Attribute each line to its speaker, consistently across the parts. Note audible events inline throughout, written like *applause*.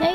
Speaker 1: 哎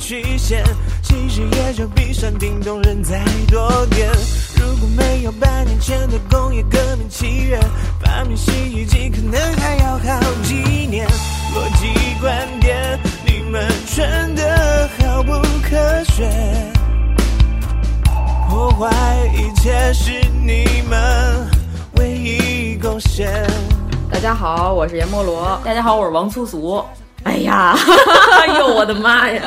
Speaker 2: 其实也就比山顶洞人再多点。如果没有百年前的工业革命起源，发明洗衣机可能还要好几年。逻辑观点，你们真的毫不科学。破坏一切是你们唯一贡献。
Speaker 3: 大家好，我是阎摩罗。
Speaker 4: 大家好，我是王粗俗。
Speaker 3: 哎呀，
Speaker 4: 哎呦我的妈 *laughs* 呀！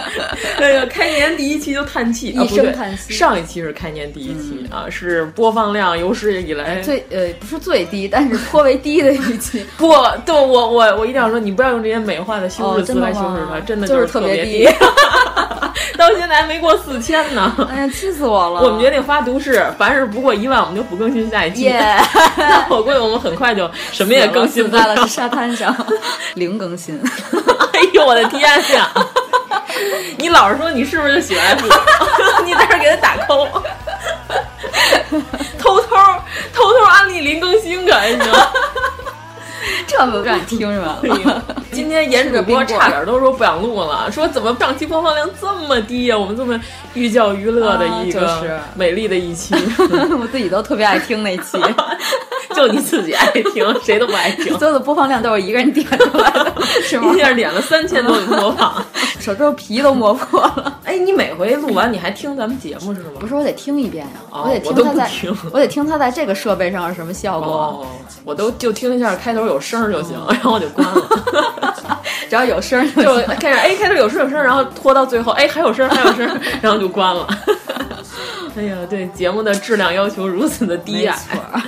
Speaker 4: 哎呀，开年第一期就叹气，啊
Speaker 3: 一声叹息。
Speaker 4: 上一期是开年第一期啊，是播放量有史以来
Speaker 3: 最呃不是最低，但是颇为低的一期。
Speaker 4: 不，对我我我一定要说，你不要用这些美化的修饰词来修饰它，哦真的
Speaker 3: 就是特
Speaker 4: 别
Speaker 3: 低，
Speaker 4: *laughs* 到现在还没过四千 *laughs* 呢。
Speaker 3: 哎呀，气死我了！
Speaker 4: 我们决定发毒誓，凡是不过一万，我们就不更新下一期。那 *laughs* 我估计我们很快就什么也更新不
Speaker 3: 在了，沙滩上零更新。
Speaker 4: 哎呦我的天呀！ *laughs* 你老是说你是不是就喜欢 F？你 *laughs* 在这给他打扣， *laughs* 偷偷偷偷安利林更新可还行？ *laughs*
Speaker 3: 这不让你听是吧？
Speaker 4: 哎今天严主播差点都说不想录了，说怎么上期播放量这么低呀、啊？我们这么寓教于乐的一个美丽的一期，啊
Speaker 3: 就是、我自己都特别爱听那期，
Speaker 4: *laughs* 就你自己爱听， *laughs* 谁都不爱听。
Speaker 3: 所有的播放量都是一个人点出来的，是吗？
Speaker 4: 一下点了三千多个播放，
Speaker 3: 手指头皮都磨破了。
Speaker 4: *laughs* 哎，你每回录完你还听咱们节目是吗？
Speaker 3: 不是，我得听一遍呀、
Speaker 4: 啊，
Speaker 3: 我得
Speaker 4: 听
Speaker 3: 他在，
Speaker 4: 听
Speaker 3: 我得听他在这个设备上是什么效果。
Speaker 4: 哦、我都就听一下开头有声就行，然后我就关 *laughs* 了。
Speaker 3: 只要有声
Speaker 4: 就开始，哎，开头有声有声，然后拖到最后，哎，还有声还有声， *laughs* 然后就关了。哎呀，对节目的质量要求如此的低矮、
Speaker 3: 啊。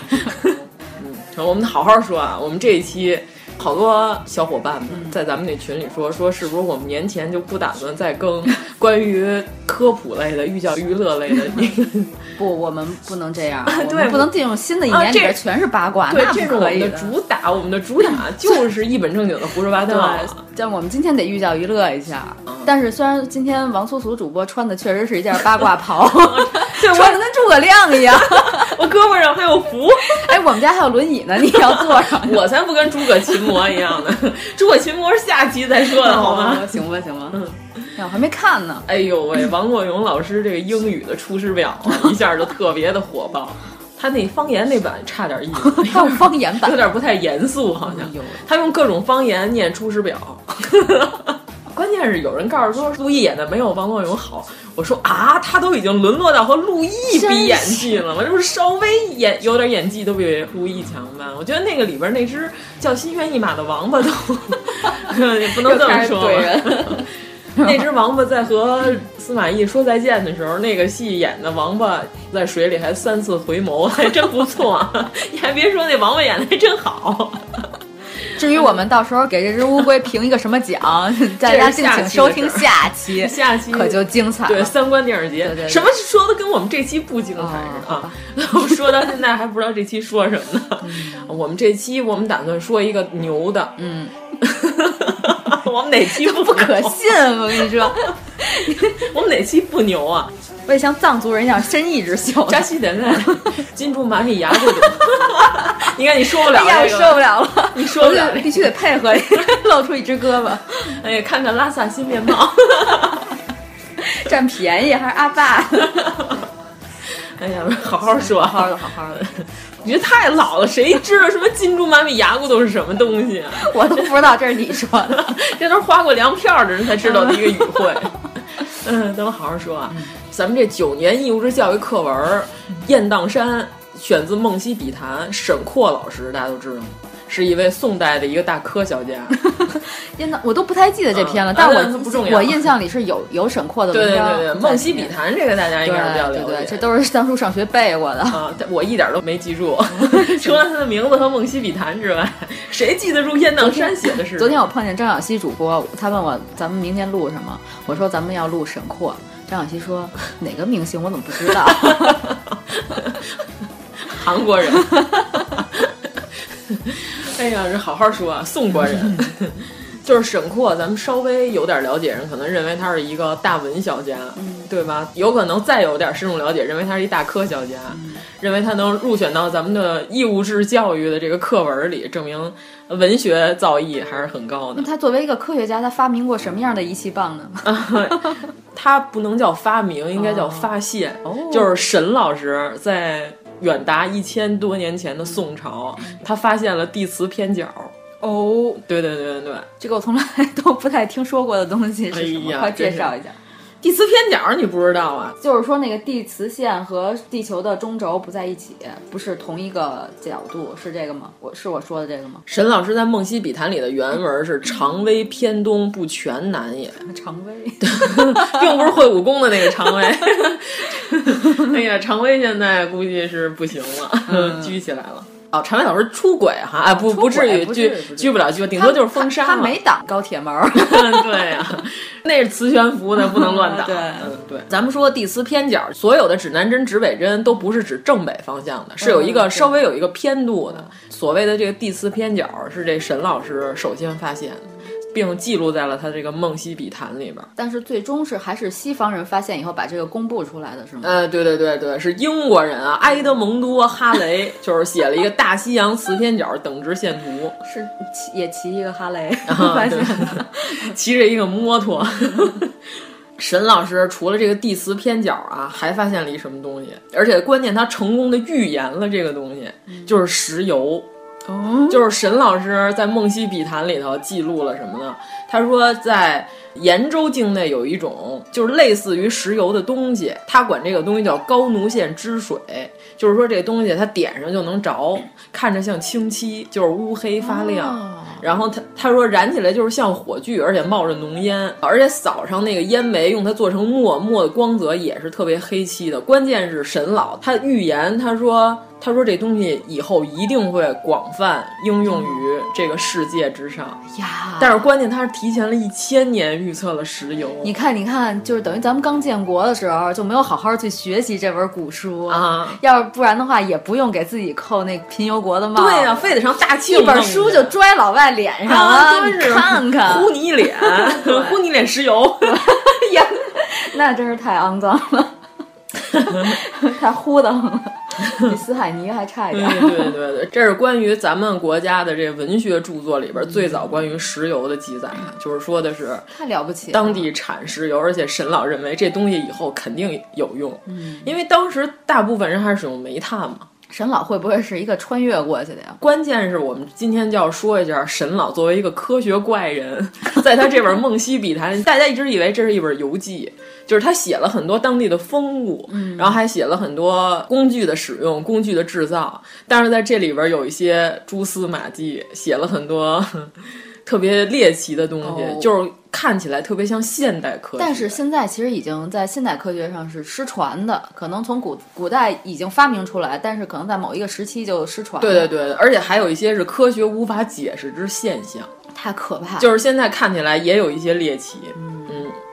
Speaker 4: 嗯，我们好好说啊，我们这一期好多小伙伴们在咱们那群里说，说是不是我们年前就不打算再 *laughs* 更关于科普类的、寓教于乐类的？
Speaker 3: 不，我们不能
Speaker 4: *laughs*
Speaker 3: 这样，
Speaker 4: 对，啊
Speaker 3: 不能进入新的一年里边全是八卦，
Speaker 4: *laughs* 对，
Speaker 3: 这
Speaker 4: 是我们的主打，我们的主打就是一本正经的嗯胡说八道。
Speaker 3: 但我们今天得寓教于乐一下，但是虽然今天王苏苏主播穿的确实是一件八卦袍，
Speaker 4: *laughs*
Speaker 3: *laughs*
Speaker 4: 对，
Speaker 3: 穿的跟诸葛亮
Speaker 4: *laughs*
Speaker 3: 一样，
Speaker 4: 我胳膊上还有符，
Speaker 3: 哎，我们家还有轮椅呢，你要坐上，
Speaker 4: 我才不跟诸葛琴魔一样呢，诸葛琴魔是下期再说的好吗？
Speaker 3: 行吧，行吧，嗯，我还没看呢，
Speaker 4: 哎呦喂，王国勇老师这个英语的出师表啊，一下就特别的火爆。他那方言那版差点意思，
Speaker 3: 还有方言
Speaker 4: *laughs*
Speaker 3: 版，
Speaker 4: 有点不太严肃，好像。他用各种方言念《出师表》 *laughs* 关键是有人告诉说陆毅演的没有王洛勇好。我说啊，他都已经沦落到和陆毅比演技了吗？这不是稍微演有点演技都比陆毅强吗？我觉得那个里边那只叫心猿意马的王八都 *laughs* 也不能这么说。 *laughs*
Speaker 3: *laughs*
Speaker 4: 那只王八在和司马懿说再见的时候，那个戏演的王八在水里还三次回眸，还真不错、 *laughs* 啊。你还别说，那王八演的还真好。
Speaker 3: 至于我们到时候给这只乌龟评一个什么奖，大家敬请收听
Speaker 4: 下
Speaker 3: 期，
Speaker 4: 下期
Speaker 3: 可就精彩了。
Speaker 4: 对， *laughs* 三观电影节，
Speaker 3: 对对对
Speaker 4: 什么说的跟我们这期不精彩似的、哦、啊！ *laughs* 我们说到现在还不知道这期说什么呢。嗯、我们这期我们打算说一个牛的，
Speaker 3: 嗯。
Speaker 4: *laughs* 我们哪期
Speaker 3: 不可信？我跟你说，
Speaker 4: 我们哪期不牛
Speaker 3: *laughs*
Speaker 4: 啊？
Speaker 3: 我也像藏族人一样伸一只
Speaker 4: *laughs*
Speaker 3: 袖。
Speaker 4: 扎西德奈，金珠玛米牙这种。 *laughs* 你看你说不了，
Speaker 3: 哎呀，我受不了了，
Speaker 4: *laughs* 你说不了，
Speaker 3: 必须得配合， *laughs* 露出一只胳膊。
Speaker 4: *laughs* 哎呀，看看拉萨新面貌， *laughs*
Speaker 3: 占便宜还是阿爸？
Speaker 4: 哎呀，好好说，
Speaker 3: 好好的，好好的，
Speaker 4: 你这太老了，谁知道什么金珠满米牙骨都是什么东西啊？
Speaker 3: *laughs*
Speaker 4: *laughs*
Speaker 3: 我都不知道这是你说的。
Speaker 4: 这都是花过粮票的人才知道的一个语汇。 *laughs* 嗯，咱们好好说啊，咱们这九年义务制教育课文《雁荡山》选自《梦溪笔谈》，沈括老师大家都知道吗？是一位宋代的一个大科学
Speaker 3: *laughs*
Speaker 4: 家，
Speaker 3: 真的，我都不太记得这篇了，
Speaker 4: 嗯
Speaker 3: 但
Speaker 4: 啊那
Speaker 3: 我
Speaker 4: 不重要
Speaker 3: 我印象里是有有沈括的
Speaker 4: 对
Speaker 3: 文
Speaker 4: 对
Speaker 3: 章在
Speaker 4: 对
Speaker 3: 里
Speaker 4: 对，
Speaker 3: 面。
Speaker 4: 《梦溪笔谈》这个大家
Speaker 3: 对
Speaker 4: 应该是比较
Speaker 3: 对
Speaker 4: 了
Speaker 3: 对，
Speaker 4: 解，
Speaker 3: 这都是当初上学背过的。
Speaker 4: 啊，但我一点都没记住，*laughs*
Speaker 3: 嗯
Speaker 4: 除了他的名字和《梦溪笔谈》之外，谁记得住雁荡山写的是什么？
Speaker 3: 昨天我碰见张小希主播，他问我咱们明天录什么，我说咱们要录沈括。张小希
Speaker 4: *laughs*
Speaker 3: 说哪个明星我怎么不知道？ *laughs*
Speaker 4: 韩国人。哎呀，这好好说啊，宋国
Speaker 3: *laughs*
Speaker 4: 人。就是沈括，咱们稍微有点了解人，可能认为他是一个大文学家，
Speaker 3: 嗯
Speaker 4: 对吧？有可能再有点深入了解，认为他是一大科学家，
Speaker 3: 嗯
Speaker 4: 认为他能入选到咱们的义务制教育的这个课文里，证明文学造诣还是很高的
Speaker 3: 那。他作为一个科学家，他发明过什么样的仪器棒呢？
Speaker 4: 他不能叫发明，应
Speaker 3: 哦
Speaker 4: 该叫发现。就是沈老师在远达一千多年前的宋朝，他发现了地磁偏角。哦，对对对对对，
Speaker 3: 这个我从来 *laughs* 都不太听说过的东西是什
Speaker 4: 哎
Speaker 3: 么？
Speaker 4: 呀
Speaker 3: 快介绍一下。
Speaker 4: 地磁偏角你不知道啊？
Speaker 3: 就是说，那个地磁线和地球的中轴不在一起，不是同一个角度，是这个吗？我是我说的这个吗？
Speaker 4: 沈老师在《梦溪笔谈》里的原文是“常威偏东不全南也”，
Speaker 3: 常威，
Speaker 4: 并不是会武功的那个常威。 *laughs* 哎呀，常威现在估计是不行了， *laughs* 拘起来了。哦，常威老师出轨哈，哎，不
Speaker 3: 嗯出
Speaker 4: 不
Speaker 3: 轨
Speaker 4: 至于
Speaker 3: 不
Speaker 4: 拘
Speaker 3: 至于不至于
Speaker 4: 拘不了 *laughs* 拘，顶多就是封杀
Speaker 3: 他
Speaker 4: 嘛
Speaker 3: 没挡高铁门
Speaker 4: *laughs*
Speaker 3: 儿。 *laughs*
Speaker 4: 对呀、那是磁悬浮的，不能乱打。
Speaker 3: 对
Speaker 4: 嗯，对。咱们说地磁偏角，所有的指南针、指北针都不是指正北方向的，是有一个稍微有一个偏度的。所谓的这个地磁偏角，是这沈老师首先发现的，并记录在了他这个《梦溪笔谈》里边。
Speaker 3: 但是最终是还是西方人发现以后把这个公布出来的是吗？
Speaker 4: 呃，对对对对，是英国人啊，埃德蒙多·哈雷就是写了一个《大西洋磁偏角等值线图
Speaker 3: 是骑也骑一个哈雷，
Speaker 4: 啊
Speaker 3: *laughs* 发现
Speaker 4: 对
Speaker 3: 的。》，
Speaker 4: 骑着一个摩托。沈老师除了这个地磁偏角啊，还发现了一什么东西，而且关键他成功的预言了这个东西，就是石油。
Speaker 3: 哦，
Speaker 4: 就是沈老师在《梦溪笔谈》里头记录了什么呢？他说在延州境内有一种就是类似于石油的东西，他管这个东西叫高奴县之水，就是说这东西它点上就能着，看着像清漆，就是乌黑发亮。然后他他说燃起来就是像火炬，而且冒着浓烟，而且扫上那个烟煤，用它做成墨，墨的光泽也是特别黑漆的。关键是沈老他预言，他说他说这东西以后一定会广泛应用于这个世界之上。
Speaker 3: 嗯呀，
Speaker 4: 但是关键他是提前了一千年预测了石油。
Speaker 3: 你看，你看，就是等于咱们刚建国的时候就没有好好去学习这本古书
Speaker 4: 啊，
Speaker 3: 要不然的话也不用给自己扣那贫油国的帽子。
Speaker 4: 对呀、非得上大庆
Speaker 3: 一本
Speaker 4: 弄去
Speaker 3: 书就拽老外脸上
Speaker 4: 啊，
Speaker 3: 了，
Speaker 4: 真
Speaker 3: 你
Speaker 4: 是
Speaker 3: 看看， *laughs*
Speaker 4: 呼你一脸，呼你一脸石油。
Speaker 3: 呀，那真是太肮脏
Speaker 4: *laughs*
Speaker 3: 了，太糊的了，比斯海尼还差一点。
Speaker 4: 嗯对对对对，这是关于咱们国家的这文学著作里边最早关于石油的记载，啊就是说的是
Speaker 3: 太了不起了，
Speaker 4: 当地产石油，而且沈老认为这东西以后肯定有用，
Speaker 3: 嗯
Speaker 4: 因为当时大部分人还是使用煤炭嘛。
Speaker 3: 沈老会不会是一个穿越过去的呀？
Speaker 4: 关键是我们今天就要说一下沈老作为一个科学怪人，在他这本《梦溪笔谈》，大家一直以为这是一本游记，就是他写了很多当地的风物，
Speaker 3: 嗯
Speaker 4: 然后还写了很多工具的使用、工具的制造，但是在这里边有一些蛛丝马迹，写了很多 *laughs* 特别猎奇的东西，
Speaker 3: 哦
Speaker 4: 就是看起来特别像现代科学，
Speaker 3: 但是现在其实已经在现代科学上是失传的，可能从古古代已经发明出来，但是可能在某一个时期就失传了。
Speaker 4: 对对，对，而且还有一些是科学无法解释之现象。
Speaker 3: 太可怕了。
Speaker 4: 就是现在看起来也有一些猎奇。嗯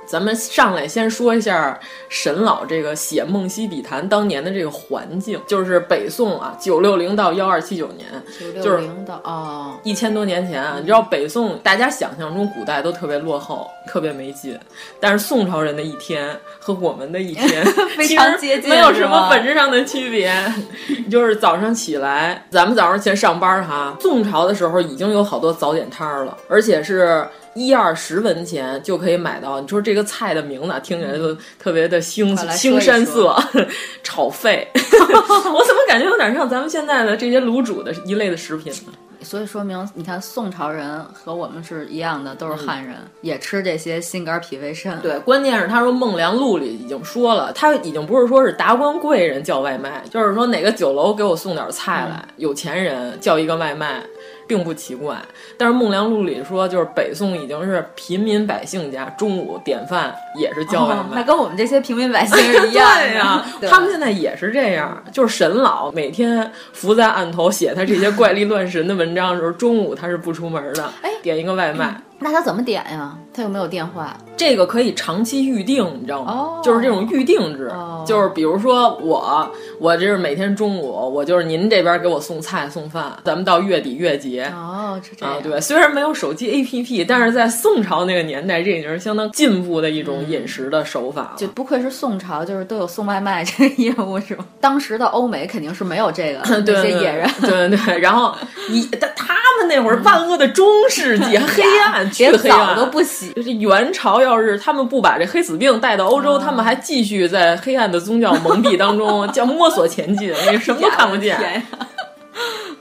Speaker 4: 咱们上来先说一下沈老这个写《梦溪笔谈》当年的这个环境，就是北宋啊，九六零到幺二七九年。
Speaker 3: 九
Speaker 4: 就
Speaker 3: 六
Speaker 4: 是
Speaker 3: 零的哦，
Speaker 4: 一千多年前啊，你知道北宋，大家想象中古代都特别落后，特别没劲。但是宋朝人的一天和我们的一天
Speaker 3: *laughs* 非
Speaker 4: 其
Speaker 3: 常
Speaker 4: 实
Speaker 3: 接近
Speaker 4: 没有
Speaker 3: 是
Speaker 4: 什么
Speaker 3: 吗
Speaker 4: 本质上的区别。 *laughs* 就是早上起来，咱们早上先上班儿哈。宋朝的时候已经有好多早点摊儿了，而且是一二十文钱就可以买到。你说这个菜的名字啊听起来就特别的腥
Speaker 3: 嗯快来说一
Speaker 4: 腥膻色， *laughs* 炒肺。我怎么感觉有点像咱们现在的这些卤煮的一类的食品呢？
Speaker 3: 所以说明你看宋朝人和我们是一样的，都是汉人，也吃这些心肝脾胃肾。，
Speaker 4: 嗯对，关键是他说《孟良录》里已经说了，他已经不是说是达官贵人叫外卖，就是说哪个酒楼给我送点菜来，有钱人叫一个外卖，并不奇怪。但是《孟良录》里说，就是北宋已经是平民百姓家中午点饭也是叫外
Speaker 3: 哦，
Speaker 4: 卖。 *laughs*
Speaker 3: 那跟我们这些平民百姓是一样的。
Speaker 4: 对呀、
Speaker 3: 对
Speaker 4: 他们现在也是这样，就是沈老每天伏在案头写他这些怪力乱神的文章的时候，中午他是不出门的，
Speaker 3: 哎
Speaker 4: 点一个外卖。
Speaker 3: 那他怎么点呀？他有没有电话？
Speaker 4: 这个可以长期预定，你知道吗？
Speaker 3: 哦
Speaker 4: 就是这种预定制，
Speaker 3: 哦
Speaker 4: 就是比如说我，我这是每天中午，我就是您这边给我送菜送饭，咱们到月底月结。
Speaker 3: 哦，是这
Speaker 4: 啊
Speaker 3: 样。，
Speaker 4: 对，虽然没有手机 APP，但是在宋朝那个年代，这已经是相当进步的一种饮食的手法了。
Speaker 3: 嗯就不愧是宋朝，就是都有送外卖这个业务是吗？当时的欧美肯定是没有这个
Speaker 4: *laughs* 对
Speaker 3: 这些
Speaker 4: 对
Speaker 3: 野人，
Speaker 4: *laughs*
Speaker 3: 嗯
Speaker 4: 对对对，然后一他他们那会儿万恶的中世
Speaker 3: *laughs*
Speaker 4: 纪，黑暗，去
Speaker 3: 连
Speaker 4: 黑暗
Speaker 3: 澡都不洗。
Speaker 4: 就是元朝，要是他们不把这黑死病带到欧洲，
Speaker 3: 啊
Speaker 4: 他们还继续在黑暗的宗教蒙蔽当
Speaker 3: *laughs*
Speaker 4: 中叫摸索前进，那什 *laughs* 么都看不见。
Speaker 3: 天呀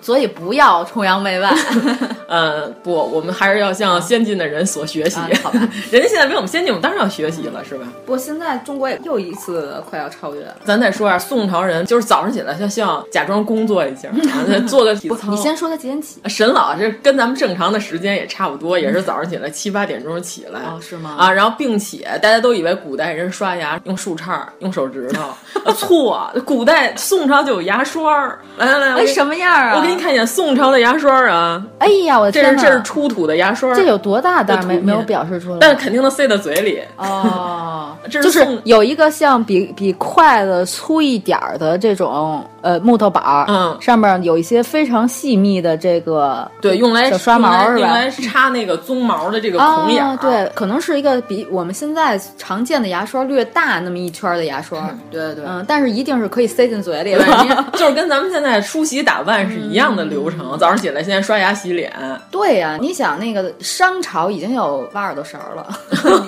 Speaker 3: 所以不要崇洋
Speaker 4: *laughs*
Speaker 3: 媚外。
Speaker 4: 呃，不，我们还是要向先进的人所学习
Speaker 3: 啊。好吧，
Speaker 4: *laughs*
Speaker 3: 嗯
Speaker 4: 人家现在比我们先进，我们当然要学习了，是吧？
Speaker 3: 不过现在中国也又一次快要超越了。
Speaker 4: 咱再说一下宋朝人，就是早上起来就像假装工作一
Speaker 3: *laughs*
Speaker 4: 下，啊做个体
Speaker 3: 不，
Speaker 4: 操。
Speaker 3: 你先说他几点起？
Speaker 4: 沈老这跟咱们正常的时间也差不多，也是早上起来七八点钟起来，
Speaker 3: 嗯哦是吗
Speaker 4: 啊，然后并且大家都以为古代人刷牙用树杈儿、用手指
Speaker 3: *laughs*
Speaker 4: 头，呃错，古代宋朝就有牙刷儿。来来来，我
Speaker 3: 哎，
Speaker 4: 给你
Speaker 3: 什么样啊？
Speaker 4: 我给你。看一眼宋朝的牙刷儿啊，
Speaker 3: 哎呀，我的
Speaker 4: 这
Speaker 3: 天
Speaker 4: 是
Speaker 3: 哪！
Speaker 4: 这是出土的牙刷儿，
Speaker 3: 这有多大
Speaker 4: 这
Speaker 3: 的
Speaker 4: 图
Speaker 3: 没
Speaker 4: 片
Speaker 3: 没有表示出来？
Speaker 4: 但肯定能塞到嘴里。，
Speaker 3: 哦
Speaker 4: *laughs* 这是
Speaker 3: 就是
Speaker 4: 宋
Speaker 3: 有一个像比比筷子粗一点儿的这种呃木头板儿，
Speaker 4: 嗯
Speaker 3: 上面有一些非常细密的这个
Speaker 4: 对，用来
Speaker 3: 小刷毛
Speaker 4: 用来
Speaker 3: 是
Speaker 4: 用
Speaker 3: 吧
Speaker 4: 来插那个鬃毛的这个
Speaker 3: 啊
Speaker 4: 孔眼儿、，
Speaker 3: 对，可能是一个比我们现在常见的牙刷略大那么一圈儿的牙刷，
Speaker 4: 对对。
Speaker 3: 嗯，但是一定是可以塞进嘴
Speaker 4: *laughs*
Speaker 3: 里
Speaker 4: 对，
Speaker 3: 的。
Speaker 4: 您就是跟咱们现在梳洗打扮是一样的流程。
Speaker 3: 嗯
Speaker 4: 早上起来先刷牙洗脸，
Speaker 3: 对呀、你想那个商朝已经有挖耳朵勺
Speaker 4: *laughs*
Speaker 3: 了，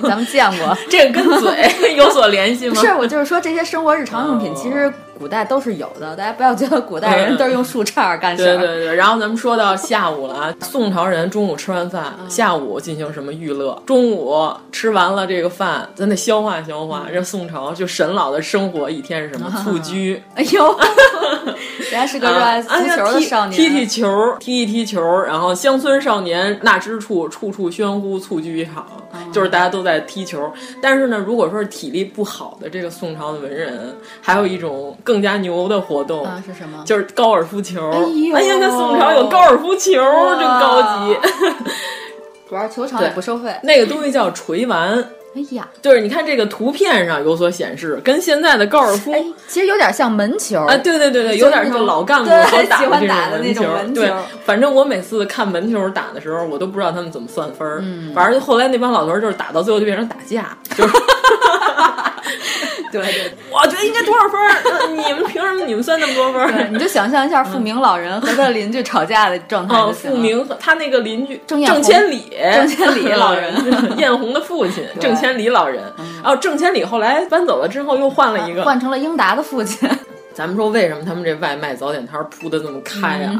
Speaker 3: 咱们见过。
Speaker 4: 这个跟
Speaker 3: *laughs*
Speaker 4: 嘴有所联系
Speaker 3: 不
Speaker 4: 吗？
Speaker 3: 是，我就是说这些生活日常用品，其实古代都是有的。大家不要觉得古代人都是用树杈儿干事
Speaker 4: 对
Speaker 3: 儿。
Speaker 4: 对对，然后咱们说到下午了啊，宋朝人中午吃完饭，
Speaker 3: 嗯
Speaker 4: 下午进行什么娱乐？中午吃完了这个饭，咱得消化消化。
Speaker 3: 嗯
Speaker 4: 这宋朝就沈老的生活一天是什么？蹴鞠，
Speaker 3: 哎呦，原来是个热爱足
Speaker 4: 啊
Speaker 3: 球的少
Speaker 4: 踢踢
Speaker 3: 年。
Speaker 4: 球，踢一踢球，然后乡村少年那之处，处处喧呼，蹴鞠一场，
Speaker 3: 嗯
Speaker 4: 就是大家都在踢球。但是呢，如果说是体力不好的这个宋朝的文人，还有一种更加牛的活动
Speaker 3: 啊，是什么？
Speaker 4: 就是高尔夫球。
Speaker 3: 呦
Speaker 4: 哎呀，那宋朝有高尔夫球，真
Speaker 3: 哇
Speaker 4: 高级。 *laughs*
Speaker 3: 主要是球场也
Speaker 4: 对
Speaker 3: 不收费。
Speaker 4: 那个东西叫锤丸，
Speaker 3: 哎呀，
Speaker 4: 就是你看这个图片上有所显示，跟现在的高尔夫。
Speaker 3: 哎，其实有点像门球。
Speaker 4: 啊，对对对对，有
Speaker 3: 就是
Speaker 4: 点
Speaker 3: 那
Speaker 4: 像
Speaker 3: 种
Speaker 4: 老干部
Speaker 3: 对
Speaker 4: 所打
Speaker 3: *laughs* 喜欢
Speaker 4: 这
Speaker 3: 打的那
Speaker 4: 门
Speaker 3: 种门球
Speaker 4: 对，反正我每次看门球打的时候，我都不知道他们怎么算分儿。嗯，反正后来那帮老头儿就是打到最后就变成打架，就是
Speaker 3: *laughs* 对对
Speaker 4: 我觉得应该多少分儿， *laughs* 呃你们凭什么你们算那么多分
Speaker 3: 对，
Speaker 4: *laughs* 儿？
Speaker 3: 你就想象一下富明老人和他的邻居吵架的状态
Speaker 4: 哦，
Speaker 3: 就行了。
Speaker 4: 富明和他那个邻居
Speaker 3: 郑艳
Speaker 4: 郑
Speaker 3: 红
Speaker 4: 千里，
Speaker 3: *laughs* 郑
Speaker 4: *laughs*
Speaker 3: 千里老人
Speaker 4: 艳红的父亲
Speaker 3: *laughs* 对嗯
Speaker 4: 郑千里老人。然后郑千里后来搬走了之后又换了一个，
Speaker 3: 换成了英达的
Speaker 4: *laughs*
Speaker 3: 父亲。
Speaker 4: 咱们说为什么他们这外卖早点摊儿铺的这么开啊？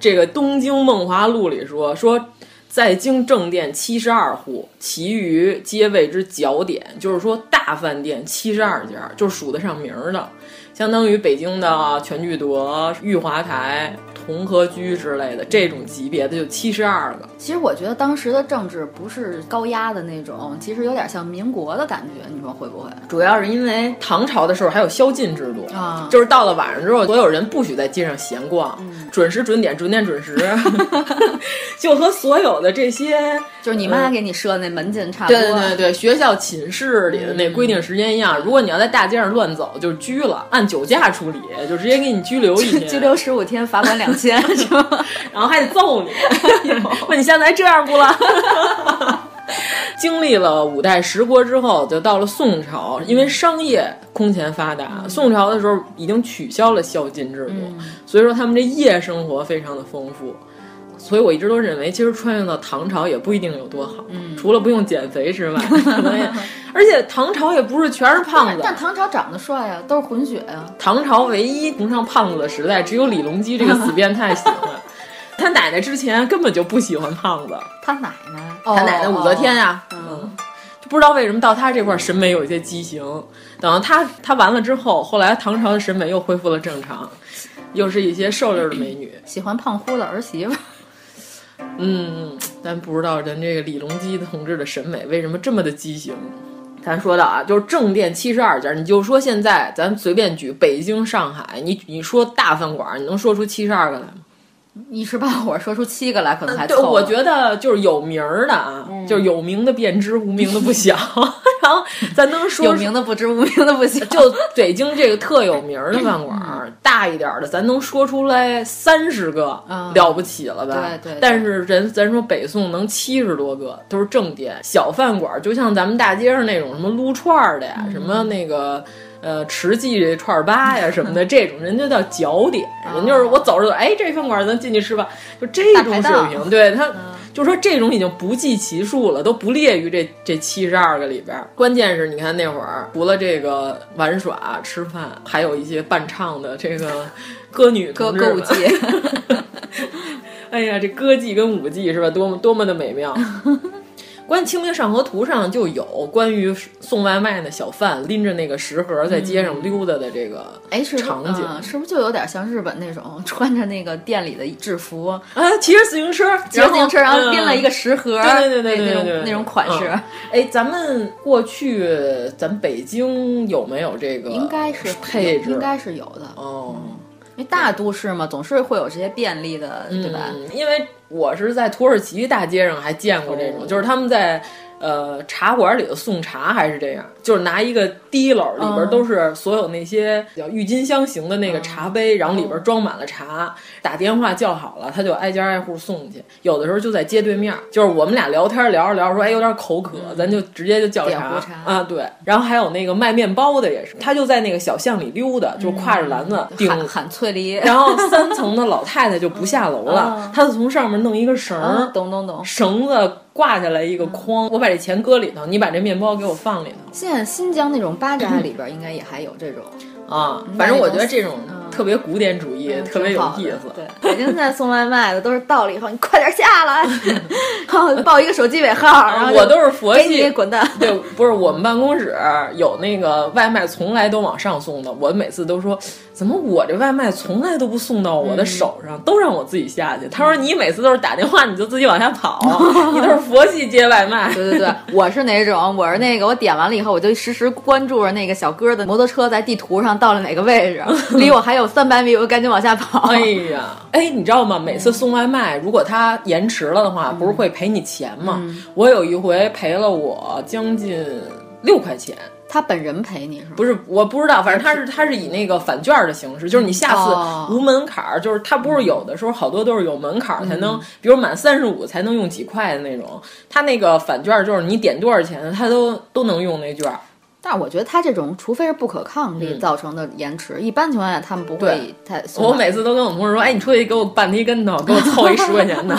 Speaker 4: 这个《东京梦华录》里说说。在京正店七十二户，其余皆谓之角点，就是说大饭店七十二家，就是数得上名儿的，相当于北京的全聚德、裕华台、同和居之类的这种级别的就七十二个。
Speaker 3: 其实我觉得当时的政治不是高压的那种，其实有点像民国的感觉，你说会不会？
Speaker 4: 主要是因为唐朝的时候还有宵禁制度
Speaker 3: 啊
Speaker 4: 就是到了晚上之后，所有人不许在街上闲逛，准时准点，准点准时， *laughs* 就和所有的这些
Speaker 3: 就是你妈给你设那门禁差不
Speaker 4: 对
Speaker 3: 多。
Speaker 4: 对对对学校寝室里的那规定时间一样。如果你要在大街上乱走，就拘了，按酒驾处理，就直接给你拘留
Speaker 3: *laughs*
Speaker 4: 一天，
Speaker 3: 拘留十五天，罚款
Speaker 4: *laughs*
Speaker 3: 两千，是吧？
Speaker 4: 然后还得揍 *laughs* 你，问你现在还哎这样不了？经历了五代十国之后，就到了宋朝，因为商业空前发达，宋朝的时候已经取消了宵禁制度，所以说他们这夜生活非常的丰富。所以我一直都认为，其实穿越到唐朝也不一定有多好，嗯、除了不用减肥之外，可能也，而且唐朝也不是全是 *laughs* 胖子，
Speaker 3: 哎但唐朝长得帅啊，都是混血啊。
Speaker 4: 唐朝唯一崇尚胖子的时代，只有李隆基这个死变态喜欢。他奶奶之前根本就不喜欢胖子，
Speaker 3: 他奶奶，
Speaker 4: 哦他奶奶武则天呀、
Speaker 3: 嗯，
Speaker 4: 就不知道为什么到他这块儿审美有一些畸形。等到他他完了之后，后来唐朝的审美又恢复了正常，又是一些瘦溜的美女。
Speaker 3: 喜欢胖乎的儿媳妇。
Speaker 4: 嗯，咱不知道咱这个李隆基同志的审美为什么这么的畸形。咱说的啊，就是正店七十二家，你就说现在咱随便举北京、上海，你你说大饭馆，你能说出七十二个来吗？
Speaker 3: 一时半会儿说出七个来，可能还
Speaker 4: 对，
Speaker 3: 凑合。
Speaker 4: 我觉得就是有名儿的啊，就是有名的便知，无名的不详。 *laughs* 然后咱能说
Speaker 3: 有名的不知，无名的不行。 *laughs*
Speaker 4: 就北京这个特有名儿的饭馆儿，大一点儿的，咱能说出来三十个，
Speaker 3: 嗯
Speaker 4: 了不起了吧？
Speaker 3: 对对对
Speaker 4: 但是人咱说北宋能七十多个，都是正店小饭馆儿，就像咱们大街上那种什么撸串儿的呀，什么
Speaker 3: 嗯
Speaker 4: 那个。呃，池记这串儿吧呀什么
Speaker 3: *laughs*
Speaker 4: 的，这种人就叫脚点，人就是我走着走，哎，这饭馆儿咱进去吃吧，就这
Speaker 3: 啊大
Speaker 4: 种
Speaker 3: 排
Speaker 4: 水
Speaker 3: 档
Speaker 4: 平，对他，
Speaker 3: 嗯
Speaker 4: 就说这种已经不计其数了，都不列于这这七十二个里边儿。关键是，你看那会儿，除了这个玩耍、吃饭，还有一些伴唱的这个歌女
Speaker 3: 歌
Speaker 4: 同志
Speaker 3: 歌
Speaker 4: 们
Speaker 3: 舞伎。
Speaker 4: *laughs* 哎呀，这歌技跟舞技是吧？多么多么的美
Speaker 3: *laughs*
Speaker 4: 妙！关于《清明上河图》上就有关于送外卖的小贩拎着那个食盒在街
Speaker 3: 嗯
Speaker 4: 上溜达的这个
Speaker 3: 哎，是不是
Speaker 4: 场景。
Speaker 3: 嗯是不是就有点像日本那种穿着那个店里的制服，
Speaker 4: 啊，骑着自行车，
Speaker 3: 骑着自行车，然后拎了一
Speaker 4: 个。
Speaker 3: 个食盒，
Speaker 4: 嗯对对对对对
Speaker 3: 那
Speaker 4: 对对
Speaker 3: 种那种款式。
Speaker 4: 嗯哎，咱们过去咱北京有没有这个？
Speaker 3: 应该是有
Speaker 4: 配置，
Speaker 3: 应该是有的，
Speaker 4: 哦，
Speaker 3: 因为大都市嘛，总是会有这些便利的，对吧？
Speaker 4: 嗯？因为我是在土耳其大街上还见过这种，就是他们在。呃，茶馆里头送茶还是这样，就是拿一个滴篓，里边都是所有那些叫郁金香型的那个茶杯，然后里边装满了茶。打电话叫好了，他就挨家挨户送去。有的时候就在街对面，就是我们俩聊天聊着聊着说，哎，有点口渴，咱就直接就叫
Speaker 3: 点
Speaker 4: 茶
Speaker 3: 壶茶
Speaker 4: 啊，对。然后还有那个卖面包的也是，他就在那个小巷里溜达，就挎着篮子顶
Speaker 3: 嗯喊喊翠梨，
Speaker 4: 然后三层的老太太就不下楼了，她就从上面弄一个绳
Speaker 3: 啊
Speaker 4: 儿，
Speaker 3: 懂懂嗯懂。嗯
Speaker 4: 绳子挂下来一个筐，我把这钱搁里头，你把这面包给我放里头
Speaker 3: 现在新疆那种巴扎里边应该也还有
Speaker 4: *laughs*
Speaker 3: 这种，
Speaker 4: 啊。反正我觉得这种
Speaker 3: 嗯
Speaker 4: 特别古典主义，
Speaker 3: 嗯
Speaker 4: 特别有
Speaker 3: 挺好的
Speaker 4: 意思。
Speaker 3: 对，北京现在送外卖的都是到了以后，你快点下
Speaker 4: *laughs*
Speaker 3: 来，然后报一个手机尾号，然后就
Speaker 4: 啊我都是佛
Speaker 3: 给
Speaker 4: 系
Speaker 3: 你，
Speaker 4: *laughs*
Speaker 3: 滚蛋。
Speaker 4: 对，不是我们办公室有那个外卖从来都往上送的，我每次都说怎么我这外卖从来都不送到我
Speaker 3: 嗯
Speaker 4: 的手上，都让我自己下去。他说你每次都是打电话你就自己往下
Speaker 3: *laughs*
Speaker 4: 跑，你都是佛系接外卖。
Speaker 3: 对对对，我是哪种？我是那个，我点完了以后，我就实时关注着那个小哥的摩托车在地图上到了哪个位置，离我还有三百米，我就赶紧往下跑。
Speaker 4: 哎呀，哎，你知道吗？每次送外卖，如果他延迟了的话，不是会赔你钱吗？我有一回赔了我将近六块钱，
Speaker 3: 他本人陪你是吗？
Speaker 4: 不是我不知道，反正他是他是以那个返券的形式，就是你下
Speaker 3: 哦
Speaker 4: 次无门槛儿，就是他不是有的时候好多都是有门槛儿才能，比如满三十五才能用几块的那种，他那个返券就是你点多少钱，他都都能用那券儿。
Speaker 3: 但我觉得他这种，除非是不可抗力
Speaker 4: 嗯
Speaker 3: 造成的延迟，一般情况下他们不
Speaker 4: 对
Speaker 3: 会太送来。
Speaker 4: 我每次都跟我同事说：“哎，你出去给我绊他一跟头，给我凑一十块钱
Speaker 3: *laughs*
Speaker 4: 的。”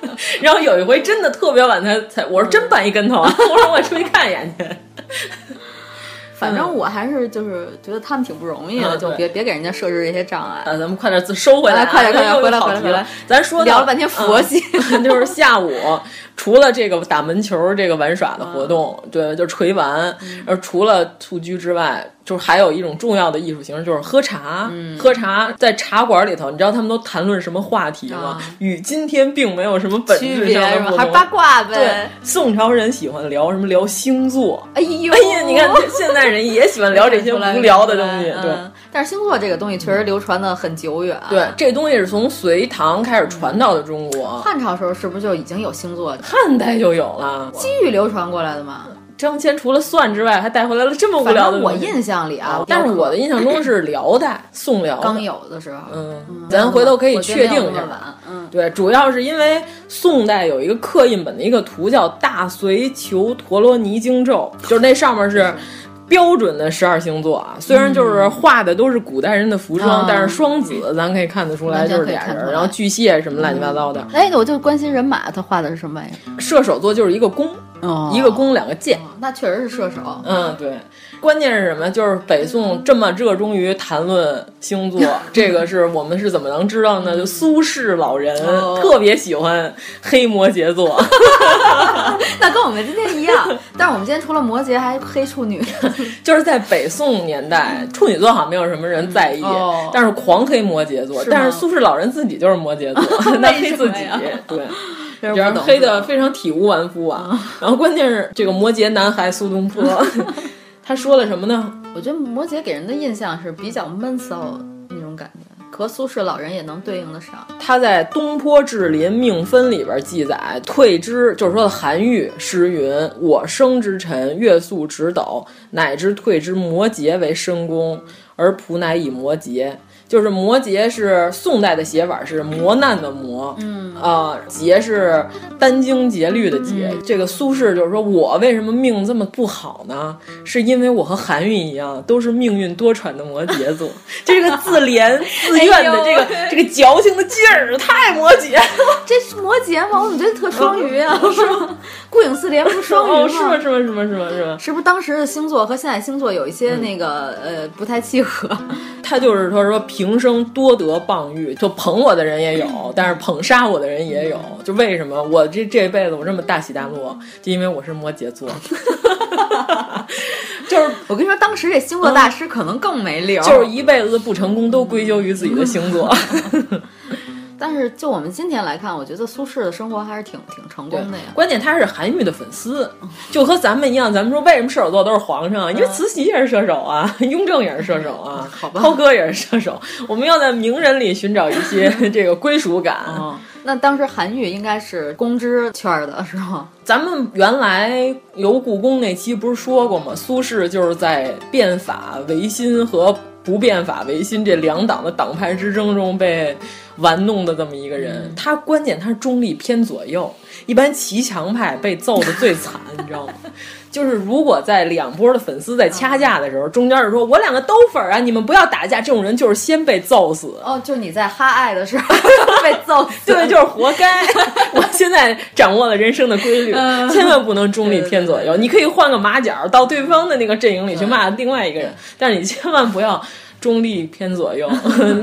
Speaker 4: *laughs* 然后有一回真的特别晚才才，我说真绊一跟头，啊我说我出去看一眼去。
Speaker 3: 反正我还是就是觉得他们挺不容易的，
Speaker 4: 嗯
Speaker 3: 就
Speaker 4: 对
Speaker 3: 别别给人家设置这些障碍。
Speaker 4: 啊，咱们快点自收回来啊，
Speaker 3: 来快点快点
Speaker 4: 又
Speaker 3: 回来
Speaker 4: 跑
Speaker 3: 回来
Speaker 4: 题
Speaker 3: 回来
Speaker 4: 了。咱说到
Speaker 3: 聊了半天佛系，
Speaker 4: 嗯 *laughs* 就是下午除了这个打门球这个玩耍的
Speaker 3: 嗯
Speaker 4: 活动，对，就是捶完，而除了蹴鞠之外，就是还有一种重要的艺术形式，就是喝茶。
Speaker 3: 嗯
Speaker 4: 喝茶在茶馆里头，你知道他们都谈论什么话题吗？
Speaker 3: 啊
Speaker 4: 与今天并没有什么本
Speaker 3: 区
Speaker 4: 质
Speaker 3: 别
Speaker 4: 上
Speaker 3: 是
Speaker 4: 的
Speaker 3: 吧
Speaker 4: 不？
Speaker 3: 还
Speaker 4: 同
Speaker 3: 是八卦
Speaker 4: 对
Speaker 3: 呗。，
Speaker 4: 宋朝人喜欢聊什么？聊星座。
Speaker 3: 哎呦，
Speaker 4: 哎呀，你看这现
Speaker 3: *laughs*
Speaker 4: 在人也喜欢聊这些无聊的东西，
Speaker 3: 嗯
Speaker 4: 对。
Speaker 3: 但是星座这个东西确实流传的很久远。啊
Speaker 4: 对，，这东西是从隋唐开始传到的中国，
Speaker 3: 汉朝时候是不是就已经有星座
Speaker 4: 汉代就有了。
Speaker 3: 西域流传过来的嘛？
Speaker 4: 张骞除了蒜之外，还带回来了这么无
Speaker 3: 反
Speaker 4: 聊的
Speaker 3: 正
Speaker 4: 东
Speaker 3: 我
Speaker 4: 西。哦
Speaker 3: 印象里啊，
Speaker 4: 但是我的印象中是辽代、宋辽的
Speaker 3: 刚。有的时候，
Speaker 4: 嗯，咱回头可以确定一
Speaker 3: 我觉得没有那么
Speaker 4: 下。
Speaker 3: 晚嗯，
Speaker 4: 对，主要是因为宋代有一个
Speaker 3: 嗯
Speaker 4: 刻印本的一个图叫《大隋求陀罗尼经咒》，就是那上面是。标准的十二星座啊，虽然就是画的都是古代人的服装，
Speaker 3: 嗯
Speaker 4: 但是双子咱可以看得出来
Speaker 3: 完全
Speaker 4: 就是
Speaker 3: 可以
Speaker 4: 俩
Speaker 3: 看出
Speaker 4: 人，
Speaker 3: 来
Speaker 4: 然后巨蟹什么乱七八糟的，
Speaker 3: 哎，我就关心人马他画的是什么玩意儿？
Speaker 4: 射手座就是一个弓，
Speaker 3: 哦
Speaker 4: 一个弓两个箭。
Speaker 3: 哦那确实是射手。
Speaker 4: 嗯，对，关键是什么？就是北宋这么热衷于谈论星
Speaker 3: *laughs*
Speaker 4: 座，这个是我们是怎么能知道呢？就苏轼老人
Speaker 3: 嗯哦
Speaker 4: 特别喜欢黑摩羯座，
Speaker 3: *laughs* 那跟我们今天一样，
Speaker 4: *laughs*
Speaker 3: 但是我们今天除了摩羯，还黑处女。
Speaker 4: 就是在北宋年代，处女座好像没有什么人在意，
Speaker 3: 嗯哦
Speaker 4: 但是狂黑摩羯座。
Speaker 3: 是吗
Speaker 4: 但是苏轼老人自己就是摩羯
Speaker 3: *laughs*
Speaker 4: 座， *laughs* 他黑自己
Speaker 3: 为什么呀， *laughs*
Speaker 4: 对。
Speaker 3: 有
Speaker 4: 然
Speaker 3: 点不
Speaker 4: 后
Speaker 3: 懂嗯
Speaker 4: 黑的非常体无完肤啊，然后关键是这个摩羯男孩苏东
Speaker 3: *laughs*
Speaker 4: 坡，他说了什么呢？
Speaker 3: 我觉得摩羯给人的印象是比较闷骚那种感觉，和苏轼老人也能对应得上。
Speaker 4: 他在《东坡志林命分》里边记载，退之就是说韩愈诗云：“我生之臣，月宿直斗，乃至退之摩诘为申公，而仆乃以摩诘。”就是摩诘是宋代的写法，是磨难的磨，嗯，啊、节是殚精竭虑的竭。
Speaker 3: 嗯
Speaker 4: 这个苏轼就是说我为什么命这么不好呢？是因为我和韩愈一样，都是命运多舛的摩羯座。 *laughs* 这个自怜自怨的这个、
Speaker 3: 哎呦
Speaker 4: 这个矫情的劲儿，太摩羯了，
Speaker 3: 这是摩羯吗？我怎么觉得特双鱼啊？ *laughs* 是吗？顾影四连不是
Speaker 4: *laughs*
Speaker 3: 双
Speaker 4: 哦，
Speaker 3: 鱼
Speaker 4: 是吗？
Speaker 3: 吗？
Speaker 4: 是吗？是吗？是吗？是吗？
Speaker 3: 是不是当时的星座和现在星座有一些那个、呃不太契合？ *laughs*
Speaker 4: 他就是他说平生多得棒遇，就捧我的人也
Speaker 3: 嗯
Speaker 4: 有，但是捧杀我的人也有。就为什么我这这辈子我这么大起大落，就因为我是摩羯
Speaker 3: *laughs*
Speaker 4: 座， *laughs* 就是
Speaker 3: 我跟你说，当时这星座大师可能更没溜儿、
Speaker 4: 就是一辈子不成功都归咎于自己的星
Speaker 3: *laughs*
Speaker 4: 座。
Speaker 3: 但是就我们今天来看，我觉得苏轼的生活还是挺挺成功的呀。
Speaker 4: 关键他是韩愈的粉丝，就和咱们一样。咱们说为什么射手座都是皇上？因为慈禧也是射手啊，雍正也是射手啊，
Speaker 3: 嗯好吧
Speaker 4: 涛哥也是射手。我们要在名人里寻找一
Speaker 3: *laughs*
Speaker 4: 些这个归属感。
Speaker 3: 哦，那当时韩愈应该是公知圈儿的是吗？
Speaker 4: 咱们原来游故宫那期不是说过吗？苏轼就是在变法维新和不变法维新这两党的党派之争中被玩弄的这么一个人。他关键他是中立偏左右，一般骑墙派被揍的最惨，你知道吗？就是如果在两波的粉丝在掐架的时候，中间是说我两个都粉儿啊，你们不要打架，这种人就是先被揍死。
Speaker 3: 哦，就是你在哈爱的时 *laughs* 候被揍
Speaker 4: *laughs*
Speaker 3: 死，
Speaker 4: 对，就是活该。我现在掌握了人生的规律，千万不能中立偏左右。你可以换个马甲到对方的那个阵营里去骂另外一个人， *laughs* 但是你千万不要中立偏左右，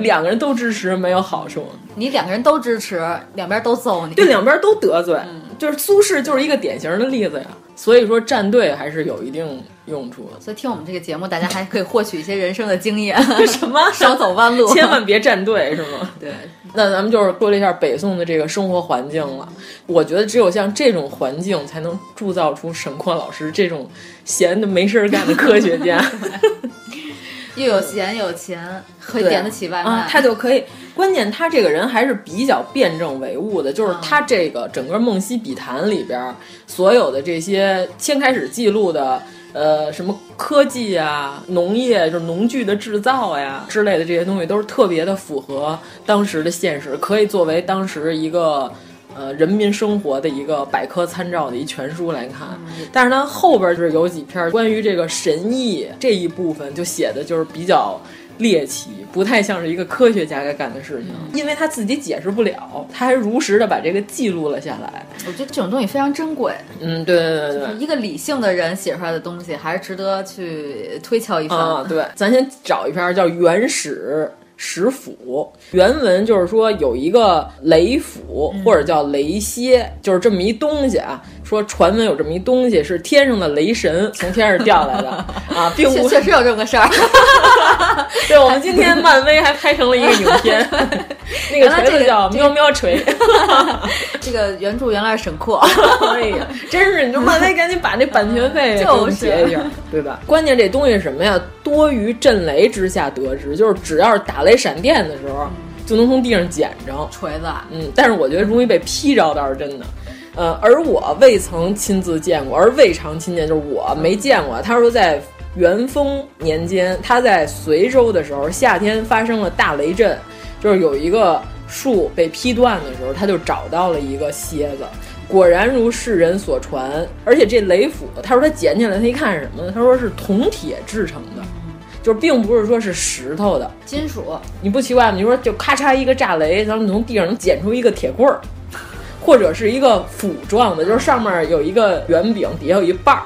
Speaker 4: 两个人都支持没有好处，
Speaker 3: 你两个人都支持，两边都揍
Speaker 4: *laughs*
Speaker 3: 你。
Speaker 4: 对两边都得罪。就是苏轼就是一个典型的例子呀。所以说站队还是有一定用处的。
Speaker 3: 所以听我们这个节目，大家还可以获取一些人生的经 *laughs* 验，
Speaker 4: 什么
Speaker 3: 少走弯路。
Speaker 4: 千万别站队，是吗？
Speaker 3: *laughs* 对，
Speaker 4: 那咱们就是说了一下北宋的这个生活环境了。我觉得只有像这种环境，才能铸造出沈括老师这种闲的没事儿干的科学家，
Speaker 3: 又有闲又有钱，可以
Speaker 4: 对
Speaker 3: 点得起外卖。
Speaker 4: 啊他就可以。关键他这个人还是比较辩证唯物的，就是
Speaker 3: 嗯
Speaker 4: 他这个整个《梦溪笔谈》里边儿所有的这些先开始记录的。呃，什么科技啊、农业，就是农具的制造呀之类的这些东西，都是特别的符合当时的现实，可以作为当时一个呃人民生活的一个百科参照的一全书来看。但是呢，后边就是有几篇关于这个神医这一部分，就写的就是比较。猎奇不太像是一个科学家该干的事情，因为他自己解释不了，他还如实的把这个记录了下来。
Speaker 3: 我觉得这种东西非常珍贵，
Speaker 4: 嗯，对对对对对，
Speaker 3: 一个理性的人写出来的东西，还是值得去推敲一番。
Speaker 4: 啊，对，咱先找一篇叫《原始食府》，原文就是说有一个雷府
Speaker 3: 嗯
Speaker 4: 或者叫雷蝎，就是这么一东西啊。说传闻有这么一东西是天上的雷神从天上掉下
Speaker 3: *laughs*
Speaker 4: 来的啊，并
Speaker 3: 确
Speaker 4: 不
Speaker 3: 确实有这么个事儿， *laughs*
Speaker 4: 对。我们今天漫威还拍成了一个影
Speaker 3: *laughs*
Speaker 4: 片，那个
Speaker 3: 原来
Speaker 4: 锤
Speaker 3: 这
Speaker 4: 子
Speaker 3: 个
Speaker 4: 叫喵喵
Speaker 3: *laughs*
Speaker 4: 锤。
Speaker 3: 这个原著原来是沈括，
Speaker 4: *laughs* 哎呀，真是！你说漫威赶紧把那版权费给我们结一下，对吧？关键这东西是什么呀？多于震雷之下得知，就是只要是打雷闪电的时候，就能从地上捡着。
Speaker 3: 锤子啊，
Speaker 4: 嗯，但是我觉得容易被劈着倒是真的。呃，而我未曾亲自见过，而未尝亲见就是我没见过。他说在元丰年间，他在随州的时候，夏天发生了大雷震，就是有一个树被劈断的时候，他就找到了一个蝎子。果然如世人所传，而且这雷斧，他说他捡起来，他一看是什么呢？他说是铜铁制成的，就是并不是说是石头的。
Speaker 3: 金属
Speaker 4: 你不奇怪吗？你说就咔嚓一个炸雷，然后你从地上能捡出一个铁棍儿，或者是一个斧状的，就是上面有一个圆饼，底下有一把儿，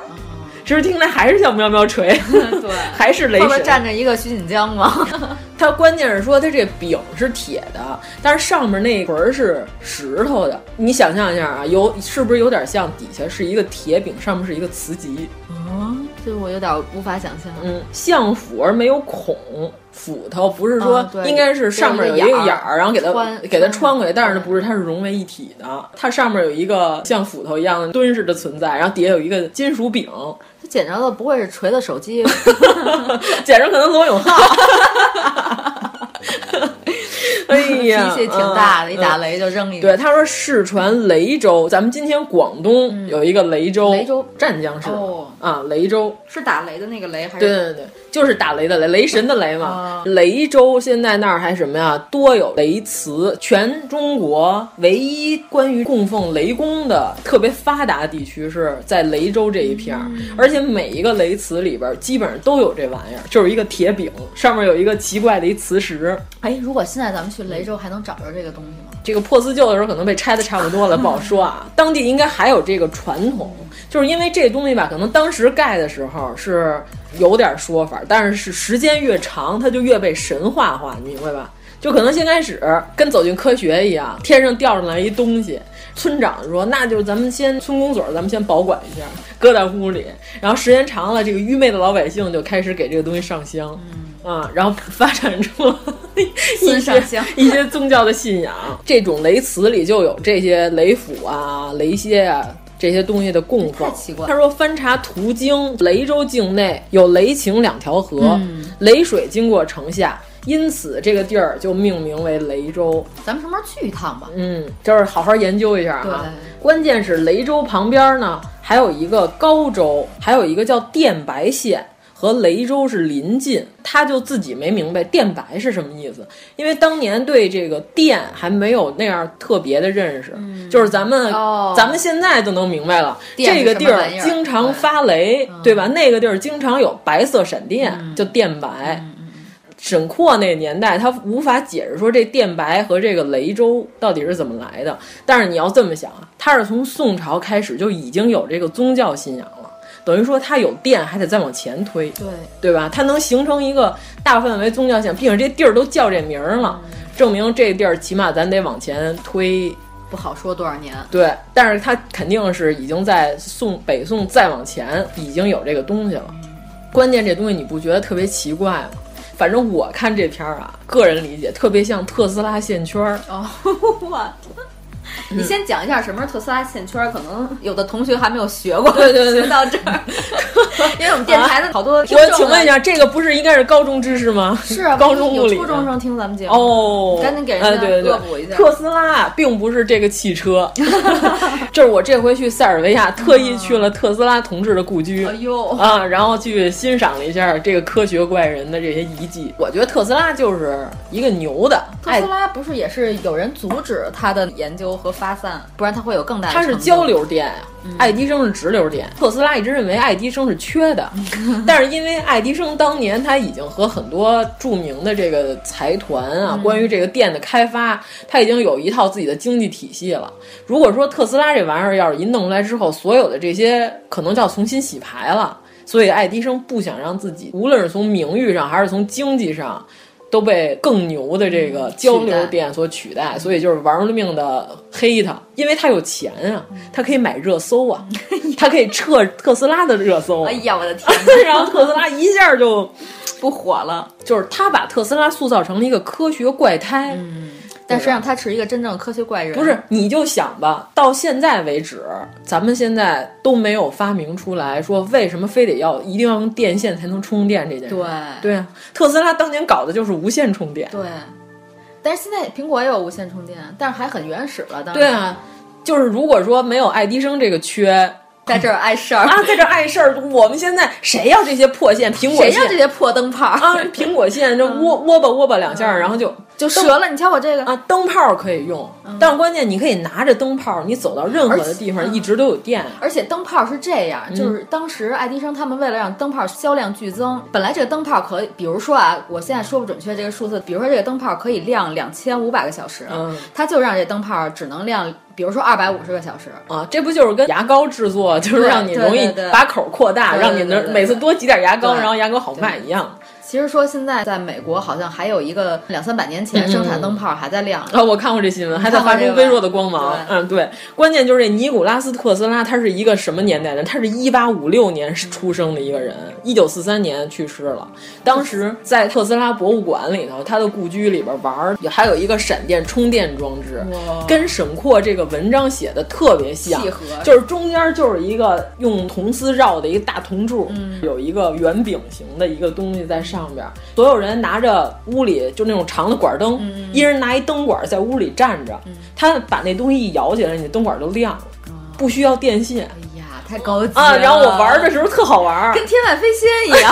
Speaker 4: 其实听来还是像喵喵锤， *laughs*
Speaker 3: 对
Speaker 4: 还是雷
Speaker 3: 后
Speaker 4: 神
Speaker 3: 边。站着一个徐锦江吗？
Speaker 4: 它关键是说它这饼是铁的，但是上面那盆儿是石头的。你想象一下啊，有是不是有点像底下是一个铁饼，上面是一个磁极？
Speaker 3: 啊，这我有点无法想象。
Speaker 4: 嗯，像斧而没有孔，斧头不是
Speaker 3: 啊
Speaker 4: 说
Speaker 3: 对
Speaker 4: 应该是上面有一个眼儿，然后给它
Speaker 3: 穿
Speaker 4: 给它
Speaker 3: 穿
Speaker 4: 穿过去，但是呢
Speaker 3: 嗯
Speaker 4: 不是，它是融为一体的，它上面有一个像斧头一样的墩式的存在，然后底下有一个金属饼，
Speaker 3: 他捡着的不会是锤子手 *laughs* 机吧？
Speaker 4: *laughs* 简直可能罗永浩。哎呀，
Speaker 3: *laughs* 脾气挺大的，
Speaker 4: 嗯
Speaker 3: 一打
Speaker 4: 嗯
Speaker 3: 雷就扔一个。
Speaker 4: 对，他说世传雷州，咱们今天广东有一个雷州，
Speaker 3: 嗯雷州
Speaker 4: 湛江市、
Speaker 3: 哦
Speaker 4: 啊，雷州，
Speaker 3: 是打雷的那个雷还
Speaker 4: 对对对，就是打雷的雷，雷神的雷嘛。
Speaker 3: 啊
Speaker 4: 雷州现在那儿还什么呀？多有雷祠，全中国唯一关于供奉雷公的特别发达地区是在雷州这一片儿，
Speaker 3: 嗯
Speaker 4: 而且每一个雷祠里边儿基本上都有这玩意儿，就是一个铁饼，上面有一个奇怪的一磁石。
Speaker 3: 哎，如果现在咱们去雷州，还能找着这个东西吗？
Speaker 4: 这个破四旧的时候可能被拆的差不多了，不好说啊。当地应该还有这个传统，就是因为这东西吧，可能当时盖的时候是有点说法，但是是时间越长，它就越被神话化，你明白吧？就可能先开始跟走进科学一样，天上掉上来一东西，村长说那就咱们先村公所，咱们先保管一下，搁在屋里，然后时间长了，这个愚昧的老百姓就开始给这个东西上香，
Speaker 3: 嗯
Speaker 4: 啊，然后发展出了一
Speaker 3: 孙
Speaker 4: 些
Speaker 3: 尚香
Speaker 4: 一些宗教的信仰。这种雷祠里就有这些雷斧啊、雷蝎啊。这些东西的供奉
Speaker 3: 太奇怪了
Speaker 4: 他说翻查途经，雷州境内有雷晴两条河，
Speaker 3: 嗯
Speaker 4: 雷水经过城下，因此这个地儿就命名为雷州。
Speaker 3: 咱们什么时候去一趟吧？
Speaker 4: 嗯，就是好好研究一下啊
Speaker 3: 对。
Speaker 4: 关键是雷州旁边呢，还有一个高州，还有一个叫电白县。和雷州是邻近，他就自己没明白电白是什么意思，因为当年对这个电还没有那样特别的认识，就是咱们、
Speaker 3: 哦
Speaker 4: 咱们现在都能明白了，
Speaker 3: 电
Speaker 4: 这
Speaker 3: 嗯是
Speaker 4: 个
Speaker 3: 什
Speaker 4: 地
Speaker 3: 么
Speaker 4: 儿
Speaker 3: 玩意儿嗯
Speaker 4: 经常发雷，对吧？那个地儿经常有白色闪电，就电
Speaker 3: 嗯
Speaker 4: 白。沈括那个年代，他无法解释说这电白和这个雷州到底是怎么来的。但是你要这么想啊，他是从宋朝开始就已经有这个宗教信仰了，等于说他有电还得再往前推，
Speaker 3: 对，
Speaker 4: 对吧？它能形成一个大范围宗教信仰，并且这地儿都叫这名儿了，证明这地儿起码咱得往前推
Speaker 3: 不好说多少年。
Speaker 4: 对，但是它肯定是已经在宋北宋再往前已经有这个东西了。关键这东西你不觉得特别奇怪吗？反正我看这片儿啊，个人理解特别像特斯拉线圈儿。
Speaker 3: 哦， *laughs* 我。你先讲一下什么是特斯拉线圈，可能有的同学还没有学过，
Speaker 4: 对对对
Speaker 3: 学到这儿， *laughs* 因为我们电台的好多听众呢，
Speaker 4: 我请问一下，这个不是应该是高中知识吗？
Speaker 3: 是啊，
Speaker 4: 高中物理
Speaker 3: 有
Speaker 4: 吗
Speaker 3: 初中生听咱们节目，
Speaker 4: 哦，
Speaker 3: 赶紧给人家
Speaker 4: 哎对对对
Speaker 3: 恶补一下
Speaker 4: 特斯拉并不是这个汽车， *laughs* 这是我这回去塞尔维亚特意去了特斯拉同志的故居。
Speaker 3: 哎呦，
Speaker 4: 啊，然后去欣赏了一下这个科学怪人的这些遗迹。我觉得特斯拉就是一个牛的，
Speaker 3: 特
Speaker 4: 哎
Speaker 3: 斯，拉不是也是有人阻止它的研究和发散，不然它会有更大的。
Speaker 4: 它是交，流电呀，爱迪生是直流电。特斯拉一直认为爱迪生是缺 *laughs* 的，但是因为爱迪生当年他已经和很多著名的这个财团啊，关于这个电的开发，他已经有一套自己的经济体系了。如果说特斯拉这玩意儿要是一弄出来之后，所有的这些可能就要重新洗牌了。所以爱迪生不想让自己，无论是从名誉上还是从经济上，都被更牛的这个交流电所取代，所以就是玩了命的黑他，因为他有钱啊，
Speaker 3: 嗯
Speaker 4: 他可以买热搜
Speaker 3: *laughs*
Speaker 4: 啊，他可以撤特斯拉的热搜啊，
Speaker 3: 哎。呀，我的天
Speaker 4: 然后特斯拉一下就，
Speaker 3: 不火了，
Speaker 4: 就是他把特斯拉塑造成了一个科学怪胎，
Speaker 3: *laughs* 嗯但实际上它是一个真正的科学怪人，
Speaker 4: 不是，你就想吧，到现在为止，咱们现在都没有发明出来说为什么非得要一定要用电线才能充电这件事。
Speaker 3: 对
Speaker 4: 对啊，特斯拉当年搞的就是无线充电。
Speaker 3: 对，但是现在苹果也有无线充电，但是还很原始了，当时
Speaker 4: 对，啊，就是如果说没有爱迪生这个缺
Speaker 3: 在这儿碍事儿，
Speaker 4: 啊，在这儿碍事儿，我们现在谁要这些破线？苹果
Speaker 3: 谁啊
Speaker 4: 线啊
Speaker 3: 要这些破灯泡儿？
Speaker 4: 啊，苹果线这窝窝吧窝吧两下儿，然后就就
Speaker 3: 嗯折
Speaker 4: 射
Speaker 3: 了，你瞧我这个，嗯
Speaker 4: 啊，灯泡可以用，但是关键你可以拿着灯泡，你走到任何的地
Speaker 3: 而且
Speaker 4: 方，一直都有电。
Speaker 3: 而且灯泡是这样，
Speaker 4: 嗯
Speaker 3: 就是当时爱迪生他们为了让灯泡销量剧增，本来这个灯泡可以，比如说啊，我现在说不准确这个数字，比如说这个灯泡可以亮两千五百个小时，
Speaker 4: 嗯
Speaker 3: 他就让这灯泡只能亮，比如说二百五十个小时。
Speaker 4: 啊，这不就是跟牙膏制作，就是
Speaker 3: 对
Speaker 4: 让你
Speaker 3: 对
Speaker 4: 容易
Speaker 3: 对对
Speaker 4: 把口扩大，
Speaker 3: 对
Speaker 4: 让你
Speaker 3: 对对
Speaker 4: 能
Speaker 3: 对
Speaker 4: 每次多挤点牙膏，
Speaker 3: 对
Speaker 4: 然后牙膏好卖一样。
Speaker 3: 其实说现在在美国好像还有一个两三百年
Speaker 4: 嗯
Speaker 3: 前生产灯泡还在亮，
Speaker 4: 啊，我看过这新闻，还在
Speaker 3: 看过
Speaker 4: 发出
Speaker 3: 这个吧
Speaker 4: 微弱的光芒。
Speaker 3: 对
Speaker 4: 嗯，对，关键就是这尼古拉斯特斯拉，他是一个什么年代的？他是一八五六年是出生的一个人，一九四三年去世了。当时在特斯拉博物馆里头，他的故居里边玩儿，还有一个闪电充电装置，跟沈括这个文章写的特别像，
Speaker 3: 契合
Speaker 4: 就是中间就是一个用铜丝绕的一个大铜柱，有一个圆饼形的一个东西在上边儿，所有人拿着屋里就那种长的管灯，一人拿一灯管在屋里站着，他把那东西一摇起来，你的灯管就亮了，不需要电线
Speaker 3: 哎呀，太高级了
Speaker 4: 啊。然后我玩的时候特好玩儿，
Speaker 3: 跟天外飞仙一
Speaker 4: *laughs*
Speaker 3: 样，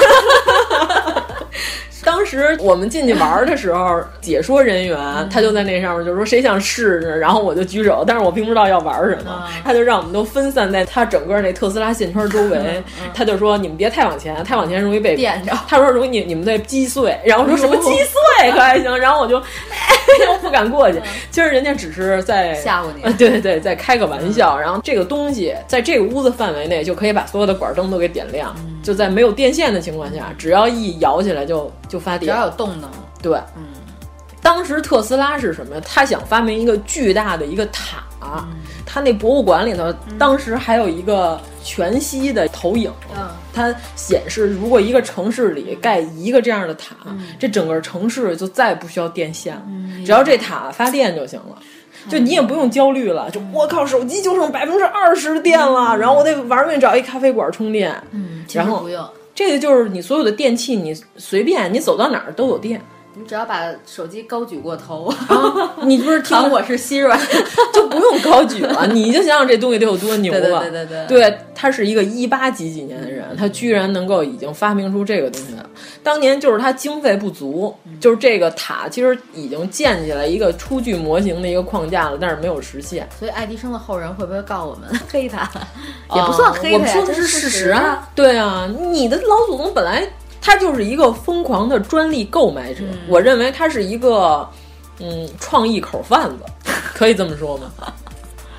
Speaker 4: 当时我们进去玩儿的时候，解说人
Speaker 3: 嗯
Speaker 4: 员他就在那上面就说谁想试试，然后我就举手，但是我并不知道要玩儿什么，
Speaker 3: 嗯
Speaker 4: 他就让我们都分散在他整个那特斯拉线圈周围，他就说你们别太往前，太往前容易被
Speaker 3: 电嗯着哦
Speaker 4: 他说容易你你们被击碎，然后我说什么击碎可还行，然后我就、 *laughs* 我不敢过去，其实人家只是在
Speaker 3: 嗯吓唬
Speaker 4: *laughs*
Speaker 3: 你
Speaker 4: 呃对对对，在开个玩笑，
Speaker 3: 嗯
Speaker 4: 然后这个东西在这个屋子范围内就可以把所有的管灯都给点亮，
Speaker 3: 嗯
Speaker 4: 就在没有电线的情况下，只要一摇起来就就发
Speaker 3: 只
Speaker 4: 电，
Speaker 3: 要有动能，
Speaker 4: 对，嗯。当时特斯拉是什么呀？他想发明一个巨大的一个塔，
Speaker 3: 嗯
Speaker 4: 他那博物馆里头，当时还有一个全息的投影，它显示如果一个城市里盖一个这样的塔，
Speaker 3: 嗯
Speaker 4: 这整个城市就再也不需要电线了，只要这塔发电就行了。
Speaker 3: 嗯
Speaker 4: 就你也不用焦虑了，就我靠，手机就剩百分之二十电
Speaker 3: 嗯
Speaker 4: 了，然后我得玩命找一咖啡馆充电。嗯，
Speaker 3: 其实
Speaker 4: 然后
Speaker 3: 不用，
Speaker 4: 这个就是你所有的电器，你随便你走到哪儿都有电。
Speaker 3: 你只要把手机高举过
Speaker 4: 啊
Speaker 3: *laughs* 头，
Speaker 4: 你不是听
Speaker 3: 喊嗯我是希软，
Speaker 4: *laughs* 就不用高举了，你就想想这东西得有多牛啊
Speaker 3: *laughs* 对对
Speaker 4: 吧？
Speaker 3: 对对对
Speaker 4: 他是一个一八几几年的人，他居然能够已经发明出这个东西来。当年就是他经费不足，就是这个塔其实已经建起来一个初具模型的一个框架了，但是没有实现。
Speaker 3: 所以爱迪生的后人会不会
Speaker 4: *laughs*
Speaker 3: 告我们黑他？也不算黑
Speaker 4: 哦我
Speaker 3: 他
Speaker 4: 们
Speaker 3: 呀，
Speaker 4: 说的
Speaker 3: 这
Speaker 4: 是
Speaker 3: 事
Speaker 4: 实
Speaker 3: 啊。。
Speaker 4: 对啊，你的老祖宗本来他就是一个疯狂的专利购买
Speaker 3: 嗯
Speaker 4: 者，我认为他是一个嗯创意口贩子，可以这么说吗？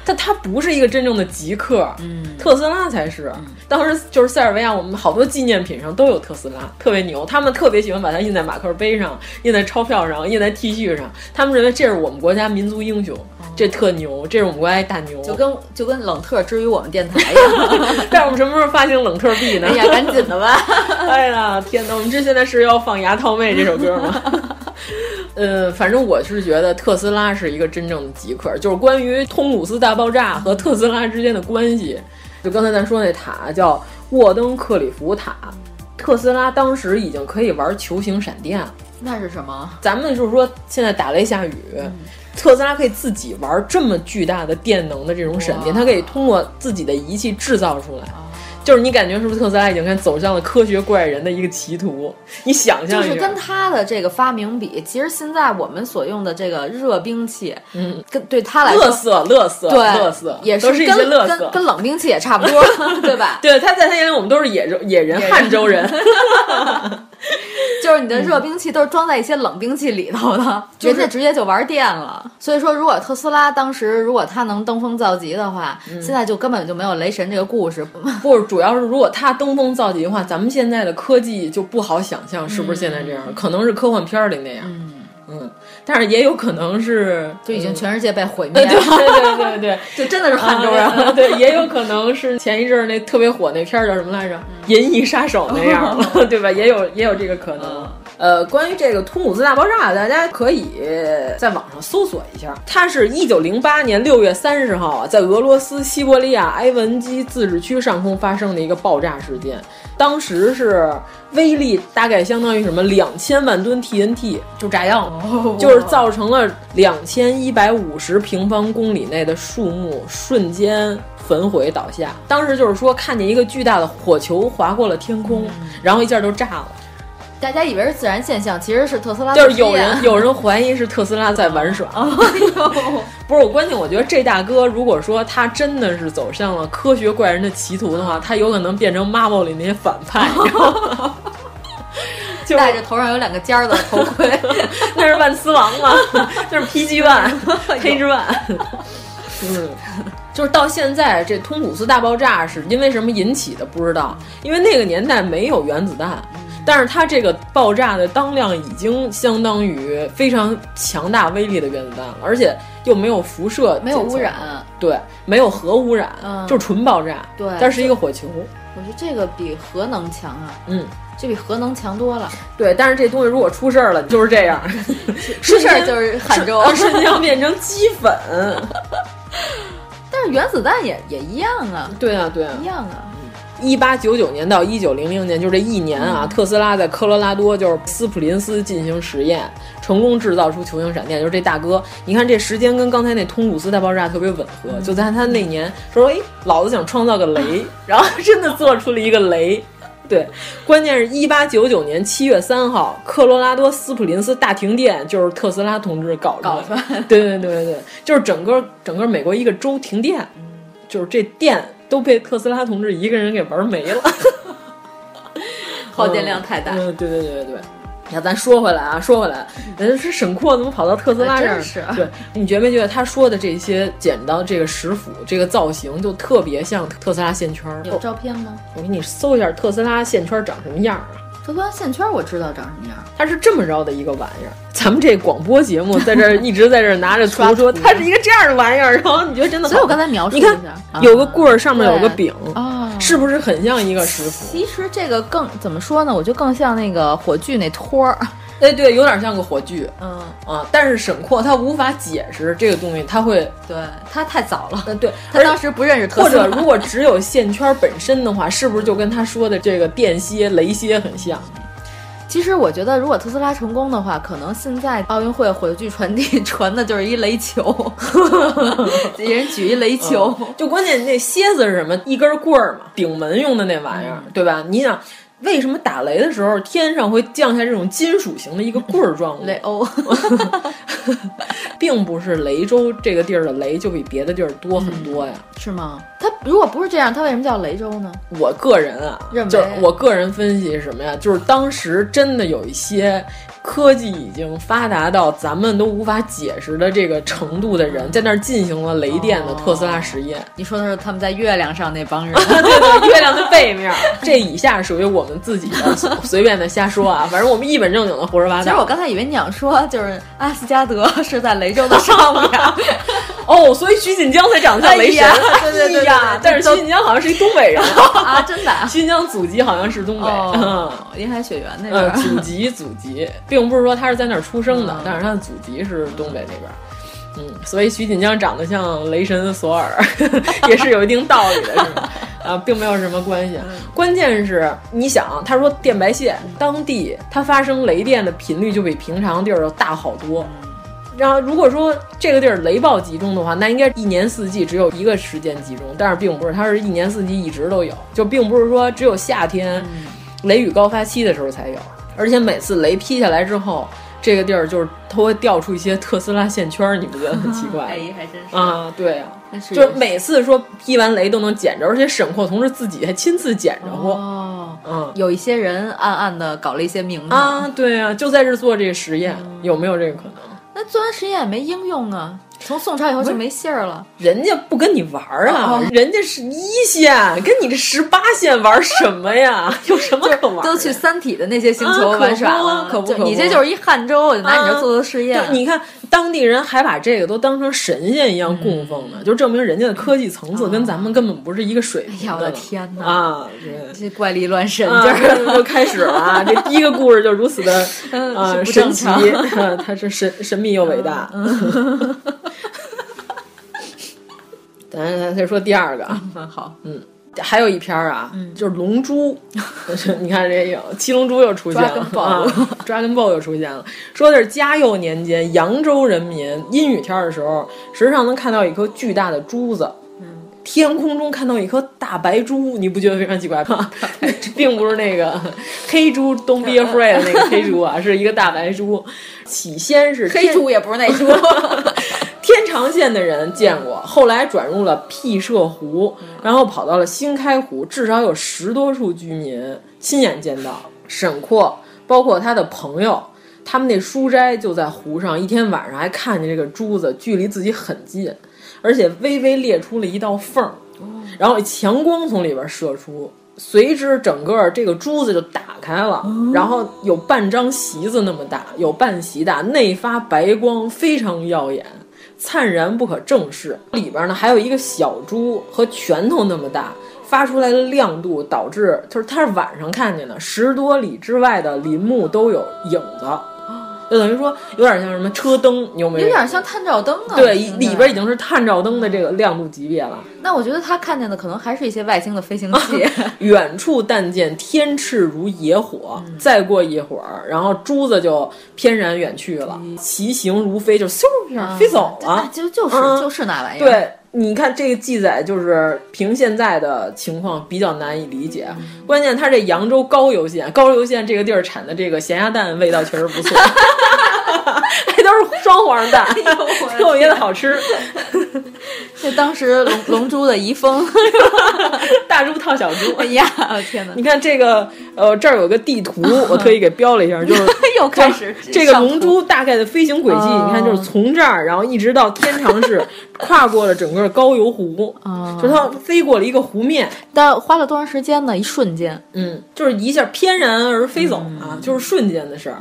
Speaker 4: 但他不是一个真正的极客，嗯，特斯拉才是。
Speaker 3: 嗯
Speaker 4: 当时就是塞尔维亚，我们好多纪念品上都有特斯拉，特别牛。他们特别喜欢把它印在马克杯上、印在钞票上、印在 T 恤上。他们认为这是我们国家民族英雄，这特牛，这是我们国家一大牛。
Speaker 3: 哦就跟就跟冷特之于我们电台一
Speaker 4: *laughs*
Speaker 3: 样，
Speaker 4: 但是我们什么时候发行冷特币呢？
Speaker 3: 哎呀，赶紧的吧！
Speaker 4: *laughs* 哎呀，天哪！我们这现在是要放《牙套妹》这首歌
Speaker 3: *laughs*
Speaker 4: 吗？呃，反正我是觉得特斯拉是一个真正的极客，就是关于通古斯大爆炸和特斯拉之间的关系。就刚才咱说那塔叫沃登克里夫塔，特斯拉当时已经可以玩球形闪电了。
Speaker 3: 那是什么？
Speaker 4: 咱们就是说，现在打雷下雨，特斯拉可以自己玩这么巨大的电能的这种闪电，它可以通过自己的仪器制造出来。就是你感觉是不是特斯拉已经看走向了科学怪人的一个歧途？你想象一
Speaker 3: 就
Speaker 4: 下，
Speaker 3: 是跟他的这个发明比，其实现在我们所用的这个热兵器，嗯，跟对他来
Speaker 4: 乐
Speaker 3: 说，
Speaker 4: 色、乐色、
Speaker 3: 对，
Speaker 4: 乐色，
Speaker 3: 也
Speaker 4: 都是一
Speaker 3: 跟
Speaker 4: 些乐
Speaker 3: 跟
Speaker 4: 色。
Speaker 3: 跟冷兵器也差不多，
Speaker 4: *laughs*
Speaker 3: 对吧？
Speaker 4: 对，他在他眼里，我们都是野人、野人、
Speaker 3: 野人
Speaker 4: 汉州
Speaker 3: *laughs*
Speaker 4: 人。
Speaker 3: 就是你的热兵器都是装在一些冷兵器里头的，
Speaker 4: 就是
Speaker 3: 人家直接就玩电了。所以说，如果特斯拉当时如果他能登峰造极的话，
Speaker 4: 嗯
Speaker 3: 现在就根本就没有雷神这个故事。
Speaker 4: 不是，主要是如果他登峰造极的话，咱们现在的科技就不好想象是不是现在这样，
Speaker 3: 嗯
Speaker 4: 可能是科幻片儿里那样。嗯但是也有可能是
Speaker 3: 就已经
Speaker 4: 嗯
Speaker 3: 全世界被毁灭
Speaker 4: 对
Speaker 3: 了，
Speaker 4: 对对对对，
Speaker 3: *laughs* 就真的是汉州人
Speaker 4: 啊
Speaker 3: 了。
Speaker 4: 对，也有可能是前一阵儿那特别火那片儿叫什么来着，银翼杀手》那
Speaker 3: *laughs*
Speaker 4: 样了，对吧？也有也有这个可
Speaker 3: 嗯
Speaker 4: 能。呃，关于这个通古斯大爆炸，大家可以在网上搜索一下。它是一九零八年六月三十号啊，在俄罗斯西伯利亚埃文基自治区上空发生的一个爆炸事件。当时是威力大概相当于什么两千万吨 TNT，就炸药嘛，就是造成了两千一百五十平方公里内的树木瞬间焚毁倒下。当时就是说看见一个巨大的火球划过了天空，然后一下就炸了。
Speaker 3: 大家以为是自然现象，其实是特斯拉
Speaker 4: 就是
Speaker 3: 自
Speaker 4: 有
Speaker 3: 己
Speaker 4: 人 *laughs* 有人怀疑是特斯拉在玩
Speaker 3: *laughs*
Speaker 4: 耍。
Speaker 3: 哎
Speaker 4: 不是我关键，我觉得这大哥如果说他真的是走向了科学怪人的歧途的话，他有可能变成 Marvel 里那些反
Speaker 3: *laughs*
Speaker 4: 派。就是
Speaker 3: 戴着头上有两个尖儿的头
Speaker 4: *laughs*
Speaker 3: 盔，
Speaker 4: 那是万磁王吗？那是 PG One、黑之万。嗯，就是到现在这通古斯大爆炸是因为什么引起的不知道，因为那个年代没有原子弹，
Speaker 3: 嗯
Speaker 4: 但是它这个爆炸的当量已经相当于非常强大威力的原子弹了，而且又没有辐射，
Speaker 3: 没有污染。
Speaker 4: 对，没有核污染，
Speaker 3: 嗯
Speaker 4: 就是纯爆炸。
Speaker 3: 对
Speaker 4: 但是一个火球。
Speaker 3: 我觉得这个比核能强啊，
Speaker 4: 嗯，
Speaker 3: 这比核能强多了。
Speaker 4: 对，但是这东西如果出事儿了，就是这样，出
Speaker 3: 出事儿 *laughs* 就是喊粥。
Speaker 4: *laughs* 瞬间要变成鸡粉。
Speaker 3: *laughs* 但是原子弹也也一样啊，
Speaker 4: 对啊，对啊
Speaker 3: 一，样啊。
Speaker 4: 一八九九年到一九零零年，就这一年啊，特斯拉在科罗拉多就是斯普林斯进行实验，成功制造出球形闪电。就是这大哥，你看这时间跟刚才那通古斯大爆炸特别吻合，就在他那年说，哎，老子想创造个雷，然后真的做出了一个雷。对，关键是一八九九年七月三号，科罗拉多斯普林斯大停电，就是特斯拉同志搞
Speaker 3: 搞
Speaker 4: 出来的。 *laughs* 对对对对对，就是整个整个美国一个州停电。就是这电都被特斯拉同志一个人给玩没了，
Speaker 3: *laughs* 耗电量太大
Speaker 4: 嗯，对对对对对。那咱说回来啊，说回来，人是沈括怎么跑到特斯拉这儿？
Speaker 3: 哎真是
Speaker 4: 对，你觉没觉得他说的这些剪刀、这个石斧、这个造型，就特别像特斯拉线圈儿？
Speaker 3: 有照片吗？
Speaker 4: 我给你搜一下特斯拉线圈儿长什么样儿啊？
Speaker 3: 特斯拉线圈我知道长什么样，
Speaker 4: 它是这么着的一个玩意儿。咱们这广播节目在这
Speaker 3: *laughs*
Speaker 4: 儿一直在这儿拿着图说，它是一个这样的玩意儿，然后你觉得真的好？
Speaker 3: 所以我刚才描述
Speaker 4: 你
Speaker 3: 了
Speaker 4: 看
Speaker 3: 一下，啊
Speaker 4: 有个棍儿，上面有个
Speaker 3: 对
Speaker 4: 柄，
Speaker 3: 啊，
Speaker 4: 是不是很像一个石斧？
Speaker 3: 其实这个更怎么说呢？我觉得更像那个火炬那托儿，
Speaker 4: 哎，对，有点像个火炬
Speaker 3: 嗯，
Speaker 4: 啊，但是沈括他无法解释这个东西，他会，
Speaker 3: 对，他太早了，
Speaker 4: 呃，对，
Speaker 3: 他当时不认识特
Speaker 4: *laughs* 或
Speaker 3: 斯拉，
Speaker 4: 者如果只有线圈本身的话，是不是就跟他说的这个电蝎、雷蝎很像？
Speaker 3: 其实我觉得，如果特斯拉成功的话，可能现在奥运会火炬传递传的就是一雷球，一人举一雷球。
Speaker 4: 就关键那蝎子是什么？一根棍儿嘛，顶门用的那玩意儿，对吧？你想，为什么打雷的时候天上会降下这种金属型的一个棍儿状物？
Speaker 3: 雷欧，
Speaker 4: *laughs* 并不是雷州这个地儿的雷就比别的地儿多很多呀。
Speaker 3: 是吗？它如果不是这样，它为什么叫雷州呢？
Speaker 4: 我个人啊
Speaker 3: 认，为
Speaker 4: 就是我个人分析是什么呀？就是当时真的有一些科技已经发达到咱们都无法解释的这个程度的人，在那儿进行了雷电的特斯拉实验。
Speaker 3: 你说的是他们在月亮上那帮人，
Speaker 4: 对对，月亮的背面。这以下属于我们自己的随随便的瞎说啊，反正我们一本正经的胡说八
Speaker 3: 其实我
Speaker 4: 道。
Speaker 3: 刚才以为你想说，就是阿斯加德是在雷州的上面，
Speaker 4: 哦，所以徐锦江才长得像雷神，
Speaker 3: 哎呀对对对对
Speaker 4: 哎呀但是
Speaker 3: 都
Speaker 4: 徐锦江好像是一东北人，
Speaker 3: 啊，真的啊。
Speaker 4: 徐锦江祖籍好像是东北。嗯
Speaker 3: 哦，银海雪原那边
Speaker 4: 呃，
Speaker 3: 儿，
Speaker 4: 祖籍祖籍，并不是说他是在那儿出生的，
Speaker 3: 嗯
Speaker 4: 但是他的祖籍是东北那边儿。嗯，所以徐锦江长得像雷神索尔， *laughs* 也是有一定道理的，是吧？ *laughs* 啊，并没有什么关系。
Speaker 3: 嗯
Speaker 4: 关键是，你想，他说电白线，当地它发生雷电的频率就比平常地儿要大好多。然后，如果说这个地儿雷暴集中的话，那应该一年四季只有一个时间集中，但是并不是，它是一年四季一直都有，就并不是说只有夏天雷雨高发期的时候才有。而且每次雷劈下来之后，这个地儿就是它会掉出一些特斯拉线圈儿，你不觉得很奇
Speaker 3: *laughs*
Speaker 4: 怪吗？
Speaker 3: 还真是
Speaker 4: 啊，对啊，
Speaker 3: 但嗯是
Speaker 4: 就是每次说劈完雷都能捡着，而且沈括同志自己还亲自捡着过。
Speaker 3: 哦，
Speaker 4: 嗯
Speaker 3: 有一些人暗暗的搞了一些名堂。
Speaker 4: 啊，对啊，就在这做这个实验，有没有这个可能？
Speaker 3: 那做完实验也没应用啊，从宋朝以后就没信儿了。
Speaker 4: 人家不跟你玩儿啊，
Speaker 3: 哦
Speaker 4: 人家是一线，跟你这十八线玩什么
Speaker 3: *laughs*
Speaker 4: 呀？有什么可玩儿的？
Speaker 3: 都去《三体》的那些星球
Speaker 4: 啊
Speaker 3: 玩耍
Speaker 4: 可不
Speaker 3: 了，
Speaker 4: 可不
Speaker 3: 就
Speaker 4: 可不
Speaker 3: 你这就是一汉州，我就啊拿你这做做实验。
Speaker 4: 就你看，当地人还把这个都当成神仙一样供奉
Speaker 3: 嗯
Speaker 4: 呢，就证明人家的科技层次跟咱们根本不是一个水平
Speaker 3: 哦哎呀我的
Speaker 4: 的
Speaker 3: 天哪
Speaker 4: 啊，对。
Speaker 3: 这怪力乱神
Speaker 4: 啊
Speaker 3: 劲儿，
Speaker 4: 就就开始了啊！这第一个故事就如此的
Speaker 3: *laughs* 嗯
Speaker 4: 啊
Speaker 3: 是不
Speaker 4: 神
Speaker 3: 正
Speaker 4: 奇，
Speaker 3: 常嗯
Speaker 4: 啊它是神神秘又伟大。咱咱再说第二个啊，
Speaker 3: 嗯好，嗯
Speaker 4: 还有一篇儿啊，就是《龙
Speaker 3: *laughs*
Speaker 4: 珠》，你看这有《七龙珠》又出现了
Speaker 3: Dragon Ball
Speaker 4: 啊，《Dragon Ball》又出现了。说的是嘉佑年间，扬州人民阴雨天儿的时候，时常能看到一颗巨大的珠子。天空中看到一颗大白猪，你不觉得非常奇怪吗？并不是那
Speaker 3: *laughs*
Speaker 4: 个黑猪 Don't be afraid 的那个黑猪啊，是一个大白猪。起先是
Speaker 3: 黑
Speaker 4: 天
Speaker 3: 猪也不是那 *laughs* 猪，
Speaker 4: 天长县的人见过，后来转入了辟社湖，然后跑到了新开湖，至少有十多处居民亲眼见到。沈括包括他的朋友，他们那书斋就在湖上，一天晚上还看见这个珠子距离自己很近，而且微微裂出了一道缝儿，然后强光从里边射出。随之，整个这个珠子就打开了，
Speaker 3: 哦
Speaker 4: 然后有半张席子那么大，有半席大，内发白光，非常耀眼。灿然不可正视。里边呢还有一个小猪和拳头那么大，发出来的亮度导致就是它是晚上看见的，十多里之外的林木都有影子，就等于说有点像什么车灯，你有没
Speaker 3: 哦有点像探照灯啊。
Speaker 4: 对，
Speaker 3: 听着
Speaker 4: 里边已经是探照灯的这个亮度级别了。
Speaker 3: 那我觉得他看见的可能还是一些外星的飞行器。
Speaker 4: 远处但见天赤如野火，
Speaker 3: 嗯
Speaker 4: 再过一会儿，然后珠子就翩然远去了，
Speaker 3: 嗯
Speaker 4: 其形如飞，就嗖一下飞走了
Speaker 3: 啊，。就就是
Speaker 4: 嗯
Speaker 3: 就是那玩意儿。，
Speaker 4: 对，你看这个记载，就是凭现在的情况比较难以理解。
Speaker 3: 嗯
Speaker 4: 关键它这扬州高邮县，高邮县这个地儿产的这个咸鸭蛋味道确实不
Speaker 3: *laughs*
Speaker 4: 错，还都是双黄蛋，
Speaker 3: 哎
Speaker 4: 特别的好吃。 *laughs*
Speaker 3: 这当时龙龙珠的遗风，
Speaker 4: 大猪套小猪
Speaker 3: 哎。呀，天 *laughs* 哪！
Speaker 4: 你看这个，呃，这儿有个地图，
Speaker 3: *laughs*
Speaker 4: 我特意给标了一下，就是 *laughs*
Speaker 3: 又开始
Speaker 4: 这个
Speaker 3: 上
Speaker 4: 龙珠大概的飞行轨迹，
Speaker 3: 哦
Speaker 4: 你看就是从这儿，然后一直到天长
Speaker 3: *laughs*
Speaker 4: 市，跨过了整个高邮湖，
Speaker 3: 哦
Speaker 4: 就是它飞过了一个湖面，
Speaker 3: 但花了多长时间呢？一瞬间，
Speaker 4: 嗯，就是一下翩然而飞走
Speaker 3: 嗯
Speaker 4: 啊，就是瞬间的事儿。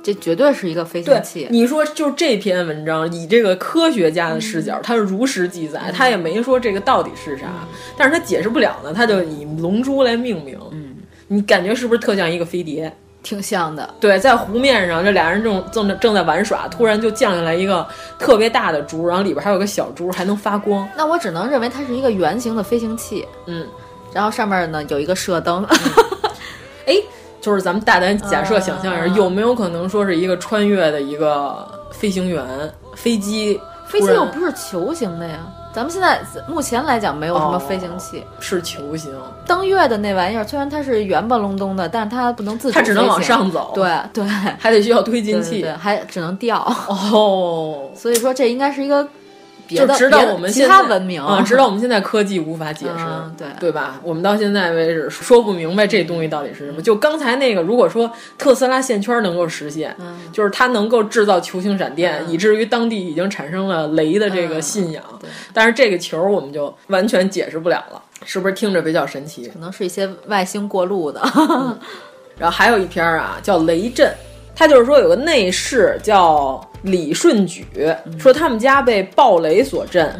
Speaker 3: 这绝对是一个飞
Speaker 4: 对
Speaker 3: 行器，。
Speaker 4: 你说就这篇文章，以这个科学家的视
Speaker 3: 嗯
Speaker 4: 角，他是如实记载，他也没说这个到底是啥，但是他解释不了呢，他就以龙珠来命名。嗯，你感觉是不是特像一个飞碟？
Speaker 3: 挺像的。
Speaker 4: 对，在湖面上，这俩人正正正在玩耍，突然就降下来一个特别大的珠，然后里边还有个小珠，还能发光。
Speaker 3: 那我只能认为它是一个圆形的飞行器，
Speaker 4: 嗯，
Speaker 3: 然后上面呢有一个射灯，
Speaker 4: 哎，就是咱们大胆假设想
Speaker 3: 啊
Speaker 4: 象一下，有没有可能说是一个穿越的一个飞行员飞机？
Speaker 3: *laughs* 飞
Speaker 4: 突
Speaker 3: 机
Speaker 4: 然
Speaker 3: 又不是球形的呀。咱们现在目前来讲没有什
Speaker 4: 哦
Speaker 3: 么飞行器，
Speaker 4: 是球形，
Speaker 3: 登月的那玩意儿虽然它是圆吧隆咚的，但是它不能自主
Speaker 4: 它只能
Speaker 3: 飞行
Speaker 4: 往上走
Speaker 3: 对
Speaker 4: *laughs*
Speaker 3: 对，
Speaker 4: 还得需要推进
Speaker 3: 对
Speaker 4: 器
Speaker 3: 对，还只能掉。
Speaker 4: 哦。
Speaker 3: *laughs* 所以说这应该是一个别
Speaker 4: 就
Speaker 3: 的，
Speaker 4: 直到
Speaker 3: 别的
Speaker 4: 我们
Speaker 3: 其
Speaker 4: 现
Speaker 3: 他
Speaker 4: 在
Speaker 3: 文明
Speaker 4: 啊，直到我们现在科技无法解释，
Speaker 3: 嗯对
Speaker 4: 对吧？我们到现在为止说不明白这东西到底是什么。就刚才那个，如果说特斯拉线圈能够实现，
Speaker 3: 嗯
Speaker 4: 就是它能够制造球形闪电，以至于当地已经产生了雷的这
Speaker 3: 嗯
Speaker 4: 个信仰。但是这个球我们就完全解释不了了，是不是听着比较神奇？
Speaker 3: 可能是一些外星过路的，
Speaker 4: 嗯然后还有一篇儿啊，叫《雷震》，他就是说有个内侍叫李顺举，说他们家被暴雷所震。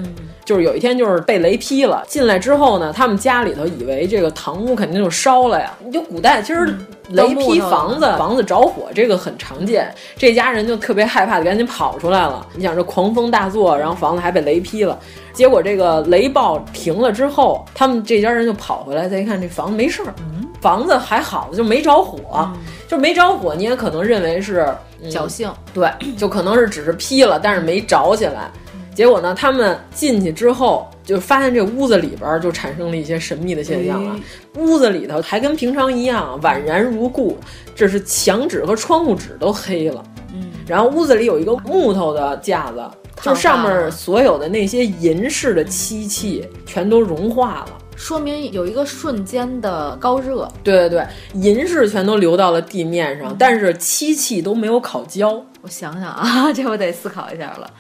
Speaker 4: 就是有一天，就是被雷劈了。进来之后呢，他们家里头以为这个堂屋肯定就烧了呀。你就古代其实雷
Speaker 3: 当木
Speaker 4: 劈
Speaker 3: 头的
Speaker 4: 房子，房子着火这个很常见。这家人就特别害怕，赶紧跑出来了。你想这狂风大作，然后房子还被雷劈了。结果这个雷暴停了之后，他们这家人就跑回来，再一看这房子没事儿，房子还好，就没着火，就没着火。你也可能认为是、嗯
Speaker 3: 侥幸。
Speaker 4: 对， *clears throat* 就可能是只是劈了，但是没着起来。结果呢，他们进去之后，就发现这屋子里边儿就产生了一些神秘的现象
Speaker 3: 哎
Speaker 4: 了。屋子里头还跟平常一样，宛然如故，这是墙纸和窗户纸都黑了。嗯，然后屋子里有一个木头的架子，就
Speaker 3: 烫
Speaker 4: 上
Speaker 3: 发
Speaker 4: 面
Speaker 3: 了
Speaker 4: 所有的那些银饰的漆器全都融化了。
Speaker 3: 说明有一个瞬间的高热，
Speaker 4: 对对对，嗯银饰全都流到了地面上，但是漆器都没有烤焦。
Speaker 3: 我想想啊， *laughs* 这我得思考一下了。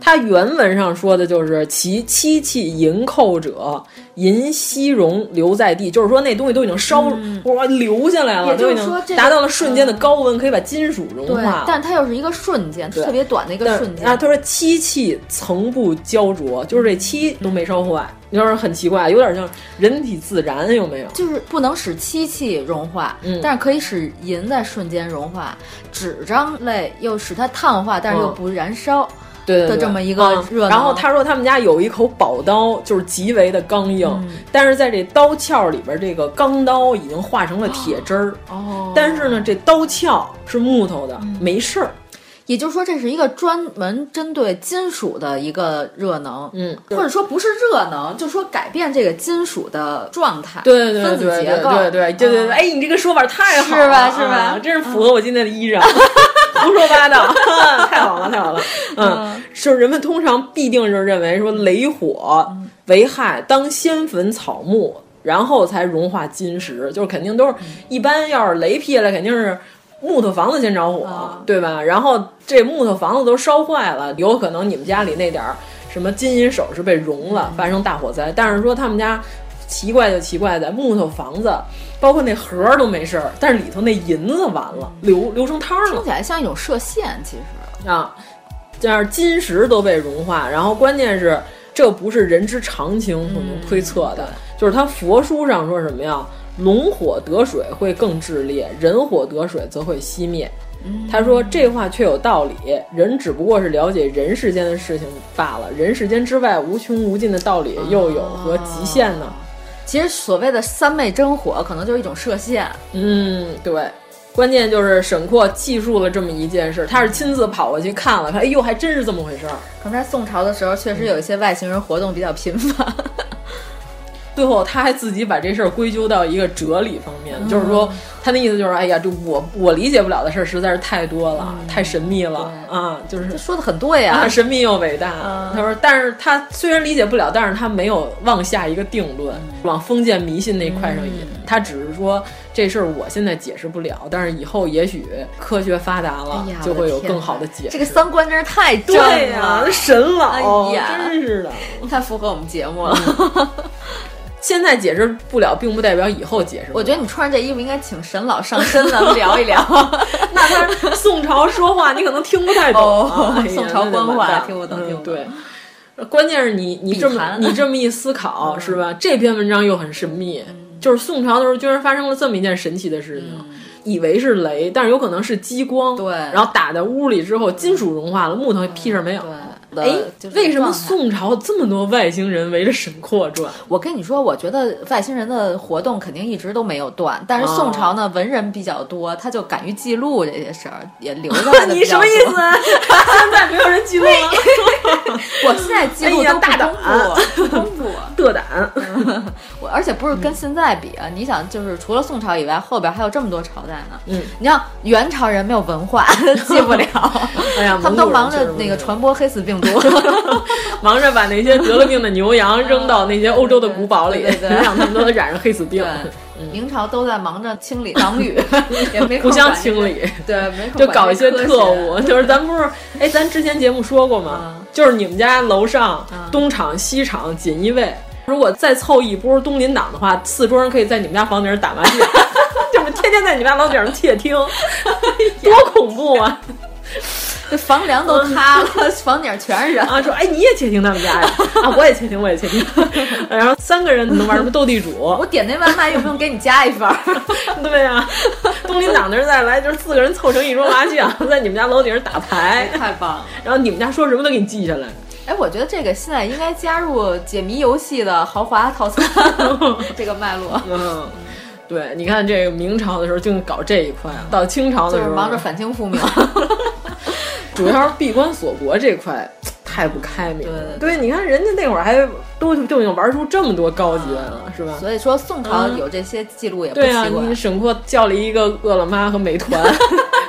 Speaker 4: 它原文上说的就是其漆器银扣者，银息溶留在地，就是说那东西都已经烧，哇、流下来了，
Speaker 3: 嗯也
Speaker 4: 都已
Speaker 3: 就是
Speaker 4: 经
Speaker 3: 说这个嗯
Speaker 4: 达到了瞬间的高温，可以把金属融
Speaker 3: 对
Speaker 4: 化，了。
Speaker 3: 但它又是一个瞬间，
Speaker 4: 对
Speaker 3: 特别短的一个
Speaker 4: 但
Speaker 3: 瞬间。
Speaker 4: 啊，他说漆器层不焦灼，就是这漆都没烧坏，就是很奇怪，有点像人体自燃，有没有？
Speaker 3: 就是不能使漆器融化，
Speaker 4: 嗯
Speaker 3: 但是可以使银在瞬间融化，纸张类又使它烫化，但是又
Speaker 4: 嗯
Speaker 3: 不燃烧。
Speaker 4: 对对对
Speaker 3: 的
Speaker 4: 啊
Speaker 3: 这么一个热闹
Speaker 4: 然后他说他们家有一口宝刀，就是极为的刚硬，
Speaker 3: 嗯
Speaker 4: 但是在这刀鞘里边，这个钢刀已经
Speaker 3: 啊
Speaker 4: 化成了铁汁儿。
Speaker 3: 哦嗯
Speaker 4: 但是呢，这刀鞘是木头的，没事儿。
Speaker 3: 也就是说，这是一个专门针对金属的一个热能，
Speaker 4: 嗯
Speaker 3: 或者说不是热能，就说改变这个金属的状态，
Speaker 4: 对对对对
Speaker 3: 分子
Speaker 4: 对
Speaker 3: 结构，
Speaker 4: 对对对对，
Speaker 3: 嗯
Speaker 4: 哎，你这个说法太好了，
Speaker 3: 是吧是嗯吧
Speaker 4: 啊真是符合我今天的衣裳。胡说八道， *laughs* 太好了，太好了。嗯，就是人们通常必定是认为说雷火为害，当先焚草木，然后才融化金石，就是肯定都是一般要是雷劈下来，肯定是木头房子先着火，
Speaker 3: 啊
Speaker 4: 对吧？然后这木头房子都烧坏了，有可能你们家里那点儿什么金银首饰被融了，发生大火灾。但是说他们家奇怪就奇怪在木头房子，包括那盒儿都没事儿，但是里头那银子完了，流流成汤了
Speaker 3: 听起来像一种射线，其实
Speaker 4: 啊！这样金石都被融化，然后关键是这不是人之常情所能推测的，就是他佛书上说什么呀？龙火得水会更炽烈，人火得水则会熄灭。他说这话确有道理，人只不过是了解人世间的事情罢了，人世间之外无穷无尽的道理又有何极限呢？
Speaker 3: 其实所谓的三昧真火，可能就是一种射线，
Speaker 4: 嗯，对，关键就是沈括记述了这么一件事，他是亲自跑过去看了，看，哎呦，还真是这么回事儿。
Speaker 3: 可能在宋朝的时候，确实有一些外星人活动比较频
Speaker 4: *laughs*
Speaker 3: 繁。
Speaker 4: 最后他还自己把这事儿归咎到一个哲理方面，就是
Speaker 3: 嗯
Speaker 4: 说他那意思就是，哎呀，就我我理解不了的事儿实在是太多了，
Speaker 3: 嗯
Speaker 4: 太神秘了啊，就是
Speaker 3: 这说的很对呀、
Speaker 4: 啊，神秘又伟大。
Speaker 3: 嗯
Speaker 4: 他说，但是他虽然理解不了，但是他没有妄下一个定论，
Speaker 3: 嗯
Speaker 4: 往封建迷信那块上引。他只是说这事儿我现在解释不了，但是以后也许科学发达了，
Speaker 3: 哎呀
Speaker 4: 就会有
Speaker 3: 我的天
Speaker 4: 更好的解释。
Speaker 3: 这个三观真是太正了，
Speaker 4: 对啊呀、神老，
Speaker 3: 哎呀
Speaker 4: 真是的。
Speaker 3: 太符合我们节目了。
Speaker 4: 嗯现在解释不了，并不代表以后解释不了。
Speaker 3: 我觉得你穿上这衣服应该请沈老上身，咱们聊一聊。
Speaker 4: *laughs* 那
Speaker 3: *laughs*
Speaker 4: 他 *laughs* 宋朝说话，你可能听不太懂、啊
Speaker 3: 哦
Speaker 4: 哎呀
Speaker 3: 宋朝
Speaker 4: 那就
Speaker 3: 官
Speaker 4: 完蛋
Speaker 3: 话听不懂
Speaker 4: 嗯
Speaker 3: 听不懂
Speaker 4: 对，关键是你你这
Speaker 3: 笔
Speaker 4: 么
Speaker 3: 谈嗯
Speaker 4: 你这么一思考、是吧？这篇文章又很神秘，就是宋朝的时候居然发生了这么一件神奇的事情。以为是雷，但是有可能是激光，
Speaker 3: 嗯对
Speaker 4: 然后打在屋里之后，金属融化了，木头屁事儿没有。
Speaker 3: 对，
Speaker 4: 哎
Speaker 3: 就是，
Speaker 4: 为什么
Speaker 3: 状态
Speaker 4: 宋朝这么多外星人围着沈括转？
Speaker 3: 我跟你说，我觉得外星人的活动肯定一直都没有断，但是宋朝
Speaker 4: 啊
Speaker 3: 呢，文人比较多，他就敢于记录这些事儿，也留
Speaker 4: *laughs*
Speaker 3: 下来的。
Speaker 4: 你什么意思？？ *laughs* 现在没有人
Speaker 3: *laughs*
Speaker 4: 记录
Speaker 3: 哎
Speaker 4: 了，
Speaker 3: 我现在记录
Speaker 4: 哎呀
Speaker 3: 都不
Speaker 4: *laughs* 大胆
Speaker 3: *laughs* 公布，不公布。
Speaker 4: 得胆。
Speaker 3: 我而且不是跟现在比啊，你想，就是除了宋朝以外，后边还有这么多朝代呢。
Speaker 4: 嗯，
Speaker 3: 你像元朝人没有文化，记不了。
Speaker 4: *laughs* 哎呀
Speaker 3: *laughs* 他们都
Speaker 4: 蒙古人
Speaker 3: 忙
Speaker 4: 确
Speaker 3: 着
Speaker 4: 实
Speaker 3: 那
Speaker 4: 不
Speaker 3: 个
Speaker 4: 行
Speaker 3: 传播黑死
Speaker 4: *laughs*
Speaker 3: 病毒。 *laughs*
Speaker 4: 忙着把那些得了病的牛羊扔到那些欧洲的古堡里，
Speaker 3: 对
Speaker 4: *laughs*
Speaker 3: 对对对
Speaker 4: 让他们都染上黑死病，
Speaker 3: 对，明朝都在忙着清理
Speaker 4: *laughs*
Speaker 3: 党羽，也没空
Speaker 4: 嗯互相
Speaker 3: 管这
Speaker 4: 清理，
Speaker 3: 对，没空
Speaker 4: 就
Speaker 3: 管
Speaker 4: 搞一
Speaker 3: 这
Speaker 4: 些
Speaker 3: 科
Speaker 4: 特
Speaker 3: 学
Speaker 4: 务。就是咱不是，哎，咱之前节目说过吗
Speaker 3: 嗯？
Speaker 4: 就是你们家楼上
Speaker 3: 嗯
Speaker 4: 东厂、西厂、锦衣卫，如果再凑一波东林党的话，四桌人可以在你们家房顶上打麻将， *laughs* 就是天天在你们家楼顶上窃
Speaker 3: *laughs*
Speaker 4: 听，多恐怖啊！
Speaker 3: 哎这房梁都塌
Speaker 4: 嗯
Speaker 3: 了， *laughs* 房顶全是人。
Speaker 4: 啊，说哎，你也窃听他们家呀？啊，我也窃听，我也窃听。 *laughs* 然后三个人能玩什么斗地主？
Speaker 3: 我点那外卖用不用给你加一份儿？
Speaker 4: *laughs*
Speaker 3: *laughs*
Speaker 4: 对呀、东林党那儿再来就是四个人凑成一桌麻将，在你们家楼顶上打牌，
Speaker 3: 太棒了！
Speaker 4: 然后你们家说什么都给你记下来。
Speaker 3: 哎，我觉得这个现在应该加入解谜游戏的豪华
Speaker 4: *laughs*
Speaker 3: 套餐，这个脉络
Speaker 4: 嗯，对，你看这个明朝的时候就搞这一块，到清朝的
Speaker 3: 就
Speaker 4: 时
Speaker 3: 是
Speaker 4: 候
Speaker 3: 忙着反清复
Speaker 4: *laughs*
Speaker 3: 明。 *laughs*
Speaker 4: 主要是闭关锁国这块太不开明了。对你看人家那会儿还都就已经玩出这么多高级来了，是吧？
Speaker 3: 所以说宋朝有这些记录也
Speaker 4: 嗯
Speaker 3: 不
Speaker 4: 对
Speaker 3: 奇
Speaker 4: 啊，
Speaker 3: 怪
Speaker 4: 你。沈括叫了一个饿了么和美
Speaker 3: *laughs*
Speaker 4: 团，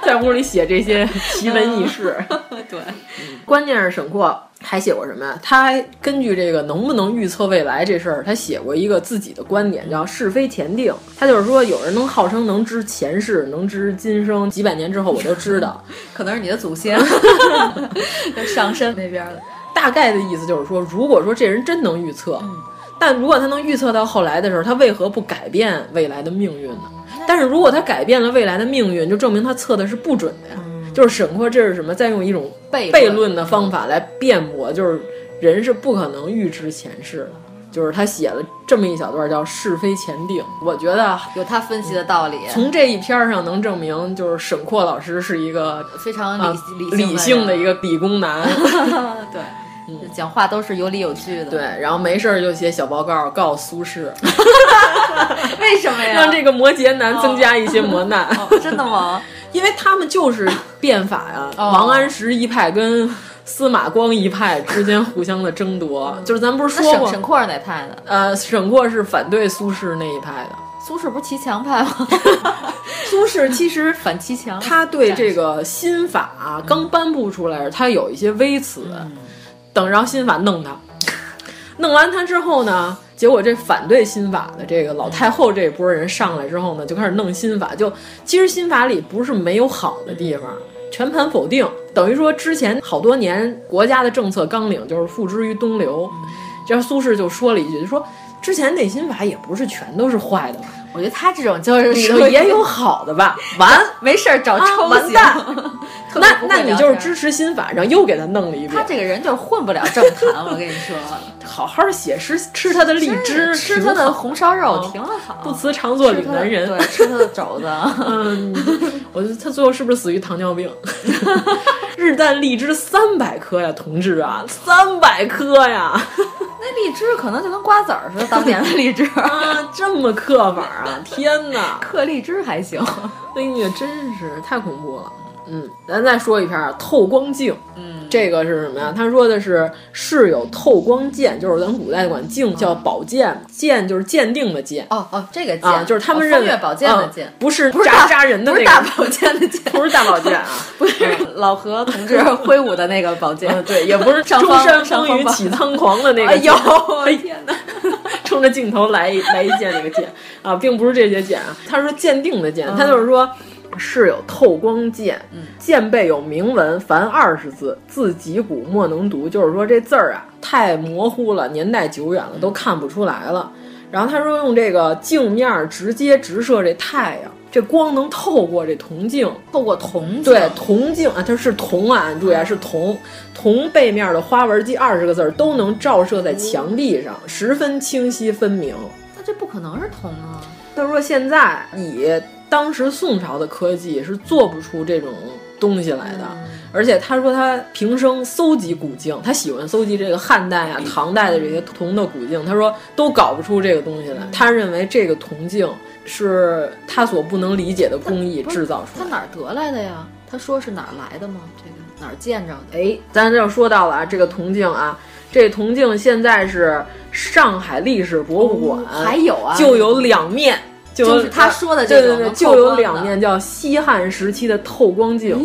Speaker 4: 在屋里写这些奇闻异事。
Speaker 3: 对，
Speaker 4: 关键是沈括还写过什么呀？他还根据这个能不能预测未来这事儿，他写过一个自己的观点，叫是非前定。他就是说，有人能号称能知前世，能知今生，几百年之后我都知道。
Speaker 3: 可能是你的
Speaker 4: *laughs*
Speaker 3: 祖先，就上身那边的。
Speaker 4: 大概的意思就是说，如果说这人真能预测，但如果他能预测到后来的时候，他为何不改变未来的命运呢？但是如果他改变了未来的命运，就证明他测的是不准的呀。就是沈括这是什么？在用一种
Speaker 3: 悖
Speaker 4: 嗯
Speaker 3: 论
Speaker 4: 悖论的方法来辩驳，就是人是不可能预知前世的。就是他写了这么一小段叫“是非前定”，我觉得啊
Speaker 3: 有他分析的道理，
Speaker 4: 从这一篇儿上能证明，就是沈括老师是一个
Speaker 3: 非常
Speaker 4: 啊
Speaker 3: 理
Speaker 4: 理性
Speaker 3: 性
Speaker 4: 的一
Speaker 3: 个，
Speaker 4: 个理工男。
Speaker 3: *laughs* 对，就讲话都是有理有据的。
Speaker 4: 对，，然后没事儿就写小报告告苏轼，
Speaker 3: 啊为什么呀？
Speaker 4: 让这个摩羯男增加一些磨难。
Speaker 3: 哦真的吗？
Speaker 4: *laughs* 因为他们就是变法呀、
Speaker 3: 哦
Speaker 4: 王安石一派跟司马光一派之间互相的争夺，就是咱不是
Speaker 3: 嗯那
Speaker 4: 说
Speaker 3: 沈
Speaker 4: 过
Speaker 3: 沈，括是哪派的？
Speaker 4: 呃，沈括是反对苏轼那一派的，
Speaker 3: 苏轼不是骑墙派吗？ *laughs* 苏轼其实 *laughs* 反骑墙，
Speaker 4: 他对这个新法啊刚颁布出来，他有一些微词，等着新法弄他。弄完他之后呢，结果这反对新法的这个老太后这一波人上来之后呢，就开始弄新法。就其实新法里不是没有好的地方，全盘否定，等于说之前好多年国家的政策纲领就是付之于东流。这样苏轼就说了一句，就说之前那新法也不是全都是坏的吧，
Speaker 3: 我觉得他这种就是
Speaker 4: 里头也
Speaker 3: *laughs*
Speaker 4: 有好的吧。完，
Speaker 3: 没事儿找
Speaker 4: 啊
Speaker 3: 抽
Speaker 4: 完
Speaker 3: 型
Speaker 4: 蛋
Speaker 3: 特别
Speaker 4: 那
Speaker 3: 不会
Speaker 4: 那你
Speaker 3: 聊
Speaker 4: 就是
Speaker 3: 天
Speaker 4: 支持新法，然后又给他弄了一
Speaker 3: 他
Speaker 4: 遍。
Speaker 3: 这个人就是混不了政坛，我跟你 *laughs* 说，
Speaker 4: 好好写诗，吃他的荔枝，
Speaker 3: 是吃他的
Speaker 4: 挺好
Speaker 3: 红烧肉
Speaker 4: 嗯
Speaker 3: 挺好，
Speaker 4: 不辞长作岭南
Speaker 3: 吃他
Speaker 4: 人
Speaker 3: 的。对，吃他的肘子。
Speaker 4: *laughs*
Speaker 3: *laughs*
Speaker 4: 嗯，我觉得他最后是不是死于糖尿病？ *laughs* 日啖荔枝三百颗呀，同志啊，三百颗呀！
Speaker 3: 那荔枝可能就跟瓜子儿似的，当年的荔枝， *laughs*
Speaker 4: 啊，这么刻法啊！天哪，
Speaker 3: 嗑荔枝还行。
Speaker 4: 哎呀，真是太恐怖了。嗯，咱再说一篇啊透光镜。嗯，这个是什么呀？他说的是是有透光鉴，就是咱们古代管镜叫宝鉴，鉴就是鉴定的鉴。
Speaker 3: 哦哦，这个剑
Speaker 4: 啊，就是他们
Speaker 3: 哦
Speaker 4: 认
Speaker 3: 风
Speaker 4: 为
Speaker 3: 月宝剑的剑
Speaker 4: 嗯，不是
Speaker 3: 不是
Speaker 4: 扎
Speaker 3: 大
Speaker 4: 扎人的
Speaker 3: 不
Speaker 4: 那
Speaker 3: 是
Speaker 4: 个，
Speaker 3: 大宝剑的剑，
Speaker 4: *laughs* 不是大宝剑啊，
Speaker 3: 不是老何同 *laughs* 志挥舞的那个宝剑，嗯对，也 *laughs*
Speaker 4: 不是
Speaker 3: 上
Speaker 4: 中
Speaker 3: 方
Speaker 4: 山
Speaker 3: 上
Speaker 4: 风雨
Speaker 3: 方
Speaker 4: 起苍狂的那个
Speaker 3: 哎
Speaker 4: 剑。
Speaker 3: 呦，
Speaker 4: 哎
Speaker 3: 天哪！
Speaker 4: *laughs* 冲着镜头来一来一剑那个剑啊，并不是这些剑啊，他说鉴定的鉴，他就是说。是有透光鉴，
Speaker 3: 嗯
Speaker 4: 鉴背有铭文，凡二十字，自己古莫能读。就是说这字儿啊，太模糊了，年代久远了，
Speaker 3: 嗯
Speaker 4: 都看不出来了。然后他说用这个镜面儿直接直射这太阳，这光能透过这铜镜，
Speaker 3: 透过铜
Speaker 4: 对，铜镜啊，它是铜啊，你注意啊，是铜。铜背面的花纹及二十个字儿都能照射在墙壁
Speaker 3: 嗯
Speaker 4: 上，十分清晰分明。
Speaker 3: 那这不可能是铜啊！
Speaker 4: 他说现在以当时宋朝的科技是做不出这种东西来的，
Speaker 3: 嗯
Speaker 4: 而且他说他平生搜集古镜，他喜欢搜集这个汉代
Speaker 3: 嗯
Speaker 4: 啊、唐代的这些铜的古镜，他说都搞不出这个东西
Speaker 3: 嗯
Speaker 4: 来。他认为这个铜镜是他所不能理解的工艺
Speaker 3: 不是
Speaker 4: 制造出
Speaker 3: 他
Speaker 4: 来的。
Speaker 3: 哪儿得来的呀？他说是哪儿来的吗？这个哪儿见着的？
Speaker 4: 哎，咱这就说到了啊，这个铜镜啊，这铜镜现在是上海历史博物馆，
Speaker 3: 还有啊，
Speaker 4: 就有两面，就有
Speaker 3: 就是他说的
Speaker 4: 对
Speaker 3: 这
Speaker 4: 对
Speaker 3: 种
Speaker 4: 对，
Speaker 3: 能
Speaker 4: 就
Speaker 3: 透
Speaker 4: 有
Speaker 3: 光的
Speaker 4: 两面叫西汉时期的透光镜，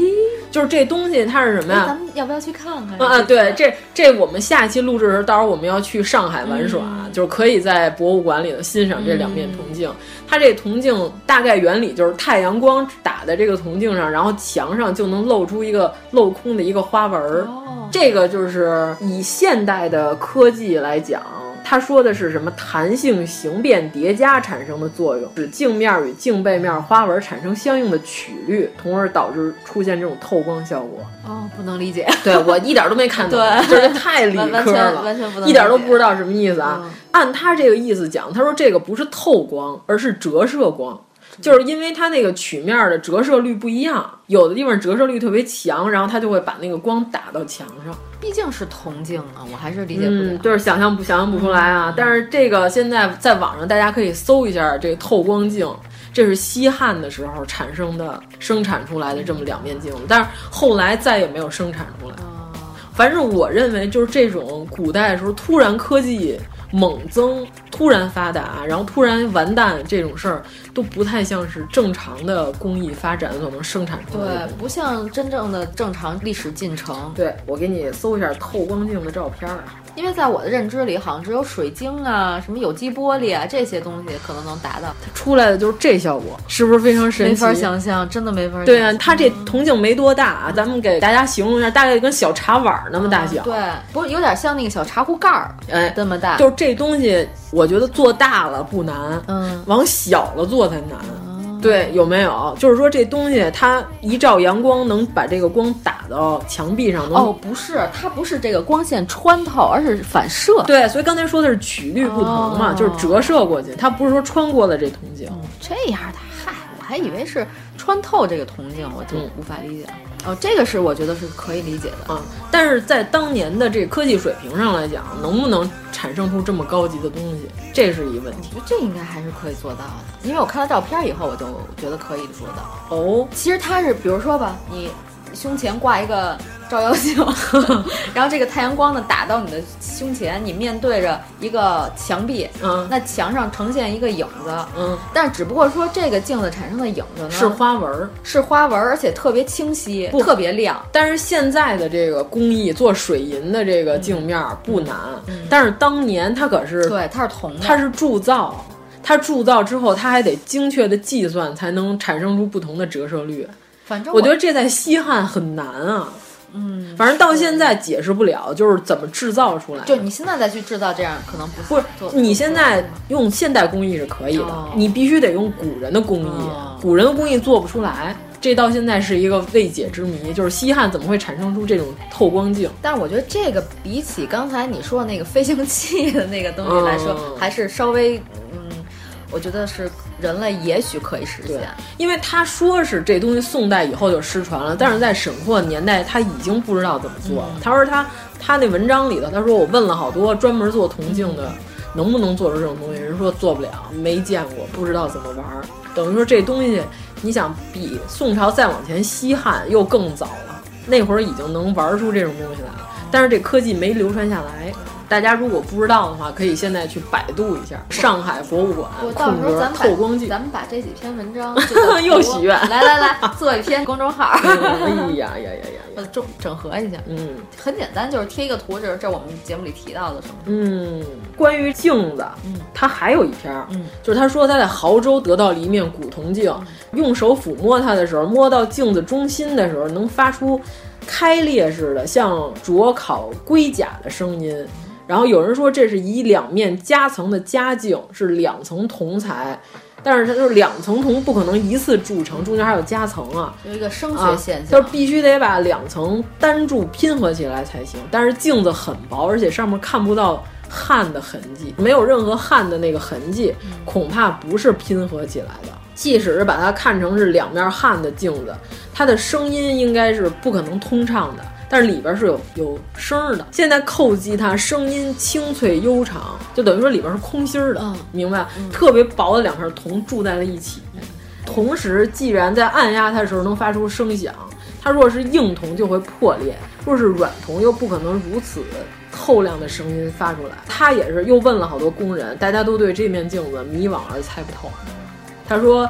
Speaker 4: 就是这东西它是什么
Speaker 3: 哎咱
Speaker 4: 呀？
Speaker 3: 们要不要去看哦看
Speaker 4: 啊啊，对，这这我们下期录制的时候，到时候我们要去上海玩耍，
Speaker 3: 嗯
Speaker 4: 就是可以在博物馆里头欣赏这两面铜镜。它这铜镜大概原理就是太阳光打在这个铜镜上，然后墙上就能露出一个镂空的一个花纹儿。
Speaker 3: 哦，
Speaker 4: 这个就是以现代的科技来讲，他说的是什么弹性形变叠加产生的作用，使镜面与镜背面花纹产生相应的曲率，从而导致出现这种透光效果。 *laughs*
Speaker 3: 哦，不能理解。
Speaker 4: 对我一点都没 *laughs* 看懂，
Speaker 3: 对
Speaker 4: 就是太理科了，
Speaker 3: 完完全完全不能理解
Speaker 4: 一点都不知道什么意思啊。
Speaker 3: 嗯
Speaker 4: 按他这个意思讲，他说这个不是透光，而是折射光。就是因为它那个曲面的折射率不一样，有的地方折射率特别强，然后它就会把那个光打到墙上。
Speaker 3: 毕竟是铜镜啊，我还是理解不
Speaker 4: 嗯，
Speaker 3: 了。
Speaker 4: 就是想象不想象不出来啊。
Speaker 3: 嗯
Speaker 4: 但是这个现在在网上大家可以搜一下这个透光镜，这是西汉的时候产生的、生产出来的这么两面镜，但是后来再也没有生产出来。
Speaker 3: 哦
Speaker 4: 反正我认为就是这种古代的时候突然科技猛增、突然发达，然后突然完蛋这种事儿，都不太像是正常的工艺发展所能生产出来的
Speaker 3: 对
Speaker 4: 东西。，
Speaker 3: 不像真正的正常历史进程，
Speaker 4: 对，我给你搜一下透光镜的照片儿啊。
Speaker 3: 因为在我的认知里，好像只有水晶啊、什么有机玻璃啊这些东西可能能达到，
Speaker 4: 出来的就是这效果，是不是非常神奇？
Speaker 3: 没法想象，真的没法想象。
Speaker 4: 对啊，它这铜镜没多大啊，咱们给大家形容一下，大概跟小茶碗儿那么大小。
Speaker 3: 嗯对，不是有点像那个小茶壶盖儿，
Speaker 4: 哎
Speaker 3: 这么大，
Speaker 4: 就是这东西，我觉得做大了不难，
Speaker 3: 嗯哦
Speaker 4: 往小了做才难。对，有没有？就是说这东西它一照阳光，能把这个光打到墙壁上，能
Speaker 3: 哦，不是，它不是这个光线穿透，而是反射。
Speaker 4: 对，所以刚才说的是曲率不同嘛，
Speaker 3: 哦嗯
Speaker 4: 就是折射过去，它不是说穿过了这铜镜。
Speaker 3: 这样的，嗨，我还以为是穿透这个铜镜，我就
Speaker 4: 嗯
Speaker 3: 无法理解。哦，这个是我觉得是可以理解的。
Speaker 4: 啊，但是在当年的这科技水平上来讲，能不能产生出这么高级的东西，这是一问题
Speaker 3: 我觉得这应该还是可以做到的，因为我看到照片以后，我就觉得可以做到。
Speaker 4: 哦。
Speaker 3: 其实它是，比如说吧，你胸前挂一个照妖
Speaker 4: *laughs*
Speaker 3: 镜，然后这个太阳光呢打到你的胸前，你面对着一个墙壁，
Speaker 4: 嗯
Speaker 3: 那墙上呈现一个影子，
Speaker 4: 嗯，
Speaker 3: 但是只不过说这个镜子产生的影子呢
Speaker 4: 是花纹儿，
Speaker 3: 是花纹，而且特别清晰，
Speaker 4: 不
Speaker 3: 特别亮。
Speaker 4: 但是现在的这个工艺做水银的这个镜面儿不难，但是当年它可是
Speaker 3: 对，它是铜的，
Speaker 4: 它是铸造，它铸造之后，它还得精确的计算，才能产生出不同的折射率。
Speaker 3: 反正
Speaker 4: 哎我觉得这在西汉很难啊，嗯，反正到现在解释不了，就是怎么制造出来的。
Speaker 3: 就你现在再去制造这样，可能不
Speaker 4: 不是
Speaker 3: 做
Speaker 4: 你现在用现代工艺是可以的，
Speaker 3: 哦
Speaker 4: 你必须得用古人的工艺，
Speaker 3: 哦
Speaker 4: 古人的工艺做不出来。这到现在是一个未解之谜，就是西汉怎么会产生出这种透光镜？
Speaker 3: 但是我觉得这个比起刚才你说的那个飞行器的那个东西来说，
Speaker 4: 嗯
Speaker 3: 还是稍微，嗯，我觉得是人类也许可以实
Speaker 4: 对
Speaker 3: 现。，
Speaker 4: 因为他说是这东西宋代以后就失传了，但是在沈括年代他已经不知道怎么做
Speaker 3: 嗯
Speaker 4: 了。他说他他那文章里头，他说我问了好多专门做铜镜的，能不能做出这种东西，人说做不了，没见过，不知道怎么玩儿。等于说这东西，你想比宋朝再往前，西汉又更早了，那会儿已经能玩出这种东西来了，但是这科技没流传下来。大家如果不知道的话，可以现在去百度一下上海博物馆
Speaker 3: 我到
Speaker 4: 空
Speaker 3: 时候
Speaker 4: 格
Speaker 3: 咱们把
Speaker 4: 透光镜。
Speaker 3: 咱们把这几篇文章就
Speaker 4: *laughs*
Speaker 3: 在
Speaker 4: 又许愿
Speaker 3: 来来来，做一篇公
Speaker 4: *laughs*
Speaker 3: 众号，
Speaker 4: 哎呀呀呀呀呀！
Speaker 3: 呃整 *laughs* 整合一下。
Speaker 4: 嗯
Speaker 3: 很简单，就是贴一个图，这是这我们节目里提到的什么。
Speaker 4: 嗯，关于镜子，
Speaker 3: 嗯
Speaker 4: 他还有一篇儿，
Speaker 3: 嗯
Speaker 4: 就是他说他在亳州得到了一面古铜镜，
Speaker 3: 嗯
Speaker 4: 用手抚摸它的时候，摸到镜子中心的时候，能发出开裂似的像灼烤龟甲的声
Speaker 3: 嗯
Speaker 4: 音。然后有人说这是以两面夹层的夹镜，是两层铜材，但是它就是两层铜不可能一次铸成，中间还有夹层啊。
Speaker 3: 有一个声
Speaker 4: 啊
Speaker 3: 学，现
Speaker 4: 就
Speaker 3: 象，
Speaker 4: 是必须得把两层单柱拼合起来才行。但是镜子很薄，而且上面看不到汗的痕迹，没有任何汗的那个痕迹，
Speaker 3: 嗯
Speaker 4: 恐怕不是拼合起来的。即使是把它看成是两面汗的镜子，它的声音应该是不可能通畅的。但是里边是有有声儿的，现在叩击它，声音清脆悠长，就等于说里边是空心儿的，
Speaker 3: 嗯
Speaker 4: 明白？特别薄的两片铜铸在了一起，同时，既然在按压它的时候能发出声响，它若是硬铜就会破裂，若是软铜又不可能如此透亮的声音发出来。他也是又问了好多工人，大家都对这面镜子迷惘而猜不透。他说：“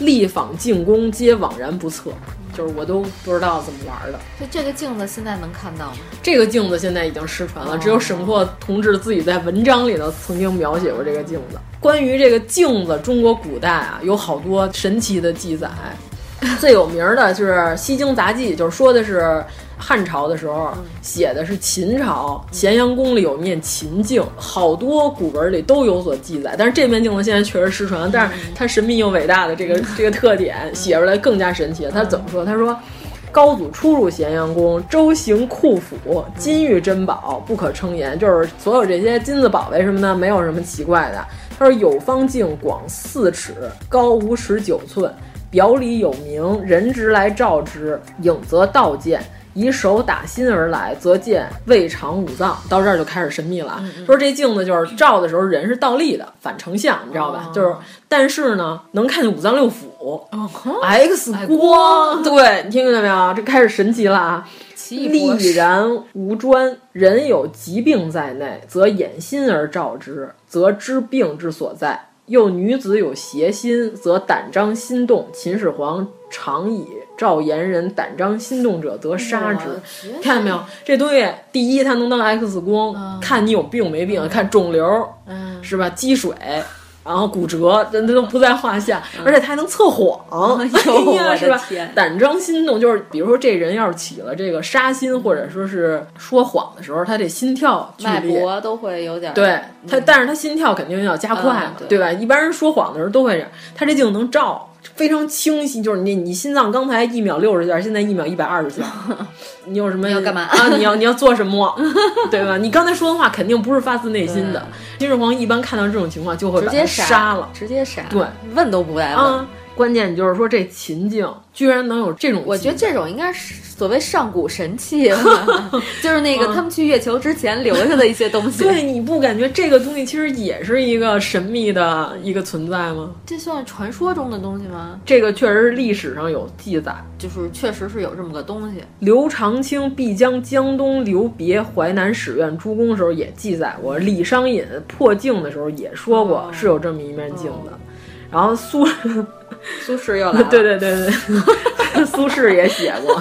Speaker 4: 力仿进攻皆惘然不测，就是我都不知道怎么玩的。
Speaker 3: 就这个镜子现在能看到吗？”
Speaker 4: 这个镜子现在已经失传了，只有沈括同志自己在文章里头曾经描写过这个镜子。关于这个镜子，中国古代啊有好多神奇的记载，最有名儿的就是《西京杂记》，就是说的是汉朝的时候写的是秦朝咸阳宫里有面秦镜，好多古文里都有所记载。但是这面镜子现在确实失传，但是它神秘又伟大的这个这个特点写出来更加神奇。他怎么说？他说。高祖初入咸阳宫，周行库府，金玉珍宝不可称言，就是所有这些金子宝贝什么的，没有什么奇怪的。他说有方镜广四尺，高五尺九寸，表里有名，人直来照之，影则道见。以手打心而来，则见胃肠五脏。到这儿就开始神秘了啊。说这镜子就是照的时候人是倒立的，反成像，你知道吧？就是，但是呢，能看见五脏六腑。X
Speaker 3: 哦哎
Speaker 4: 光，对你听见没有？这开始神奇了啊！
Speaker 3: 异博士
Speaker 4: 力然无专，人有疾病在内，则掩心而照之，则知病之所在。又女子有邪心，则胆张心动。秦始皇常以赵言人胆张心动者，则杀之。看见没有？这东西，第一，它能当 X 光，看你有病没病，看肿瘤，
Speaker 3: 嗯
Speaker 4: 是吧？积水，然后骨折，这这都不在话下，而且它还能测谎，
Speaker 3: 嗯呦
Speaker 4: *laughs* 哎
Speaker 3: 我
Speaker 4: 呀，
Speaker 3: 的
Speaker 4: 是吧
Speaker 3: 天？
Speaker 4: 胆张心动，就是比如说这人要是起了这个杀心，或者说是说谎的时候，他这心跳剧
Speaker 3: 脉
Speaker 4: 烈。
Speaker 3: 搏都会有点儿
Speaker 4: 对他，但是他心跳肯定要加快嘛，
Speaker 3: 嗯嗯对
Speaker 4: 对吧？一般人说谎的时候都会这样，他这镜能照非常清晰，就是你你心脏刚才一秒六十下，现在一秒一百二
Speaker 3: *laughs*
Speaker 4: 十下，你有什么
Speaker 3: 你要干嘛
Speaker 4: 啊？你要你要做什么， *laughs* 对吧？你刚才说的话肯定不是发自内心的。金始皇一般看到这种情况就会
Speaker 3: 直
Speaker 4: 把
Speaker 3: 接
Speaker 4: 他
Speaker 3: 杀
Speaker 4: 杀了，
Speaker 3: 直接杀，
Speaker 4: 对，
Speaker 3: 问都不带问。
Speaker 4: 啊。关键就是说这秦境居然能有这种，
Speaker 3: 我觉得这种应该是所谓上古
Speaker 4: *laughs*
Speaker 3: 神器，就是那个他们去月球之前留下的一些东西。
Speaker 4: 嗯对，你不感觉这个东西其实也是一个神秘的一个存在吗？
Speaker 3: 这算是传说中的东西吗？
Speaker 4: 这个确实是历史上有记载。
Speaker 3: 就是确实是有这么个东 *laughs* 西。
Speaker 4: 刘长卿必将江东留别淮南使院诸公时候也记载过，李商隐破镜的时候也说过
Speaker 3: 哦
Speaker 4: 是有这么一面镜子。然后 *laughs* 苏，
Speaker 3: 苏轼又来了，
Speaker 4: 对对对对， *laughs* 苏轼也写过，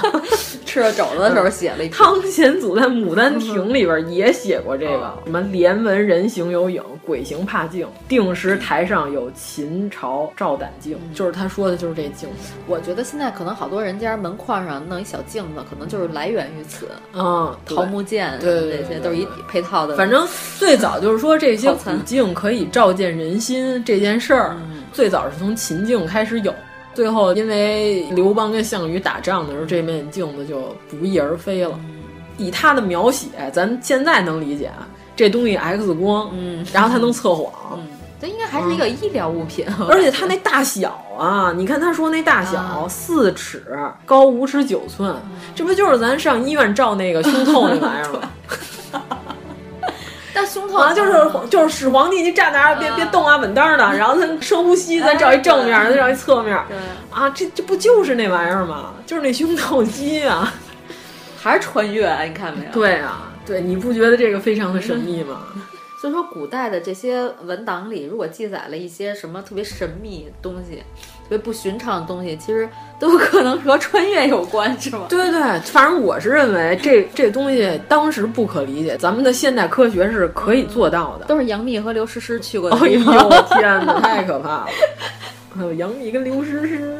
Speaker 3: 吃了肘子的时候写了一篇。
Speaker 4: 汤显祖在《牡丹亭》里边也写过这个，什么“帘闻人行有影，鬼行怕镜。定时台上有秦朝照胆镜”，嗯就是他说的就是这镜子。
Speaker 3: 嗯我觉得现在可能好多人家门框上弄一小镜子，可能就是来源于此。
Speaker 4: 嗯，
Speaker 3: 桃木剑
Speaker 4: 对对对
Speaker 3: 这
Speaker 4: 对
Speaker 3: 些
Speaker 4: 对
Speaker 3: 都是一配套的，
Speaker 4: 反正最早就是说这些
Speaker 3: 好
Speaker 4: 古
Speaker 3: 惨
Speaker 4: 镜可以照见人心这件事儿，
Speaker 3: 嗯
Speaker 4: 最早是从秦镜开始有。最后，因为刘邦跟项羽打仗的时候，这面镜子就不翼而飞了。
Speaker 3: 嗯
Speaker 4: 以他的描写，咱现在能理解啊，这东西 X 光，
Speaker 3: 嗯
Speaker 4: 然后它能测谎，
Speaker 3: 这应该还是一个医疗物品。
Speaker 4: 嗯而且它那大小啊，你看他说那大小
Speaker 3: 啊嗯
Speaker 4: 四尺高五尺九寸，这不就是咱上医院照那个胸透那玩意
Speaker 3: *laughs*
Speaker 4: 儿吗？
Speaker 3: 但胸透
Speaker 4: 啊，就是就是始皇帝，你站那儿别别动啊，稳当儿的。然后他深呼吸，再照一正面，再照一侧面。
Speaker 3: 对
Speaker 4: 啊，这这不就是那玩意儿吗？就是那胸透肌啊。
Speaker 3: 还是穿越，你看没有？，
Speaker 4: 对啊，对，你不觉得这个非常的神秘吗？
Speaker 3: 所以说古代的这些文档里，如果记载了一些什么特别神秘的东西。特别不寻常的东西，其实都有可能和穿越有关，是吗？
Speaker 4: 对对对，反正我是认为这这东西当时不可理解，咱们的现代科学是可以做到的。
Speaker 3: 都是杨幂和刘诗诗去过的
Speaker 4: 哎
Speaker 3: 地
Speaker 4: 呦，
Speaker 3: 方。
Speaker 4: 我天哪，太可 *laughs* 怕了！哎呦，杨幂跟刘诗诗，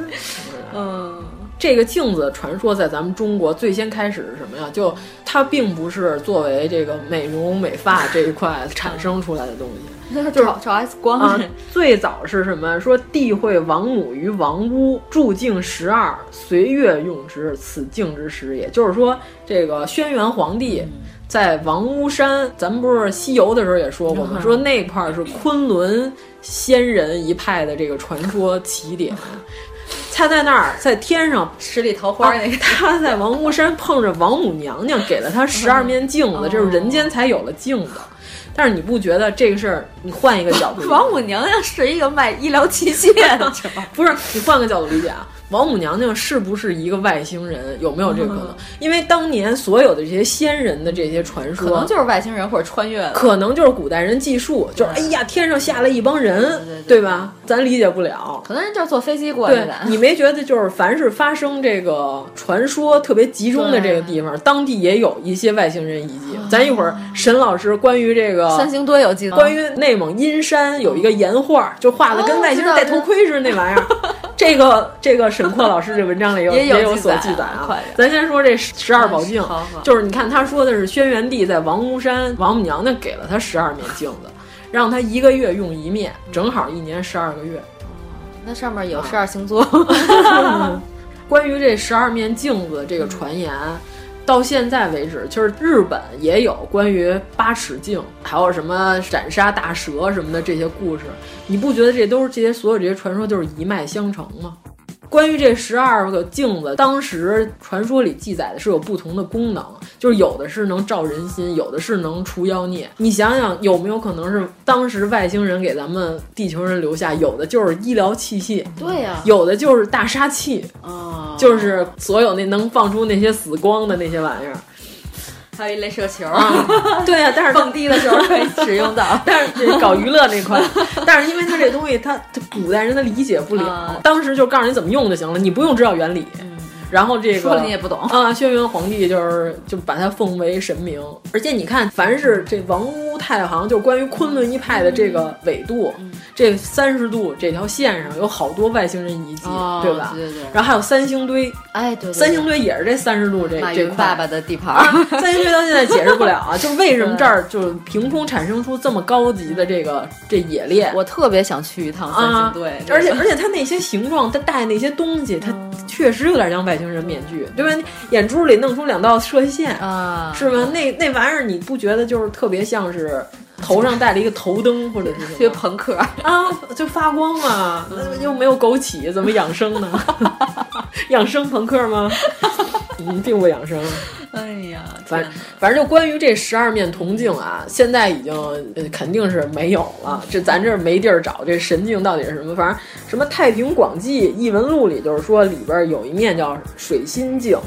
Speaker 3: 嗯，
Speaker 4: 这个镜子传说在咱们中国最先开始是什么呀？就它并不是作为这个美容美发这一块产生出来的东西
Speaker 3: 那就是照 X 光
Speaker 4: 啊。最早是什么？说帝会王母于王屋，铸镜十二，随月用之，此镜之时也。就是说，这个轩辕皇帝。
Speaker 3: 嗯
Speaker 4: 在王屋山，咱们不是西游的时候也说过
Speaker 3: 嗯
Speaker 4: 吗？说那块儿是昆仑仙人一派的这个传说起点。 *laughs* 他在那儿，在天上啊
Speaker 3: 十嗯里桃花那个。，
Speaker 4: *laughs* 他在王屋山碰着王母娘娘，给了他十二面镜子，这是人间才有了镜子。但是你不觉得这个事儿，你换一个角度
Speaker 3: 王母娘娘是一个卖医疗器械 *laughs* 的，是吧
Speaker 4: 不是你换个角度理解啊？王母娘娘是不是一个外星人？有没有这个可能？因为当年所有的这些仙人的这些传说，
Speaker 3: 嗯可能就是外星人或者穿越的。
Speaker 4: 可能就是古代人技术，就是哎呀，天上下来一帮人，
Speaker 3: 对对
Speaker 4: 对吧？咱理解不了。
Speaker 3: 可能人就是坐飞机过去
Speaker 4: 对
Speaker 3: 的，，
Speaker 4: 你没觉得就是凡是发生这个传说特别集中的这个地方，当地也有一些外星人遗
Speaker 3: 啊
Speaker 4: 迹。咱一会儿沈老师关于这个
Speaker 3: *laughs* 三星堆有记得吗？
Speaker 4: 关于内蒙阴山有一个岩画，就画的跟外星人戴头盔似的那玩意
Speaker 3: *laughs*
Speaker 4: 儿。这个这个沈括老师这文章里有
Speaker 3: 也有
Speaker 4: 有所
Speaker 3: 记
Speaker 4: 记
Speaker 3: 载啊
Speaker 4: 载啊
Speaker 3: 快点。
Speaker 4: 咱先说这十二宝
Speaker 3: *laughs*
Speaker 4: 镜
Speaker 3: 嗯好好，
Speaker 4: 就是你看他说的是轩辕帝在王屋山，王母娘娘给了他十二面镜子，让他一个月用一面，正好一年十二个月。
Speaker 3: 那上面有十二星座，
Speaker 4: *laughs* 关于这十二面镜子这个传言，到现在为止，就是日本也有关于八尺镜，还有什么斩杀大蛇什么的这些故事。你不觉得这都是这些所有这些传说就是一脉相承吗？关于这十二个镜子，当时传说里记载的是有不同的功能，就是有的是能照人心，有的是能除妖孽。你想想，有没有可能是当时外星人给咱们地球人留下，有的就是医疗器械，
Speaker 3: *laughs* 对呀
Speaker 4: 有的就是大杀器，
Speaker 3: 啊
Speaker 4: 就是所有那能放出那些死光的那些玩意儿。
Speaker 3: 还有一镭射球， *laughs*
Speaker 4: 对啊呀、但是。
Speaker 3: 蹦迪啊的时候可以使用到 *laughs*
Speaker 4: 但是这搞娱乐那块，但是因为它这东西，它它古代人他理解不了，
Speaker 3: 啊嗯
Speaker 4: 当时就告诉你怎么用就行了，你不用知道原理。然后这个
Speaker 3: 说了你也不懂
Speaker 4: 啊，轩辕皇帝就是就把他奉为神明，而且你看，凡是这王屋太行，就关于昆仑一派的这
Speaker 3: 嗯
Speaker 4: 个纬度，这三十度这条线上有好多外星人遗迹，
Speaker 3: 哦
Speaker 4: 对吧？
Speaker 3: 对对对
Speaker 4: 然后还有三星堆，
Speaker 3: 哎，对，对
Speaker 4: 三星堆也是这三十度这
Speaker 3: 马
Speaker 4: 这
Speaker 3: 云
Speaker 4: 块。
Speaker 3: 爸爸的地
Speaker 4: *laughs*
Speaker 3: 盘儿，
Speaker 4: 三星堆到现在解释不了
Speaker 3: *laughs*
Speaker 4: 啊，就为什么这儿就是凭空产生出这么高级的这个这野猎
Speaker 3: 嗯我特别想去一趟三
Speaker 4: 啊
Speaker 3: 星？堆，
Speaker 4: 而且而且它那些形状，它戴那些东西，它
Speaker 3: 嗯
Speaker 4: 确实有点像外星人面具，对吧？你眼珠里弄出两道射线，
Speaker 3: 啊，
Speaker 4: 是吗？那那玩意儿你不觉得就是特别像是头上戴了一个头灯或者是什
Speaker 3: 这
Speaker 4: 么
Speaker 3: 朋克，
Speaker 4: 啊，就发光嘛，
Speaker 3: 嗯
Speaker 4: 又没有枸杞，怎么养生呢？ *laughs* 养生朋克吗？ *laughs* 嗯，并不养生。
Speaker 3: 哎呀，
Speaker 4: 反反正就关于这十二面铜镜啊，现在已经呃肯定是没有了，这咱这儿没地儿找这神镜到底是什么。反正什么《太平广记》《异闻录》里就是说里边有一面叫水心镜。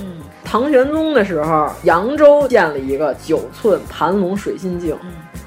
Speaker 4: 唐玄宗的时候，扬州建了一个九寸盘龙水心镜。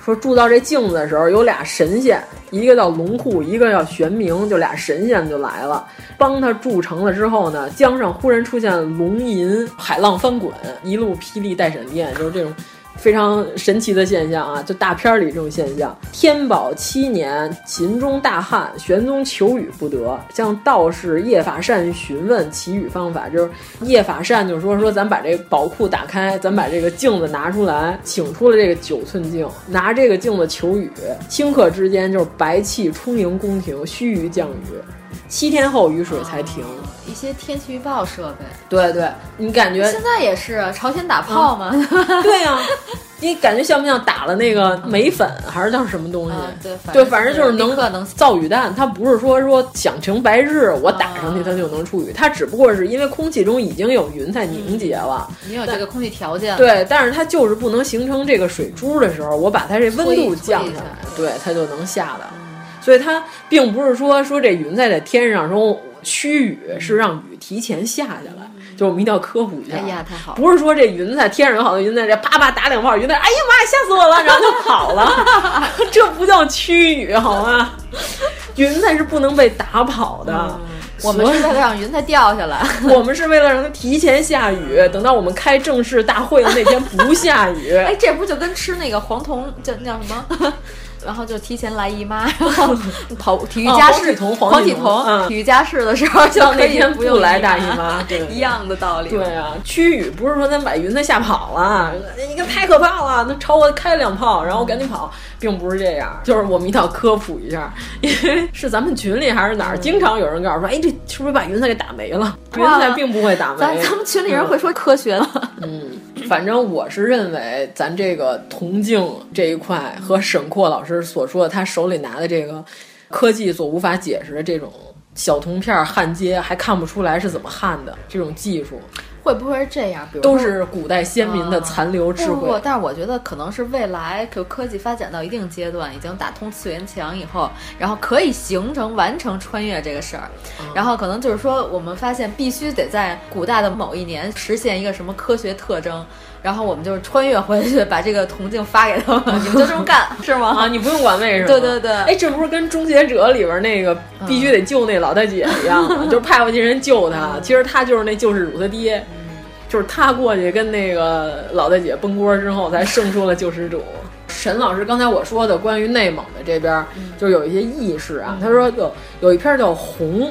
Speaker 4: 说铸造这镜子的时候，有俩神仙，一个叫龙护，一个叫玄明，就俩神仙就来了，帮他铸成了之后呢，江上忽然出现龙吟，海浪翻滚，一路霹雳带闪电，就是这种。非常神奇的现象啊，就大片儿里这种现象。天宝七年，秦中大旱，玄宗求雨不得，向道士叶法善询问祈雨方法。就是叶法善就说说，咱把这宝库打开，咱把这个镜子拿出来，请出了这个九寸镜，拿这个镜子求雨。顷刻之间，就是白气充盈宫廷，须臾降雨。七天后雨水才停。
Speaker 3: 一些天气预报设备，
Speaker 4: 对对，你感觉
Speaker 3: 现在也是啊朝鲜
Speaker 4: 嗯
Speaker 3: 打炮嘛，
Speaker 4: 对呀、你感觉像不像打了那个镁粉，还是叫什么东西？
Speaker 3: 啊对反
Speaker 4: *laughs* 对，
Speaker 3: 正
Speaker 4: 反正就是
Speaker 3: 立
Speaker 4: 能
Speaker 3: 刻能
Speaker 4: 造雨弹。它不是说说想晴白日我打上去它就能出雨，它只不过是因为空气中已经有云在凝结了，
Speaker 3: 你有这个空气条件，，
Speaker 4: 对，但是它就是不能形成这个水珠的时候，我把它这温
Speaker 3: 推一
Speaker 4: 度
Speaker 3: 推
Speaker 4: 降
Speaker 3: 一
Speaker 4: 下
Speaker 3: 下嗯
Speaker 4: 来，对，它就能下来。所以它并不是说说这云在这天上说驱雨，是让雨提前下下来，就是我们一定要科普一下。
Speaker 3: 嗯哎呀，太好了，
Speaker 4: 不是说这云彩天上有好多云彩，这啪啪打两炮，云彩哎呀妈呀吓死我了，然后就跑
Speaker 3: *laughs*
Speaker 4: 了，这不叫驱雨好吗？云彩是不能被打跑的，
Speaker 3: 嗯我们是为了让云彩掉下来，
Speaker 4: *laughs* 我们是为了让它提前下雨，等到我们开正式大会的那天不下 *laughs* 雨。
Speaker 3: 哎，这不就跟吃那个黄酮叫那叫什么？ *laughs* 然后就提前来姨妈，
Speaker 4: *laughs*
Speaker 3: 然后跑体育
Speaker 4: 哦
Speaker 3: 加
Speaker 4: 黄
Speaker 3: 试、
Speaker 4: 体酮黄
Speaker 3: 黄
Speaker 4: 体
Speaker 3: 体
Speaker 4: 酮嗯
Speaker 3: 酮、体育加试的时候就
Speaker 4: 到
Speaker 3: 可
Speaker 4: 那
Speaker 3: 以
Speaker 4: 天
Speaker 3: 不用
Speaker 4: 来
Speaker 3: 姨
Speaker 4: 大姨妈，对
Speaker 3: 一样的道理。
Speaker 4: 对啊，驱雨不是说咱把云彩吓跑了，你看太可怕了，那朝我开两炮，然后我赶紧跑，并不是这样，就是我们一定要科普一下， *laughs* 因为是咱们群里还是哪儿，经常有人告诉说，哎，这是不是把云彩给打没了？云
Speaker 3: 哇
Speaker 4: 彩并不会打没。
Speaker 3: 咱咱们群里人会说科学了，
Speaker 4: 反正我是认为，咱这个铜镜这一块和沈括老师所说的他手里拿的这个科技所无法解释的这种小铜片儿焊接，还看不出来是怎么焊的这种技术，
Speaker 3: *laughs* 会不会是这样？比如
Speaker 4: 都是古代先民的残留智
Speaker 3: 啊不不
Speaker 4: 慧。
Speaker 3: 不，但是我觉得可能是未来就科技发展到一定阶段，已经打通次元墙以后，然后可以形成完成穿越这个事儿，
Speaker 4: 嗯
Speaker 3: 然后可能就是说我们发现必须得在古代的某一年实现一个什么科学特征，然后我们就是穿越回去把这个铜镜发给他们， *laughs* 你们就这么干
Speaker 4: *laughs*
Speaker 3: 是吗？
Speaker 4: 啊，你不用管为什么。
Speaker 3: 对对对
Speaker 4: 哎，这不是跟《终结者》里边那个必须得救那老大姐一样 *laughs* 吗？就是派过去人救他，其实他就是那救世主他爹，就是他过去跟那个老大姐崩锅之后，才胜出了救世主。 *laughs* 沈老师刚才我说的关于内蒙的这边儿，就是有一些意识啊，他说有有一篇叫《红》，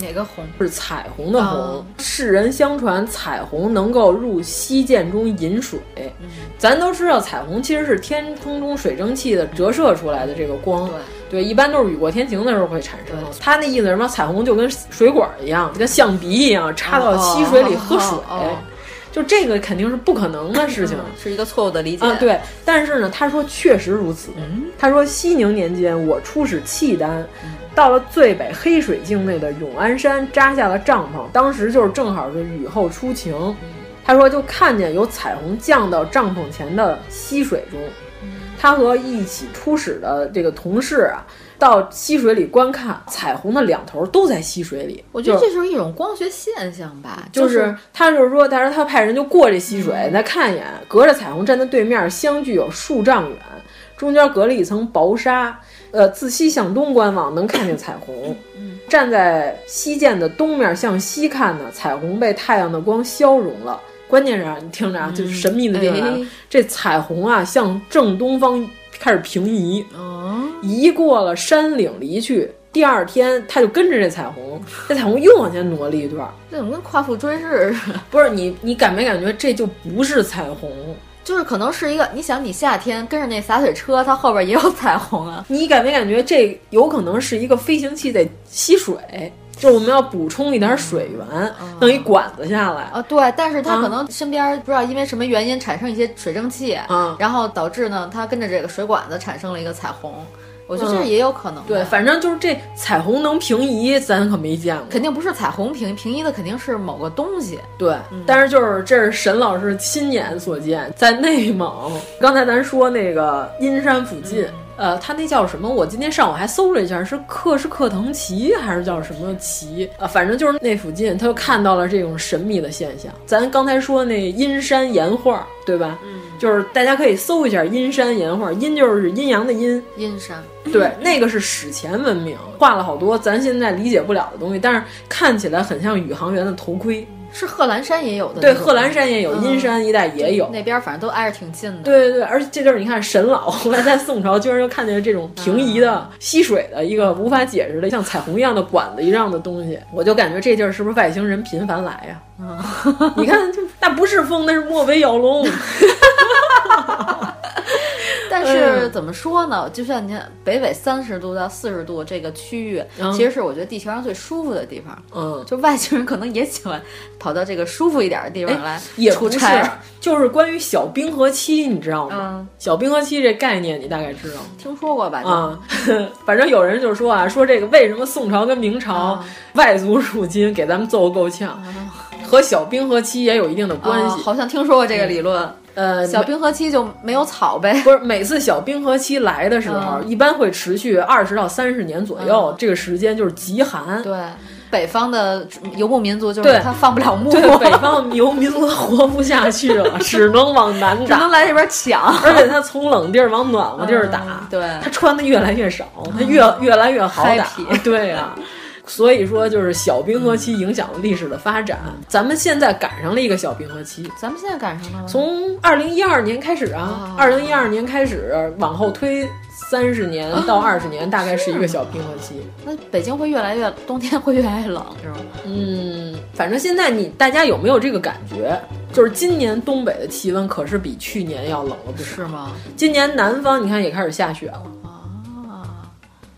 Speaker 3: 哪个红？
Speaker 4: 是彩虹的红
Speaker 3: 哦。
Speaker 4: 世人相传彩虹能够入溪涧中饮水，
Speaker 3: 嗯
Speaker 4: 咱都知道彩虹其实是天空中水蒸气的折射出来的这个
Speaker 3: 嗯
Speaker 4: 光。对，一般都是雨过天晴的时候会产生的。他那意思是什么？彩虹就跟水管一样，跟象鼻一样插到溪水里喝水。
Speaker 3: 哦哦哦哦哦
Speaker 4: 就这个肯定是不可能的事情。
Speaker 3: 是一个错误的理解嗯
Speaker 4: 啊，，对，但是呢，他说确实如此。他说熙宁年间，我出使契丹，
Speaker 3: 嗯
Speaker 4: 到了最北黑水境内的永安山，扎下了帐篷。当时就是正好是雨后初晴，
Speaker 3: 嗯
Speaker 4: 他说就看见有彩虹降到帐篷前的溪水中。
Speaker 3: 嗯
Speaker 4: 他和一起出使的这个同事啊，到溪水里观看彩虹的两头都在溪水里。
Speaker 3: 我觉得
Speaker 4: 就是
Speaker 3: 这就是一种光学现象吧，
Speaker 4: 就是是嗯他就是说，他说他派人就过这溪水，再看一眼，隔着彩虹站在对面，相距有数丈远，中间隔了一层薄纱。呃，自西向东观望，能看见彩虹。站在西涧的东面向西看呢，彩虹被太阳的光消融了。关键是啊，你听着啊，就是神秘的地方来了、
Speaker 3: 哎
Speaker 4: 这彩虹啊向正东方开始平移。哦
Speaker 3: 嗯，
Speaker 4: 移过了山岭离去，第二天他就跟着这彩虹，这彩虹又往前挪了一段儿。
Speaker 3: 这怎么跟夸父追日似的？
Speaker 4: 不是你，你感没感觉这就不是彩虹？
Speaker 3: 就是可能是一个，你想你夏天跟着那洒水车，它后
Speaker 4: *laughs*
Speaker 3: 边也有彩虹啊，
Speaker 4: 你感没感觉这有可能是一个飞行器在吸水？就是我们要补充一点水源，弄一管子下来。
Speaker 3: 啊，对，但是他
Speaker 4: 啊
Speaker 3: 可能身边不知道因为什么原因产生一些水蒸气，
Speaker 4: 啊
Speaker 3: 然后导致呢，他跟着这个水管子产生了一个彩虹，我觉得这
Speaker 4: 嗯
Speaker 3: 也有可能的、
Speaker 4: 对，反正就是这彩虹能平移，咱可没见过。
Speaker 3: 肯定不是彩虹平平移的，肯定是某个东西。
Speaker 4: 对，但是就是这是沈老师亲眼所见，在内蒙。刚才咱说那个阴山附近，呃，他那叫什么？我今天上午还搜了一下，是克什克腾旗还是叫什么旗？啊、反正就是那附近，他就看到了这种神秘的现象。咱刚才说那阴山岩画，对吧？嗯，就是大家可以搜一下阴山岩画，阴就是阴阳的阴，
Speaker 3: 阴山，
Speaker 4: 对，那个是史前文明，画了好多咱现在理解不了的东西，但是看起来很像宇航员的头盔。
Speaker 3: 是贺兰山也有的那
Speaker 4: 对，
Speaker 3: 种，
Speaker 4: 贺兰山也有，
Speaker 3: 嗯
Speaker 4: 阴山一带也有。
Speaker 3: 那边，反正都挨着挺近的。，
Speaker 4: 对对对，而且这就是你看沈老 *laughs* 后来在宋朝，居然就看见了这种平移的、
Speaker 3: 嗯
Speaker 4: 吸水的一个无法解释的，像彩虹一样的管子一样的东西，我就感觉这地儿是不是外星人频繁来呀、
Speaker 3: 嗯
Speaker 4: 你看，就那不是风，那是莫北咬
Speaker 3: *laughs*
Speaker 4: 龙。
Speaker 3: 但是
Speaker 4: 嗯
Speaker 3: 怎么说呢？就像你看北纬三十度到四十度这个区域，
Speaker 4: 嗯
Speaker 3: 其实是我觉得地球上最舒服的地方。
Speaker 4: 嗯，
Speaker 3: 就外星人可能也喜欢跑到这个舒服一点的地方来
Speaker 4: 也
Speaker 3: 出
Speaker 4: 不是
Speaker 3: 差。，
Speaker 4: 就是关于小冰河期，你知道吗？
Speaker 3: 嗯
Speaker 4: 小冰河期这概念你大概知道吗？
Speaker 3: 听说过吧？就
Speaker 4: 啊、 *laughs* 反正有人就说啊，说这个为什么宋朝跟明朝
Speaker 3: 啊
Speaker 4: 外族入侵给咱们揍得够呛， *laughs* 和小冰河期也有一定的关
Speaker 3: 啊
Speaker 4: 系。
Speaker 3: 好像听说过这个理论。
Speaker 4: 呃，
Speaker 3: 小
Speaker 4: 每
Speaker 3: 冰河期就没有草呗。
Speaker 4: 不是每次小冰河期来的时候，
Speaker 3: 啊
Speaker 4: 一般会持续二十到三十年左右，
Speaker 3: 啊
Speaker 4: 这个时间就是极寒。
Speaker 3: 对，北方的游牧民族就
Speaker 4: 对
Speaker 3: 是他放不了牧，
Speaker 4: 对，北方游民族活不下去了，只能往南
Speaker 3: *laughs* 只能
Speaker 4: 打，
Speaker 3: 来这边抢。
Speaker 4: *laughs* 而且他从冷地儿往暖和地儿打。
Speaker 3: 嗯对嗯
Speaker 4: 他穿的越来越少，他越、越来越好打
Speaker 3: Happy
Speaker 4: 对啊。所以说，就是小冰河期影响了历史的发展。
Speaker 3: 嗯
Speaker 4: 咱们现在赶上了一个小冰河期，
Speaker 3: 咱们现在赶上了吗，
Speaker 4: 从二零一二年开始啊，
Speaker 3: 啊
Speaker 4: 二零一二年开始往后推三十年
Speaker 3: 哦
Speaker 4: 到二十年，大概是一个小冰河期。
Speaker 3: 那北京会越来越冬天会越来越冷，是吗？
Speaker 4: 嗯，反正现在你大家有没有这个感觉？就是今年东北的气温可是比去年要冷了不少。
Speaker 3: 是吗？
Speaker 4: 今年南方你看也开始下雪了。
Speaker 3: 啊，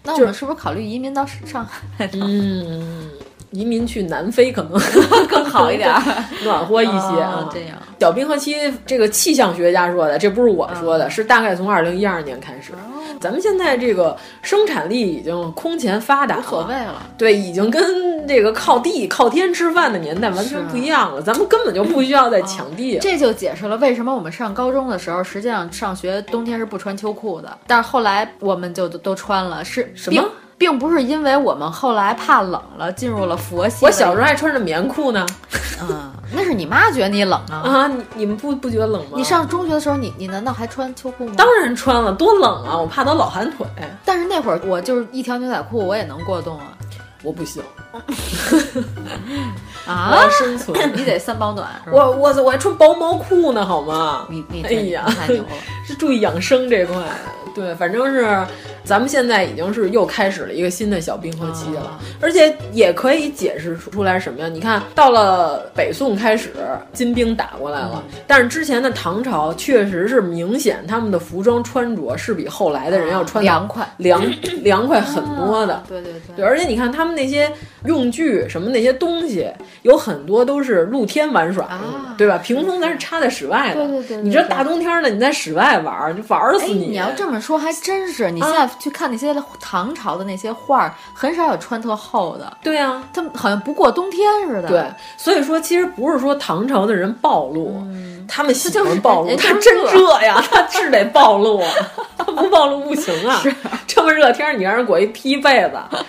Speaker 3: 那
Speaker 4: 就
Speaker 3: 我
Speaker 4: 是
Speaker 3: 们是不是考虑移民到上 *laughs* 海呢？
Speaker 4: 嗯，移民去南非可能
Speaker 3: *laughs* 更好一点儿
Speaker 4: 暖和一些
Speaker 3: 啊
Speaker 4: 啊。
Speaker 3: 这样
Speaker 4: 小冰河期这个气象学家说的，这不是我说
Speaker 3: 嗯
Speaker 4: 的，是大概从二零一二年开始。
Speaker 3: 哦
Speaker 4: 咱们现在这个生产力已经空前发达，
Speaker 3: 无所谓。了。
Speaker 4: 对，已经跟这个靠地靠天吃饭的年代完全不一样了，咱们根本就不需要再抢地了。
Speaker 3: 这就解释了为什么我们上高中的时候，实际上上学冬天是不穿秋裤的，但是后来我们就都都穿了，是
Speaker 4: 什
Speaker 3: 并
Speaker 4: 么
Speaker 3: 并不是因为我们后来怕冷了，进入了佛系。
Speaker 4: 我小时候还穿着棉裤呢，
Speaker 3: 候，嗯，那是你妈觉得你冷啊。
Speaker 4: 啊，你你们不不觉得冷吗？
Speaker 3: 你上中学的时候，你你难道还穿秋裤吗？
Speaker 4: 当然穿了，多冷啊！我怕它老寒腿，
Speaker 3: 但是那会儿我就是一条牛仔裤，我也能过冬啊
Speaker 4: 我不行，我
Speaker 3: 啊
Speaker 4: 要！生存。
Speaker 3: 你得三保暖，是吧
Speaker 4: 我我我还穿薄毛裤呢，好吗？
Speaker 3: 你你
Speaker 4: 哎呀
Speaker 3: 太牛了，
Speaker 4: 是注意养生这块。对，反正是咱们现在已经是又开始了一个新的小冰河期了，
Speaker 3: 啊
Speaker 4: 而且也可以解释出来什么呀？你看到了北宋开始，金兵打过来了，
Speaker 3: 嗯
Speaker 4: 但是之前的唐朝确实是明显他们的服装穿着是比后来 *laughs* 的人要穿得
Speaker 3: 啊凉快啊
Speaker 4: 凉凉快很多的。
Speaker 3: 对对对
Speaker 4: 对，而且你看他们那些用具什么那些东西，有很多都是露天玩耍的，
Speaker 3: 啊
Speaker 4: 对吧？屏风咱是插在室外的，
Speaker 3: 对对对对
Speaker 4: 你这
Speaker 3: 对
Speaker 4: 大冬天的，你在室外玩儿，就玩儿死
Speaker 3: 哎，你要这么说还真是，你现
Speaker 4: 啊
Speaker 3: 在去看那些唐朝的那些画儿，很少有穿特厚的，
Speaker 4: 对啊。
Speaker 3: 他们好像不过冬天似的。
Speaker 4: 对，，所以说其实不是说唐朝的人暴露，他们喜
Speaker 3: 嗯他就
Speaker 4: 欢
Speaker 3: 是
Speaker 4: 暴露，
Speaker 3: 人
Speaker 4: 他
Speaker 3: 就是
Speaker 4: 真
Speaker 3: 热
Speaker 4: 热呀， *laughs* 他是得暴
Speaker 3: *laughs*
Speaker 4: 露，他不暴露不行啊！这么热天儿，你让人裹一披
Speaker 3: *laughs*
Speaker 4: 被子，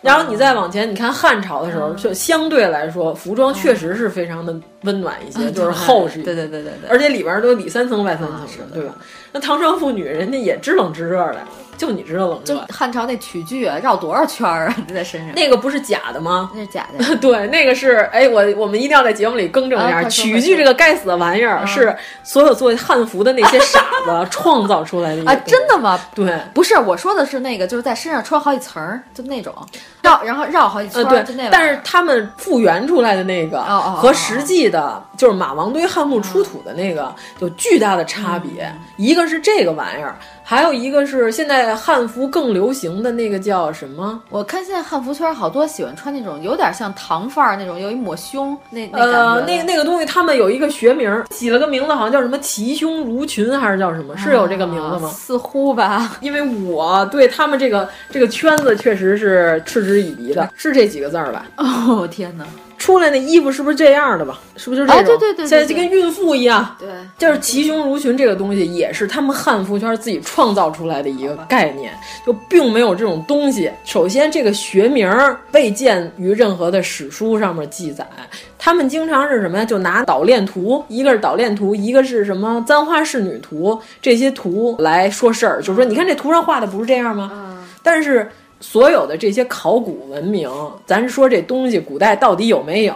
Speaker 4: 然后你再往前，你看汉朝的时
Speaker 3: 嗯
Speaker 4: 候，就相对来说服装确实是非常的温暖一些，就是厚实一些。
Speaker 3: 嗯对对对对对。
Speaker 4: 而且里边儿都里三层外三层
Speaker 3: 啊
Speaker 4: 的
Speaker 3: 是，的
Speaker 4: 对吧？那唐朝妇女人家也知冷知热的，就你知道冷
Speaker 3: 就
Speaker 4: 热。
Speaker 3: 汉朝那曲剧啊，绕多少圈儿啊， *laughs* 在身上。
Speaker 4: 那个不是假的吗？，
Speaker 3: 那是假的
Speaker 4: *laughs*
Speaker 3: 呀
Speaker 4: 对，那个是哎，我我们一定要在节目里更正一
Speaker 3: 啊
Speaker 4: 下，
Speaker 3: 快说
Speaker 4: 曲
Speaker 3: 快
Speaker 4: 剧
Speaker 3: 说啊
Speaker 4: 这个该死的玩意儿是所有做汉服的那些傻
Speaker 3: *laughs*
Speaker 4: 子创造出来的一个
Speaker 3: 啊，
Speaker 4: 东西
Speaker 3: 真的吗？
Speaker 4: 对。
Speaker 3: 不是，我说的是那个，就是在身上穿好几层儿，就那种绕，然后绕好几圈
Speaker 4: 呃，对
Speaker 3: 儿，就那玩意儿。，
Speaker 4: 但是他们复原出来的那个
Speaker 3: 哦哦
Speaker 4: 和实际的，就是马王堆汉墓出土的那
Speaker 3: 嗯
Speaker 4: 个有巨大的差别，一个是这个玩意儿，还有一个是现在汉服更流行的那个叫什么？
Speaker 3: 我看现在汉服圈好多喜欢穿那种有点像唐范儿那种，有一抹胸那那
Speaker 4: 呃，
Speaker 3: 感觉
Speaker 4: 那那个东西，他们有一个学名儿，起了个名字，好像叫什么“齐胸襦裙”还是叫什么？是有这个名字吗？
Speaker 3: 啊似
Speaker 4: *laughs*
Speaker 3: 乎吧，
Speaker 4: 因为我对他们这个这个圈子确实是嗤之以鼻的，是这几个字儿吧？
Speaker 3: 哦天哪，
Speaker 4: 出来那衣服是不是这样的吧？是不是就这
Speaker 3: 啊
Speaker 4: 种？
Speaker 3: 对对对对
Speaker 4: 现在就
Speaker 3: 对
Speaker 4: 跟孕妇一样。
Speaker 3: 对，
Speaker 4: 就是齐胸襦裙这个东西，也是他们汉服圈自己创造出来的一个概念，就并没有这种东西。首先，这个学名儿未见于任何的史书上面记载。他们经常是什么呀？就拿导链图，一个是导链图，一个是什么簪花仕女图，这些图来说事儿，就是说，你看这图上画的不是这样吗？但是所有的这些考古文明，咱说这东西古代到底有没有？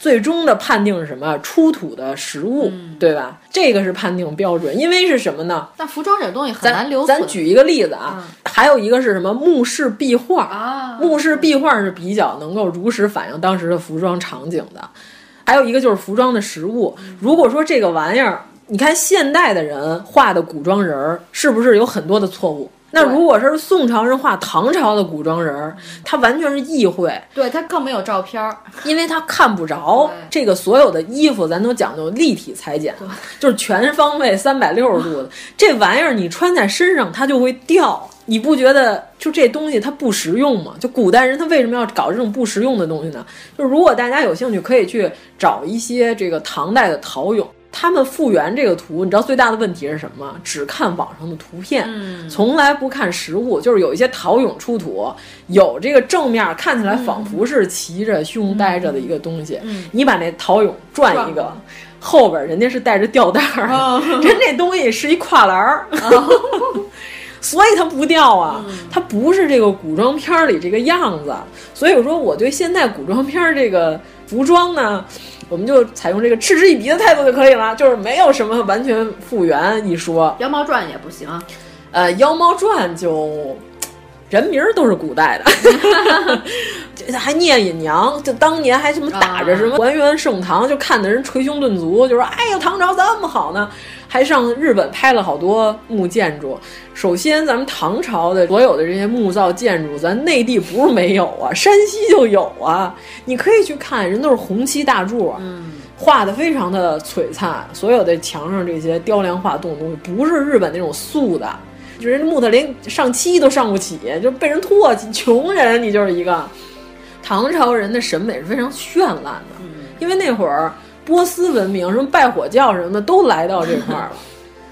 Speaker 4: 最终的判定是什么？出土的实物，
Speaker 3: 嗯
Speaker 4: 对吧？这个是判定标准，因为是什么呢？
Speaker 3: 但服装这种东西很
Speaker 4: 咱
Speaker 3: 难留存。嗯
Speaker 4: 咱举一个例子啊，还有一个是什么？墓室壁画
Speaker 3: 啊
Speaker 4: 墓室壁画是比较能够如实反映当时的服装场景的。还有一个就是服装的实物。如果说这个玩意儿，你看现代的人画的古装人儿，是不是有很多的错误？那
Speaker 3: 对
Speaker 4: 如果是宋朝人画唐朝的古装人儿，他完全是意会，
Speaker 3: 对它更没有照片儿，
Speaker 4: 因为他看不着这个所有的衣服，咱都讲究立体裁剪，啊就是全方位三百六十度的。这玩意儿你穿在身上，它就会掉。你不觉得就这东西它不实用吗？就古代人他为什么要搞这种不实用的东西呢？就是如果大家有兴趣，可以去找一些这个唐代的陶俑。他们复原这个图，你知道最大的问题是什么吗？只看网上的图片，从来不看实物。就是有一些陶俑出土，有这个正面看起来仿佛是骑着胸呆着的一个东西，你把那陶俑转一个，后边人家是带着吊带儿， *laughs* 人那东西是一跨栏儿。所以它不掉啊，它不是这个古装片儿里这个样子。所以我说，我对现代古装片儿这个服装呢，我们就采用这个嗤之以鼻的态度就可以了，就是没有什么完全复原一说。
Speaker 3: 《羊毛传》也不行。
Speaker 4: 呃，《妖猫传》就人名儿都是古代的， *laughs* 这还聂隐娘，就当年还什么打着什么还原盛唐，就看的人捶胸顿足，就说：“哎呀，唐朝这么好呢！”还上日本拍了好多木建筑。首先，咱们唐朝的所有的这些木造建筑，咱内地不是没有啊，山西就有啊。你可以去看，人都是红漆大柱，嗯，画的非常的璀璨，所有的墙上这些雕梁画栋的东西，不是日本那种素的。就人家木头连上漆都上不起，就被人唾弃，穷人你就是一个。唐朝人的审美是非常绚烂的，因为那会儿波斯文明什么拜火教什么的都来到这块 *laughs* 儿了。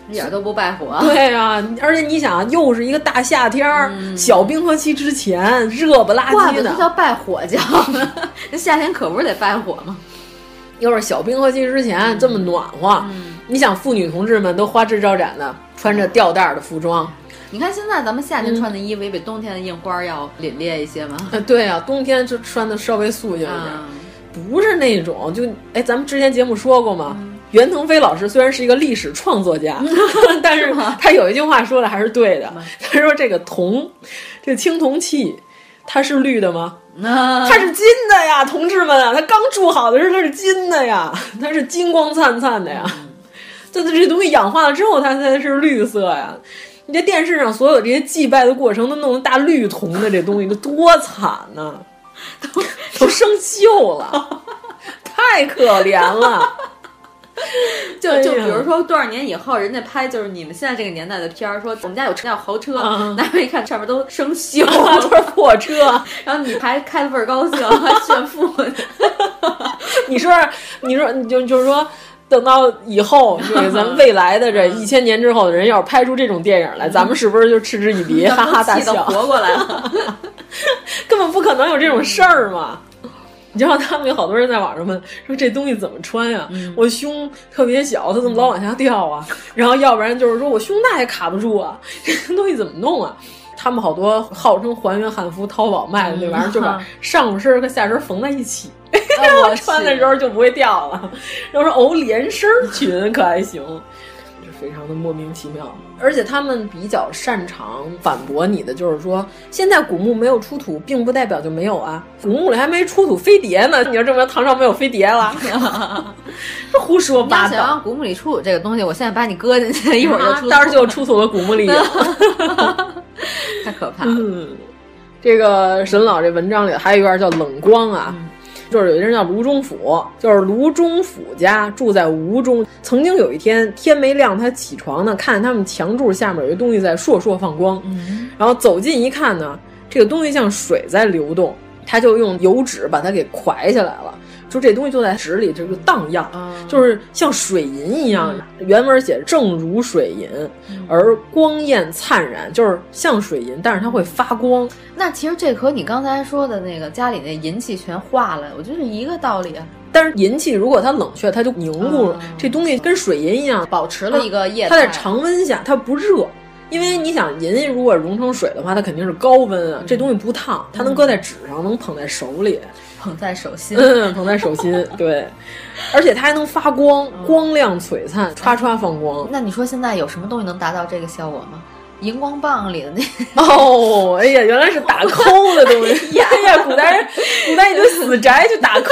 Speaker 3: 一点都不拜火。
Speaker 4: 对啊，而且你想，又是一个大夏天儿，小冰河期之前热嗯不拉
Speaker 3: 怪
Speaker 4: 几
Speaker 3: 不
Speaker 4: 的
Speaker 3: 得，叫拜火教呢，那夏天可不是得拜火吗？
Speaker 4: 又是小冰河期之前这么暖和，你想妇女同志们都花枝招展的，穿着吊带儿的服装，
Speaker 3: 你看现在咱们夏天穿的衣服也比冬天的印花要凛冽一些嘛。
Speaker 4: 呃， *laughs* 对啊，冬天就穿的稍微素净一点儿。
Speaker 3: 啊，
Speaker 4: 不是那种就哎，咱们之前节目说过嘛，袁腾飞老师虽然是一个历史创作家， *laughs* 但是他有一句话说的还是对的，他说这个铜，这个青铜器。它是绿的吗？
Speaker 3: 那
Speaker 4: 它是金的呀，同志们啊！它刚铸好的时候它是金的呀， *laughs* 它是金光灿灿的呀。
Speaker 3: 嗯
Speaker 4: 这这东西氧化了之后，它才是绿色呀。你这电视上所有这些祭拜的过程都弄成大绿铜的这东西，这多惨呐、
Speaker 3: *laughs*
Speaker 4: 都都生锈了，太可怜了。
Speaker 3: *laughs* 就就
Speaker 4: 哎呀
Speaker 3: 比如
Speaker 4: *laughs*
Speaker 3: 说多少年以后，人家拍就是你们现在这个年代的片儿，说我们家有车辆豪车 *laughs*
Speaker 4: 嗯，嗯
Speaker 3: 大家一看上面都生
Speaker 4: *laughs*
Speaker 3: 锈
Speaker 4: 都
Speaker 3: 了，
Speaker 4: 是破车，
Speaker 3: 然后你还开的倍儿高兴，还炫富呢。
Speaker 4: *laughs* 你说，你说，你就就是说，等到以后，这个咱们未来的
Speaker 3: *laughs* 嗯
Speaker 4: 这一千年之后的人，要是拍出这种电影来，咱们是不是就嗤之以
Speaker 3: *laughs*
Speaker 4: 鼻，哈哈大
Speaker 3: 气得
Speaker 4: 笑？
Speaker 3: 活过来了，
Speaker 4: 根本不可能有这种事儿嘛。你知道他们有好多人在网上问说这东西怎么穿呀、
Speaker 3: 嗯
Speaker 4: 我胸特别小，它怎么老往下掉啊？然后要不然就是说我胸带也卡不住啊，这东西怎么弄啊？他们好多号称还原汉服，淘宝卖的那玩意儿就把上身和下身缝在一起，
Speaker 3: 哎我
Speaker 4: 穿的时候就不会掉了。然后说哦，连身裙可还行。就非常的莫名其妙。而且他们比较擅长反驳你的，就是说现在古墓没有出土，并不代表就没有啊，古墓里还没出土飞碟呢，你就证明唐朝没有飞碟了， *laughs* 这胡说
Speaker 3: 你要
Speaker 4: 八
Speaker 3: 想让
Speaker 4: 道。
Speaker 3: 古墓里出土这个东西，我现在把你搁进去，一会儿就出土，
Speaker 4: 嗯啊当时就出土了古墓丽影。
Speaker 3: *laughs*
Speaker 4: *laughs*
Speaker 3: 太可怕了。
Speaker 4: 嗯，这个沈老这文章里还有一段叫冷光啊。就是有一个人叫卢中甫，就是卢中甫家住在吴中。曾经有一天天没亮，他起床呢，看见他们墙柱下面有一东西在烁烁放光，然后走近一看呢，这个东西像水在流动，他就用油纸把它给蒯起来了，说这东西就在纸里这个荡漾，就是像水银一样。原文写正如水银，而光艳灿然，就是像水银，但是它会发光。
Speaker 3: 那其实这和你刚才说的那个家里那银器全化了，我觉得是一个道理，啊
Speaker 4: 但是银器如果它冷却，它就凝固了。
Speaker 3: 哦
Speaker 4: 这东西跟水银一样，
Speaker 3: 保持了一个液态。
Speaker 4: 啊它在常温下它不热，因为你想银如果融成水的话，它肯定是高温啊，这东西不烫，它能搁在纸上，能捧在手里， *laughs*
Speaker 3: 捧在手心，
Speaker 4: 嗯，捧在手心， *laughs* 对，而且它还能发光，光亮璀璨，歘歘放光。
Speaker 3: 那你说现在有什么东西能达到这个效果吗？荧光棒里的
Speaker 4: *laughs*
Speaker 3: 那
Speaker 4: 哦，哎呀，原来是打抠的东西， *laughs* 哎呀，古代人，古代一堆死宅去打抠。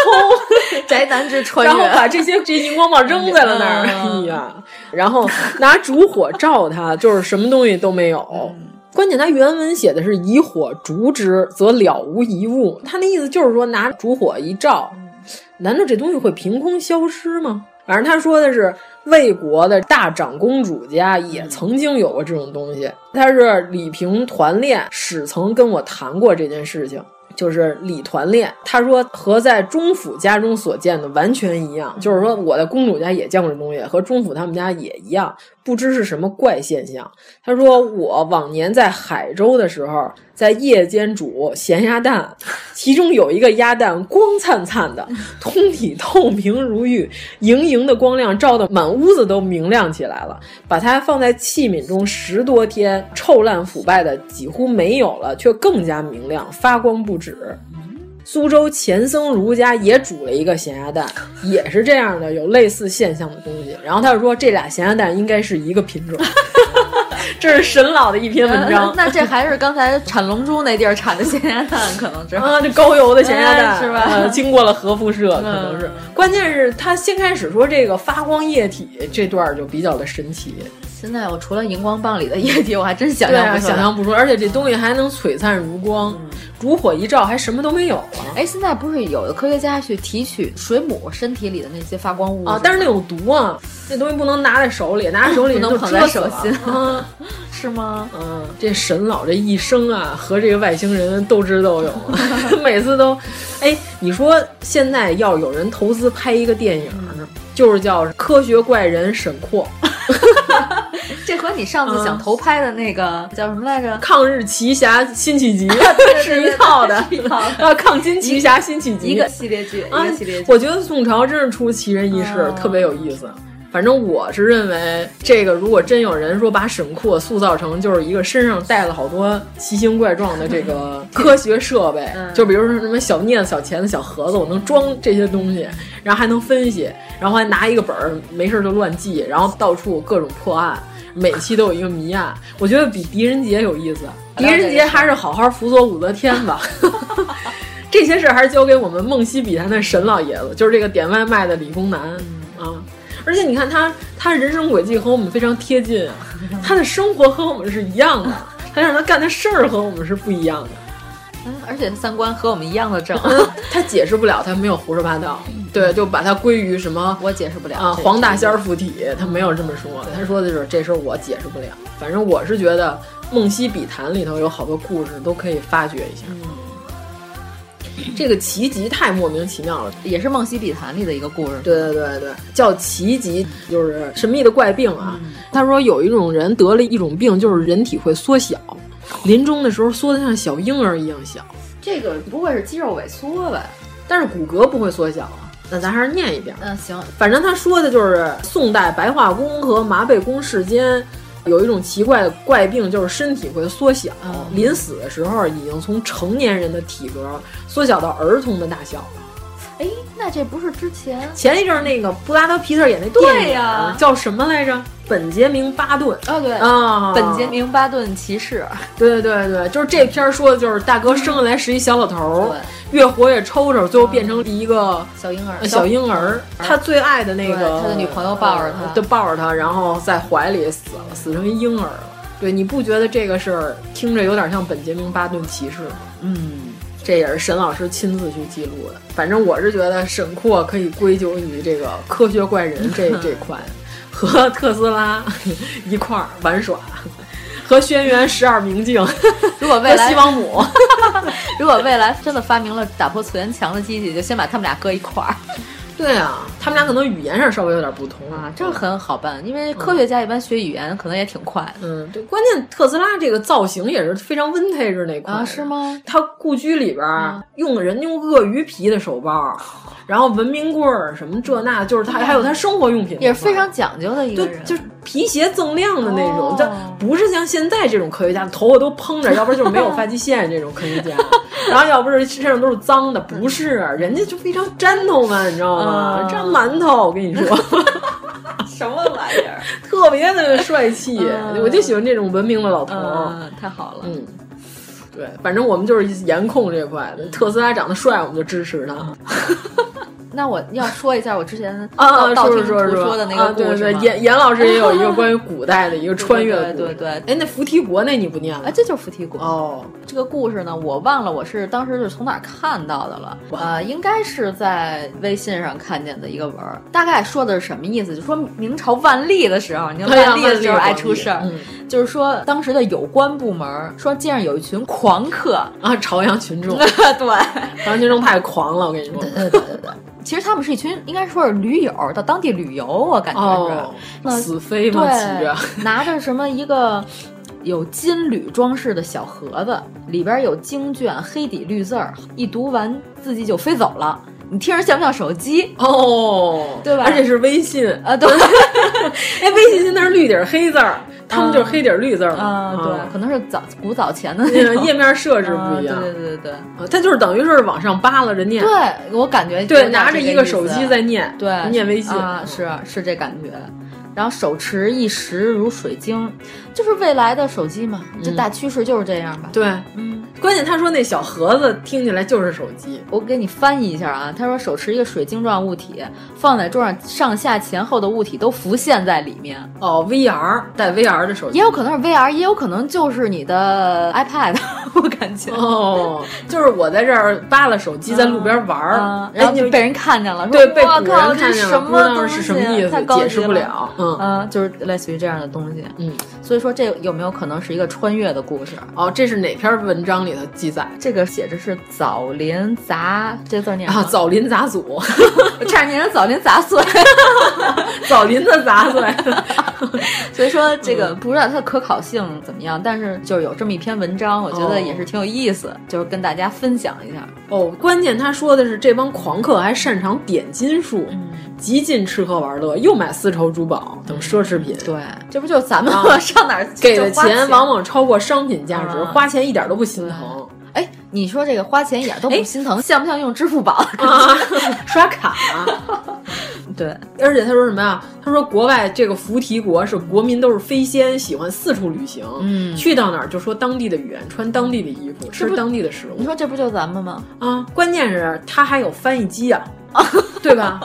Speaker 3: 宅男之穿越，
Speaker 4: 然后把这些这荧光棒扔在了那儿，哎
Speaker 3: 嗯
Speaker 4: 呀，然后拿烛火照它，就是什么东西都没有。
Speaker 3: 嗯
Speaker 4: 关键它原文写的是以火烛之，则了无一物。他那意思就是说，拿烛火一照，
Speaker 3: 嗯
Speaker 4: 难道这东西会凭空消失吗？反正他说的是魏国的大长公主家也曾经有过这种东
Speaker 3: 嗯
Speaker 4: 西。他是李平团练史曾跟我谈过这件事情，就是李团练，他说和在中府家中所见的完全一样，就是说我在公主家也见过这东西，和中府他们家也一样，不知是什么怪现象。他说我往年在海州的时候，在夜间煮咸鸭蛋，其中有一个鸭蛋光灿灿的，通体透明如玉，莹莹的光亮照得满屋子都明亮起来了。把它放在器皿中十多天，臭烂腐败的几乎没有了，却更加明亮，发光不止。苏州钱僧儒家也煮了一个咸鸭蛋，也是这样的，有类似现象的东西。然后他就说，这俩咸鸭蛋应该是一个品种。这是沈老的一篇 *laughs* 文章
Speaker 3: *laughs* 那这还是刚才产龙珠那地儿产的咸鸭蛋，可能是。
Speaker 4: 啊，这高邮的咸鸭蛋、
Speaker 3: 哎是吧
Speaker 4: 呃经过了核辐射，可能是。嗯关键是他先开始说这个发光液体这段儿就比较的神奇，
Speaker 3: 现在我除了荧光棒里的液体，我还真想
Speaker 4: 对
Speaker 3: 象
Speaker 4: 啊，
Speaker 3: 不出来
Speaker 4: 想。象不出，嗯而且这东西还能璀璨如光，烛火一照还什么都没有了。
Speaker 3: 哎，现在不是有的科学家去提取水母身体里的那些发光物
Speaker 4: 啊！但是那有毒啊，那东西不能拿在手里，拿在手里
Speaker 3: 不能
Speaker 4: 就
Speaker 3: 捧在
Speaker 4: 遮死了
Speaker 3: 手心
Speaker 4: *laughs* 啊！
Speaker 3: 是吗？
Speaker 4: 嗯，这沈老这一生啊，和这个外星人斗智
Speaker 3: *laughs*
Speaker 4: 斗勇，每次都，哎，你说现在要有人投资拍一个电影，
Speaker 3: 嗯
Speaker 4: 就是叫《科学怪人沈括》，
Speaker 3: 这和你上次想投拍的那个叫什么来着？
Speaker 4: 抗日奇侠辛弃
Speaker 3: *laughs*
Speaker 4: 疾是一套的，
Speaker 3: 是一套的
Speaker 4: 啊，抗金奇侠辛弃疾
Speaker 3: *laughs* 一个系列剧，一
Speaker 4: 啊
Speaker 3: 个系列，剧。嗯
Speaker 4: 我觉得宋朝真是出奇人异事，特别有意思。反正我是认为，这个如果真有人说把沈括塑造成就是一个身上带了好多奇形怪状的这
Speaker 3: *laughs*
Speaker 4: 个科学设备，
Speaker 3: 嗯
Speaker 4: 就比如说什么小镊子、小钳子、小盒子，我能装这些东西，然后还能分析，然后还拿一个本儿没事儿就乱记，然后到处各种破案，每期都有一个谜案，我觉得比狄仁杰有
Speaker 3: *laughs*
Speaker 4: 意思。狄仁杰还是好好辅佐武则天吧。 *laughs* 这些事儿还是交给我们梦溪笔谈的沈老爷子，就是这个点外卖的理工男、啊。而且你看他，他人生轨迹和我们非常贴近啊，他的生活和我们是一样的，他让他干的事儿和我们是不一样的。
Speaker 3: 嗯而且三观和我们一样的正，
Speaker 4: 他解释不了，他没有胡说八道，对，就把它归于什么
Speaker 3: *laughs* 我解释不了
Speaker 4: 啊，
Speaker 3: 这
Speaker 4: 黄大
Speaker 3: 这
Speaker 4: 仙儿附体，他没有这么说，他说的就是这事儿我解释不了。反正我是觉得《梦溪笔谈》里头有好多故事都可以发掘一下。 *clears throat* 这个奇迹太莫名其妙了，
Speaker 3: 也是《梦溪笔谈》里的一个故事。
Speaker 4: 对对对对，叫奇疾，就是神秘的怪病啊。他说有一种人得了一种病，就是人体会缩小，临终的时候缩得像小婴儿一样小，
Speaker 3: 这个不会是肌肉萎缩吧？
Speaker 4: 但是骨骼不会缩小啊。那咱还是念一遍。
Speaker 3: 嗯，行，
Speaker 4: 反正他说的就是宋代白化宫和麻背宫世间有一种奇怪的怪病，就是身体会缩小，
Speaker 3: 嗯
Speaker 4: 临死的时候已经从成年人的体格缩小到儿童的大小了。
Speaker 3: 哎，那这不是之前
Speaker 4: 前一阵儿那个布拉德皮特演那电影
Speaker 3: 对呀
Speaker 4: 叫什么来着？本杰明·巴顿。
Speaker 3: 哦，对
Speaker 4: 啊
Speaker 3: 本杰明·巴顿骑士，
Speaker 4: 对对对，就是这片儿说的就是大哥生下来是一小老头儿
Speaker 3: 嗯对，
Speaker 4: 越活越抽抽，最后变成一个
Speaker 3: 啊小婴儿，
Speaker 4: 呃小婴儿。他最爱的那个
Speaker 3: 对他的女朋友抱着他
Speaker 4: 呃对，抱着他，然后在怀里死了，死成一婴儿了。对，你不觉得这个事儿听着有点像本杰明·巴顿骑士吗？
Speaker 3: 嗯，
Speaker 4: 这也是沈老师亲自去记录的。反正我是觉得沈括可以归咎于这个科学怪
Speaker 3: *laughs*
Speaker 4: 人这这款，和特斯拉一块儿玩耍， *laughs* 和轩辕十二明镜，
Speaker 3: 如果未
Speaker 4: 和
Speaker 3: 来
Speaker 4: 西王母。
Speaker 3: *laughs* 如果未来真的发明了打破次元墙的机器，就先把他们俩搁一块儿
Speaker 4: 对啊，他们俩可能语言上稍微有点不同
Speaker 3: 啊，这很好办，因为科学家一般学语言可能也挺快的
Speaker 4: 嗯，对，关键特斯拉这个造型也是非常 vintage 那款、
Speaker 3: 啊，是？吗？嗯
Speaker 4: 他故居里边儿用人用鳄鱼皮的手包，
Speaker 3: 哦
Speaker 4: 然后文明棍儿什么这那，就是他还有他生活用品
Speaker 3: 嗯也是非常讲究的一
Speaker 4: 就
Speaker 3: 个人，
Speaker 4: 就是皮鞋锃亮的那种
Speaker 3: 哦，
Speaker 4: 但不是像现在这种科学家头发都蓬着，要不然就是没有发际线这种科学
Speaker 3: *laughs*
Speaker 4: 家，然后要不是身上都是脏的，不是人家就非常 gentleman，你知道吗？
Speaker 3: 嗯
Speaker 4: 粘馒头，我跟你说。
Speaker 3: *laughs* 什么玩意 *laughs* 儿？
Speaker 4: 特别的帅气，
Speaker 3: 嗯
Speaker 4: 我就喜欢这种文明的老头儿。
Speaker 3: 嗯，太好了，
Speaker 4: 嗯，对，反正我们就是颜控这块
Speaker 3: 嗯
Speaker 4: 的，特斯拉长得帅，我们就支持
Speaker 3: 哦
Speaker 4: 他。
Speaker 3: 那我要说一下我之前
Speaker 4: 啊，
Speaker 3: 道道
Speaker 4: 说
Speaker 3: 听
Speaker 4: 是
Speaker 3: 途
Speaker 4: 说是
Speaker 3: 说的那个
Speaker 4: 啊，
Speaker 3: 故
Speaker 4: 对
Speaker 3: 事
Speaker 4: 对，
Speaker 3: 吗，
Speaker 4: 严严老师也有一个关于古代的一个穿越的故
Speaker 3: *laughs* 对
Speaker 4: 事
Speaker 3: 对对对
Speaker 4: 哎，那扶梯国那你不念了
Speaker 3: 啊，？这就是扶梯国。
Speaker 4: 哦，
Speaker 3: 这个故事呢，我忘了我是当时是从哪儿看到的了，呃，应该是在微信上看见的一个文儿，大概说的是什么意思？就说明朝万历的时候，你知道
Speaker 4: 哎呀 *laughs*
Speaker 3: 万历的时候
Speaker 4: 万历
Speaker 3: 爱出事儿，
Speaker 4: 嗯
Speaker 3: 就是说当时的有关部门儿说街上有一群狂客，
Speaker 4: *laughs* 啊，朝阳群
Speaker 3: *laughs*
Speaker 4: 众，
Speaker 3: 对，
Speaker 4: 朝阳群众太狂了，我跟你说。
Speaker 3: 对对对对，其实他们是一群应该说是驴友，到当地旅游，我感觉是。
Speaker 4: 哦，
Speaker 3: 那
Speaker 4: 死飞嘛，骑着。
Speaker 3: 对， *laughs* 拿着什么一个有金缕装饰的小盒子，里边有经卷，黑底绿字儿，一读完自己就飞走了。你听着像不像手机？
Speaker 4: 哦，
Speaker 3: 对吧
Speaker 4: 而且是微信，
Speaker 3: 啊， *laughs* 对，
Speaker 4: 哎，微信现在是绿底儿黑字儿，他们就是黑底儿绿字儿嘛
Speaker 3: 啊，嗯对，可能是早古早前的 *laughs* 那
Speaker 4: 那个
Speaker 3: 种
Speaker 4: 页面设置
Speaker 3: 啊
Speaker 4: 不一样，
Speaker 3: 对对对对
Speaker 4: 啊它就是等于是往上扒拉着念，
Speaker 3: 对，对我感觉有点
Speaker 4: 拿着
Speaker 3: 这
Speaker 4: 一
Speaker 3: 个
Speaker 4: 个
Speaker 3: 意思
Speaker 4: 手机在念，
Speaker 3: 对
Speaker 4: 念微信
Speaker 3: 啊，是是这感觉。然后手持一时如水晶，就是未来的手机嘛，这
Speaker 4: 嗯
Speaker 3: 大趋势就是这样吧。
Speaker 4: 对，
Speaker 3: 嗯，
Speaker 4: 关键他说那小盒子听起来就是手机，
Speaker 3: 我给你翻译一下啊，他说手持一个水晶状物体，放在桌上，上下前后的物体都浮现在里面，
Speaker 4: 哦，VR 带 VR 的手
Speaker 3: 也
Speaker 4: 机。
Speaker 3: 有可能是 VR，也有可能就是你的 iPad，我 *laughs* 感觉。嗯
Speaker 4: 哦，就是我在这儿扒拉手机，在路边玩
Speaker 3: 啊
Speaker 4: 儿，
Speaker 3: 然后
Speaker 4: 哎
Speaker 3: 就被人看见了，说
Speaker 4: 对被
Speaker 3: 我
Speaker 4: 古
Speaker 3: 靠，
Speaker 4: 人
Speaker 3: 这
Speaker 4: 看见
Speaker 3: 什
Speaker 4: 了，不知
Speaker 3: 么东
Speaker 4: 道
Speaker 3: 西啊
Speaker 4: 是什么意
Speaker 3: 太
Speaker 4: 思，
Speaker 3: 高级
Speaker 4: 解释不了。嗯，
Speaker 3: 啊，就是类似于这样的东西。
Speaker 4: 嗯，
Speaker 3: 所以说这有没有可能是一个穿越的故事？啊
Speaker 4: 哦，这是哪篇文章里头记载
Speaker 3: 这个写着是枣林杂，这字儿念
Speaker 4: 啊？
Speaker 3: 吗，
Speaker 4: 枣林杂俎，
Speaker 3: 我差点念成枣林
Speaker 4: *laughs*
Speaker 3: 杂碎。
Speaker 4: 枣林的杂碎。
Speaker 3: 所以说这
Speaker 4: 嗯
Speaker 3: 个不知道它的可考性怎么样，但是就是有这么一篇文章，我觉
Speaker 4: 哦
Speaker 3: 得也是挺有意思，就是跟大家分享一下。
Speaker 4: 哦，关键他说的是这帮狂客还擅长点金术，
Speaker 3: 嗯
Speaker 4: 极尽吃喝玩乐，又买丝绸珠宝等奢侈品。
Speaker 3: 对，这不就是咱们
Speaker 4: 啊
Speaker 3: *laughs* 上哪儿
Speaker 4: 给的
Speaker 3: 就花
Speaker 4: 钱往往超过商品价值，
Speaker 3: 啊
Speaker 4: 花钱一点都不心疼。
Speaker 3: 哎，你说这个花钱一点都
Speaker 4: 哎
Speaker 3: 不心疼，像不像用支付宝？ *laughs*
Speaker 4: 啊，刷 *laughs* 卡，
Speaker 3: 对，
Speaker 4: 而且他说什么呀？他说国外这个菩提国是国民都是飞仙，喜欢四处旅行，
Speaker 3: 嗯
Speaker 4: 去到哪儿就说当地的语言，穿当地的衣服，
Speaker 3: 不
Speaker 4: 吃
Speaker 3: 是
Speaker 4: 当地的食物。
Speaker 3: 你说这不就是咱们吗？
Speaker 4: 啊，关键是他还有翻译机
Speaker 3: *laughs*
Speaker 4: 啊，对吧？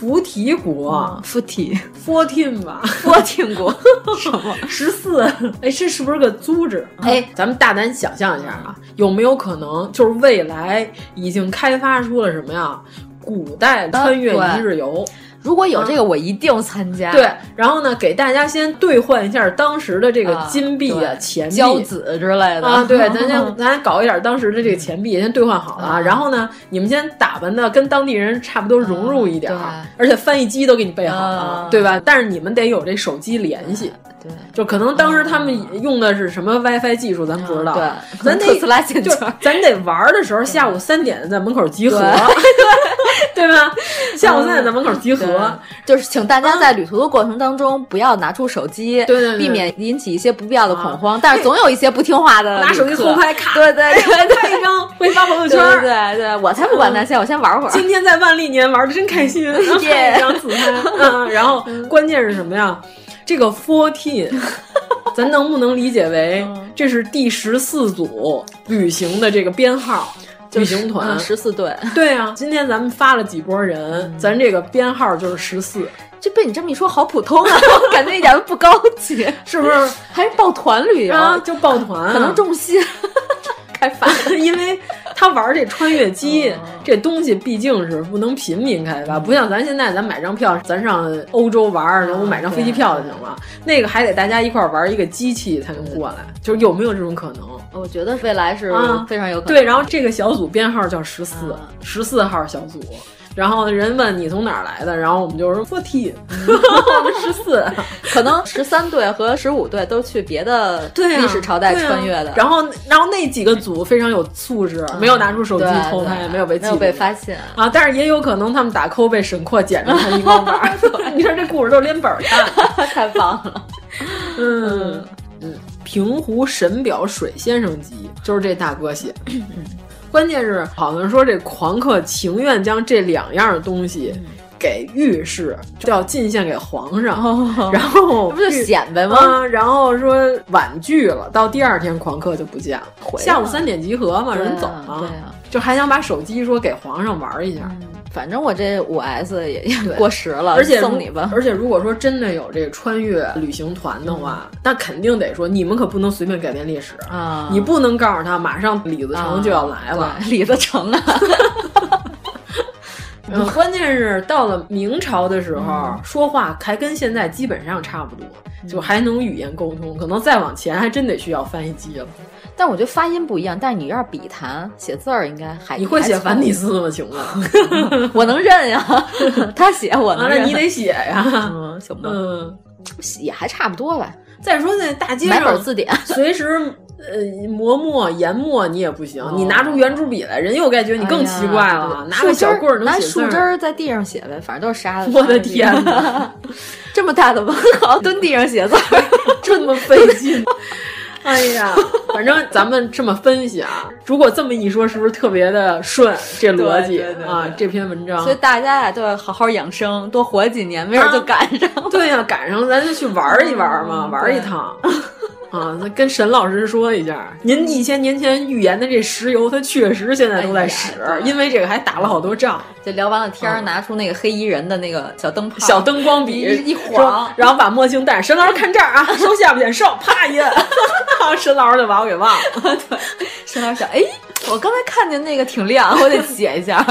Speaker 4: 菩提国
Speaker 3: 附体
Speaker 4: fourteen 吧，
Speaker 3: 我听过什么？
Speaker 4: 十四，哎，这是不是个组织？
Speaker 3: 哎，
Speaker 4: 咱们大胆想象一下啊，有没有可能就是未来已经开发出了什么呀？古代穿越一日游，
Speaker 3: 如果有这个，我一定参加。
Speaker 4: 啊对，然后呢，给大家先兑换一下当时的这个
Speaker 3: 啊，
Speaker 4: 金币啊、
Speaker 3: 对
Speaker 4: 钱币
Speaker 3: 交子之类的
Speaker 4: 啊，对，咱 *laughs* 先咱搞一点当时的这个钱币，先兑换好了啊。
Speaker 3: 嗯
Speaker 4: 然后呢，你们先打扮的跟当地人差不多融入一点儿
Speaker 3: 嗯，
Speaker 4: 而且翻译机都给你备好了
Speaker 3: 嗯，
Speaker 4: 对吧？但是你们得有这手机联系，
Speaker 3: *laughs* 对。
Speaker 4: 就可能当时他们用的是什么 WiFi 技术，咱不知道。
Speaker 3: 啊对
Speaker 4: 咱得
Speaker 3: 特斯拉线
Speaker 4: 就
Speaker 3: 圈
Speaker 4: 是咱得玩儿的时候，下午三点在门口集
Speaker 3: *laughs*
Speaker 4: 合，对吧？下午三点在门口集合，
Speaker 3: 就是请大家在旅途的过程当中不要拿出手机，
Speaker 4: 对对对
Speaker 3: 避免引起一些不必要的恐慌。
Speaker 4: 啊
Speaker 3: 但是总有一些不听话的
Speaker 4: 拿手机
Speaker 3: 旅客
Speaker 4: 偷，拍，咔，哎
Speaker 3: 对对对对，
Speaker 4: 拍一张会发朋友
Speaker 3: 对
Speaker 4: 圈
Speaker 3: 对
Speaker 4: 儿。嗯
Speaker 3: 对对，我才不管那些，我先玩会儿。
Speaker 4: 今天在万历年玩的真开心，然后
Speaker 3: *laughs* 耶嗯
Speaker 4: 拍一张自拍，嗯，然后关键是什么呀？这个
Speaker 3: *laughs*
Speaker 4: fourteen，咱能不能理解为
Speaker 3: 嗯
Speaker 4: 这是第十四组旅行的这个编号？旅行团、
Speaker 3: 嗯十四对，
Speaker 4: 对啊，今天咱们发了几波人，
Speaker 3: 嗯
Speaker 4: 咱这个编号就是十四，
Speaker 3: 这被你这么一说，好普通啊，我感觉一点都不高级，
Speaker 4: *laughs* 是不是？
Speaker 3: *laughs* 还是抱团旅游，
Speaker 4: 啊，就抱团、
Speaker 3: 可能中邪， *laughs* 开
Speaker 4: *laughs*
Speaker 3: 发。
Speaker 4: 因为他玩这穿越机、这东西，毕竟是不能平民开发，不像咱现在咱买张票，咱上欧洲玩儿，然后我买张飞机票就行了。那个还得大家一块儿玩一个机器才能过来，就是有没有这种可能？
Speaker 3: 我觉得未来是
Speaker 4: 啊
Speaker 3: 非常有可能。
Speaker 4: 对，然后这个小组编号叫十四、
Speaker 3: 啊
Speaker 4: 十四号小组。然后人问你从哪儿来的，然后我们就说 *laughs* fourteen，我们十四，
Speaker 3: 可能十三队和十五队都去别的
Speaker 4: 对啊
Speaker 3: 历史朝代穿越
Speaker 4: 对
Speaker 3: 的，
Speaker 4: 啊然后，然后那几个组非常有素质，没有拿出手机
Speaker 3: 嗯对
Speaker 4: 偷
Speaker 3: 对
Speaker 4: 拍，没有被
Speaker 3: 没
Speaker 4: 记
Speaker 3: 有
Speaker 4: 录
Speaker 3: 被发现。 *laughs*
Speaker 4: 啊，但是也有可能他们打扣被沈括捡着他一光板
Speaker 3: *laughs*
Speaker 4: 儿。你说这故事都连本儿看。
Speaker 3: 太棒了！
Speaker 4: *laughs* 嗯嗯，平湖神表水先生集就是这大哥写的。嗯关键是好像说这狂客情愿将这两样东西
Speaker 3: 嗯
Speaker 4: 给御史，就要进献给皇上，
Speaker 3: *laughs*
Speaker 4: 然后
Speaker 3: 哦这不就
Speaker 4: 御
Speaker 3: 显摆吗？
Speaker 4: 啊，然后说婉拒了，到第二天狂客就不见了，下午三点集合嘛，
Speaker 3: 对啊
Speaker 4: 人走了，
Speaker 3: 对啊嗯
Speaker 4: 就还想把手机说给皇上玩一下，
Speaker 3: 反正我这五 S 也也
Speaker 4: 对
Speaker 3: 过时了，
Speaker 4: 而且如
Speaker 3: 啊送你吧。 *laughs*
Speaker 4: 而且如果说真的有这个穿越旅行团的话，那肯定得说你们可不能随便改变历史
Speaker 3: 嗯啊
Speaker 4: 你不能告诉他马上李自成就要来了。
Speaker 3: 对李自成啊， *laughs*
Speaker 4: 嗯，关键是到了明朝的时候，
Speaker 3: 嗯
Speaker 4: 说话还跟现在基本上差不多，就还能语言沟通。可能再往前还真得需要翻译机了。
Speaker 3: 但我觉得发音不一样。但是你要是笔谈写字儿，应该还
Speaker 4: 你会写
Speaker 3: 还凑合
Speaker 4: 繁体字吗？请问？
Speaker 3: *laughs* 我能
Speaker 4: *laughs*
Speaker 3: 认呀，他写我能
Speaker 4: 完了
Speaker 3: 认，
Speaker 4: 你得写呀。
Speaker 3: *laughs* 嗯，行吧，
Speaker 4: 嗯，
Speaker 3: 也还差不多吧，
Speaker 4: 再说在大街
Speaker 3: 买本
Speaker 4: 上
Speaker 3: 字 *laughs* 典。
Speaker 4: 随时呃磨墨研墨你也不行，
Speaker 3: 哦
Speaker 4: 你拿出圆珠笔来，人又该觉得你更奇怪了。拿
Speaker 3: 哎树
Speaker 4: 个
Speaker 3: 枝
Speaker 4: 小
Speaker 3: 儿，
Speaker 4: 棍儿能
Speaker 3: 拿
Speaker 4: 写字
Speaker 3: 树枝
Speaker 4: 儿，
Speaker 3: 儿在地上写呗，反正都是沙子。
Speaker 4: 我的天哪
Speaker 3: 哪， *laughs* 这么大的文豪蹲地上写字儿，
Speaker 4: 这么费劲。 *laughs* 哎呀， *laughs* 反正咱们这么分析啊，如果这么一说，是不是特别的顺？这逻辑
Speaker 3: 对对对对
Speaker 4: 啊，这篇文章
Speaker 3: *laughs* 所以。大家呀都要好好养生，多活几年，没准就赶上了。
Speaker 4: 啊对呀、赶上咱就去玩儿一玩儿
Speaker 3: 嗯
Speaker 4: 嘛，玩儿一趟。啊，那跟沈老师说一下，您一千年前预言的这石油，它确实现在都在使，
Speaker 3: *laughs* 哎呀对
Speaker 4: 因为这个还打了好多仗。
Speaker 3: 就聊完了天儿，拿出那个黑衣人的那个小灯泡，
Speaker 4: *laughs* 小灯光笔
Speaker 3: 啊一一晃
Speaker 4: 说，然后把墨镜戴。沈老师看这儿啊，收下巴眼瘦，啪一摁， *laughs* 然后沈老师就把我给忘了。 *laughs*
Speaker 3: 沈老师想，哎，我刚才看见那个挺亮，我得写一下。 *laughs*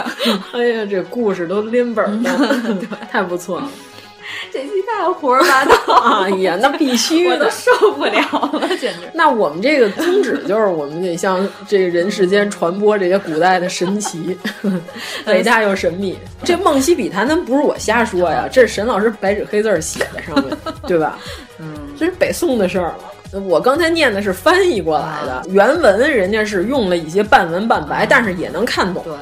Speaker 4: 哎呀，这故事都拎本儿 *laughs* 的，太不错了。
Speaker 3: 这期太胡说八道
Speaker 4: 哎呀，那必须
Speaker 3: *laughs* 我都
Speaker 4: 的。
Speaker 3: 受不了了，简直。
Speaker 4: 那我们这个宗旨就是，我们得向这个人世间传播这些古代的神奇、伟大又神秘。这《梦溪笔谈》，咱不是我瞎说呀，这是沈老师白纸黑字儿写的，上面对吧？嗯，这是北宋的事儿了。我刚才念的是翻译过来的，原文人家是用了一些半文半白，但是也能看懂
Speaker 3: 对。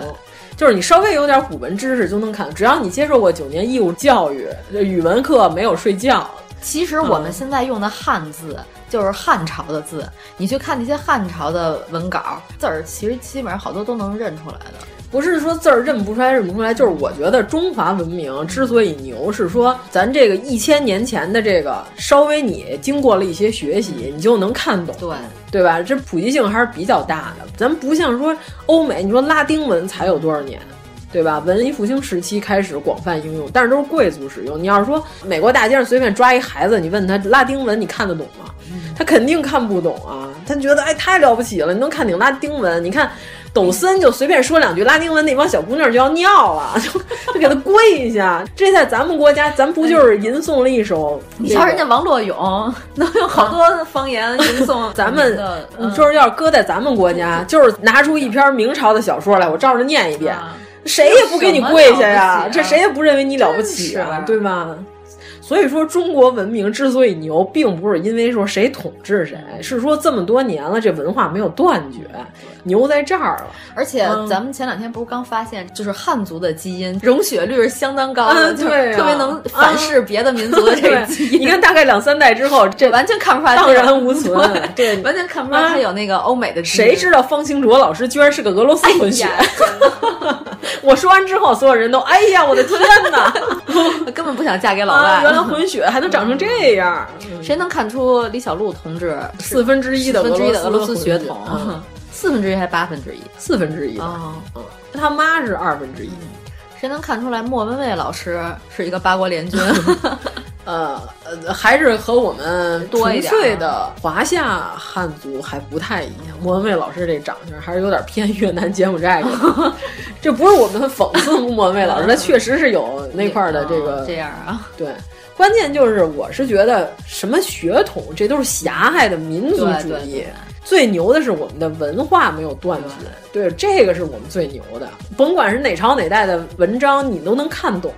Speaker 4: 就是你稍微有点古文知识就能看，只要你接受过九年义务教育，这语文课没有睡觉，
Speaker 3: 其实
Speaker 4: 嗯
Speaker 3: 我们现在用的汉字就是汉朝的字，你去看那些汉朝的文稿字儿，其实基本上好多都能认出来的。
Speaker 4: 不是说字儿认不出来，认不出来，就是我觉得中华文明之所以牛，是说咱这个一千年前的这个，稍微你经过了一些学习，你就能看懂，
Speaker 3: 对，
Speaker 4: 对吧？这普及性还是比较大的。咱不像说欧美，你说拉丁文才有多少年，对吧？文艺复兴时期开始广泛应用，但是都是贵族使用。你要是说美国大街上随便抓一孩子，你问他拉丁文你看得懂吗？他肯定看不懂啊，他觉得哎太了不起了，你能看懂拉丁文？你看抖森就随便说两句拉丁文，那帮小姑娘就要尿了， *laughs* 就就给他跪下。这在咱们国家，咱不就是吟诵了一首？
Speaker 3: 你瞧人家王洛勇能用好多方言吟诵
Speaker 4: 嗯咱们
Speaker 3: 的，
Speaker 4: 你
Speaker 3: 嗯
Speaker 4: 说要是搁在咱们国家，就是拿出一篇明朝的小说来，我照着念一遍，
Speaker 3: 啊
Speaker 4: 谁也不给你跪下呀，
Speaker 3: 这
Speaker 4: 这
Speaker 3: 有什么了不起啊
Speaker 4: 谁也不认为你了不起啊，
Speaker 3: 真
Speaker 4: 对吧？所以说，中国文明之所以牛，并不是因为说谁统治谁，
Speaker 3: 嗯
Speaker 4: 是说这么多年了，这文化没有断绝，牛在这
Speaker 3: *laughs*
Speaker 4: 儿了。
Speaker 3: 而且
Speaker 4: 嗯
Speaker 3: 咱们前两天不是刚发现，就是汉族的基因容血率是相当高的，
Speaker 4: 嗯
Speaker 3: 就是
Speaker 4: 对啊嗯
Speaker 3: 特别能反噬别的民族的这个基
Speaker 4: *laughs*
Speaker 3: 因。
Speaker 4: 你看，大概两三代之后，这
Speaker 3: 完全看不出来，
Speaker 4: 荡然无存。对，
Speaker 3: 完全看不出来他有那个欧美的基因。哎
Speaker 4: 谁知道方清卓老师居然是个俄罗斯混血？
Speaker 3: 哎呀
Speaker 4: *laughs* 我说完之后，所有人都哎呀，我的天
Speaker 3: *laughs*
Speaker 4: 哪！
Speaker 3: 根本不想嫁给老外。嗯
Speaker 4: 啊，原来混血还能长成这样，
Speaker 3: 谁能看出李小璐同志
Speaker 4: 四分之一的
Speaker 3: 四分之一的俄罗
Speaker 4: 罗
Speaker 3: 斯
Speaker 4: 斯
Speaker 3: 血
Speaker 4: 混
Speaker 3: 统
Speaker 4: 血嗯？
Speaker 3: *laughs* 四分之一还八分之一
Speaker 4: 四分之一的，
Speaker 3: 啊？嗯
Speaker 4: 他妈是二分之一。
Speaker 3: 谁能看出来莫文蔚老师是一个八国联军？
Speaker 4: 呃呃，还是和我们
Speaker 3: 多一点啊
Speaker 4: 纯粹的华夏汉族还不太一样。莫文蔚老师这长相还是有点偏越南、柬埔寨的，
Speaker 3: *laughs*
Speaker 4: 这不是我们讽刺莫文蔚老师，他确实是有 *laughs* 那块儿的这个
Speaker 3: 嗯啊这样
Speaker 4: *laughs*
Speaker 3: 啊？
Speaker 4: 对。关键就是，我是觉得什么血统，这都是狭隘的民族
Speaker 3: 对
Speaker 4: 主
Speaker 3: 对
Speaker 4: 义
Speaker 3: 对。
Speaker 4: 最牛的是我们的文化没有断绝，对，这个是我们最牛的。甭管是哪朝哪代的文章，你都能看懂。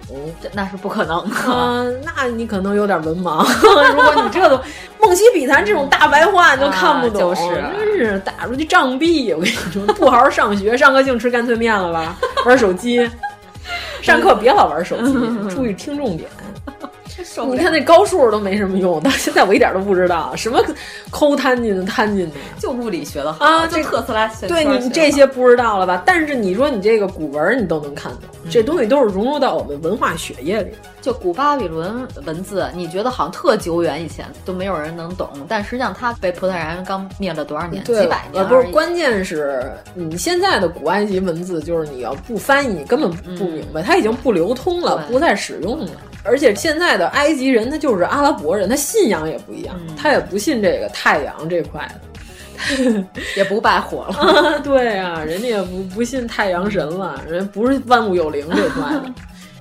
Speaker 3: 这那是不可能的。
Speaker 4: 啊，那你可能有点文
Speaker 3: *laughs*
Speaker 4: 盲。 *laughs* 如果你这都《梦溪笔谈》这种大白话你都看不懂，
Speaker 3: 啊就是啊
Speaker 4: 真是打出去杖毙！我跟你说，不好好上学，上课净吃干脆面了吧？
Speaker 3: *laughs*
Speaker 4: 玩手机，上课别老玩手机，
Speaker 3: 嗯
Speaker 4: 注意听重点。你看那高数都没什么用，到现在我一点都不知道什么抠摊进的摊
Speaker 3: *laughs*
Speaker 4: 进的。
Speaker 3: 就物理学的好
Speaker 4: 啊
Speaker 3: 就
Speaker 4: 这
Speaker 3: 特斯拉学
Speaker 4: 对你这些不知道了吧？但是你说你这个古文儿你都能看懂，
Speaker 3: 嗯
Speaker 4: 这东西都是融入到我们文化血液里。
Speaker 3: 就古巴比伦文字，你觉得好像特久远，以前都没有人能懂，但实际上它被葡萄牙人刚灭了多少年，
Speaker 4: 对，
Speaker 3: 几百年
Speaker 4: 呃，不是
Speaker 3: 而，已
Speaker 4: 关键是你现在的古埃及文字，就是你要不翻译，你根本不明白，它已经不流通了，
Speaker 3: 嗯对
Speaker 4: 不再使用了。而且现在的埃及人，他就是阿拉伯人，他信仰也不一样，
Speaker 3: 嗯
Speaker 4: 他也不信这个太阳这块
Speaker 3: 也不拜火了。
Speaker 4: 的。 *laughs* 对啊，人家也不不信太阳神了，人家不是万物有灵这块
Speaker 3: *laughs*
Speaker 4: 的。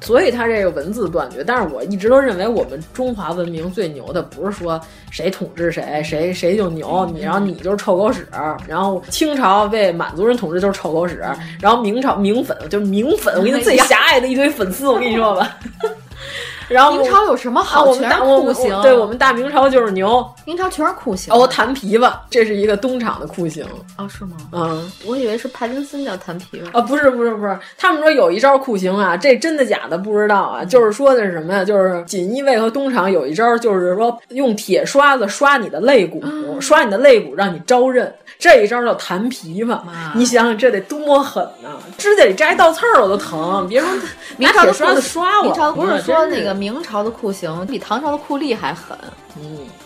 Speaker 4: 所以他这个文字断绝，但是我一直都认为我们中华文明最牛的不是说谁统治谁，谁谁就
Speaker 3: 嗯
Speaker 4: 牛，你然后你就是臭狗屎，然后清朝被满族人统治就是臭狗屎，
Speaker 3: 嗯
Speaker 4: 然后明朝明粉就是明粉，我
Speaker 3: *laughs*
Speaker 4: 跟你说
Speaker 3: 哎
Speaker 4: 最狭隘的一堆粉丝，我跟你说吧。然后
Speaker 3: 明朝有什么
Speaker 4: 啊，
Speaker 3: 好？
Speaker 4: 我们
Speaker 3: 全
Speaker 4: 大
Speaker 3: 是
Speaker 4: 我
Speaker 3: 酷
Speaker 4: 们
Speaker 3: 刑，
Speaker 4: 对我们大明朝就是牛
Speaker 3: 明朝全是酷刑。啊
Speaker 4: 哦，弹琵琶，这是一个东厂的酷刑，
Speaker 3: 哦，是吗？
Speaker 4: 嗯。
Speaker 3: 我以为是帕金森叫弹琵琶。
Speaker 4: 啊，不是不是不是，他们说有一招酷刑啊，这真的假的不知道啊，就是说的是什么呀？就是锦衣卫和东厂有一招，就是说用铁刷子刷你的肋
Speaker 3: 啊
Speaker 4: 骨，刷你的肋骨让你招认。这一招叫弹琵琶，你想想这得多狠呐、指甲里扎一倒刺儿我都疼，别说
Speaker 3: 啊
Speaker 4: 拿铁刷子刷我。
Speaker 3: 明朝的不是
Speaker 4: 真
Speaker 3: 说那个明朝的酷刑比唐朝的酷吏还
Speaker 4: *laughs*
Speaker 3: 狠？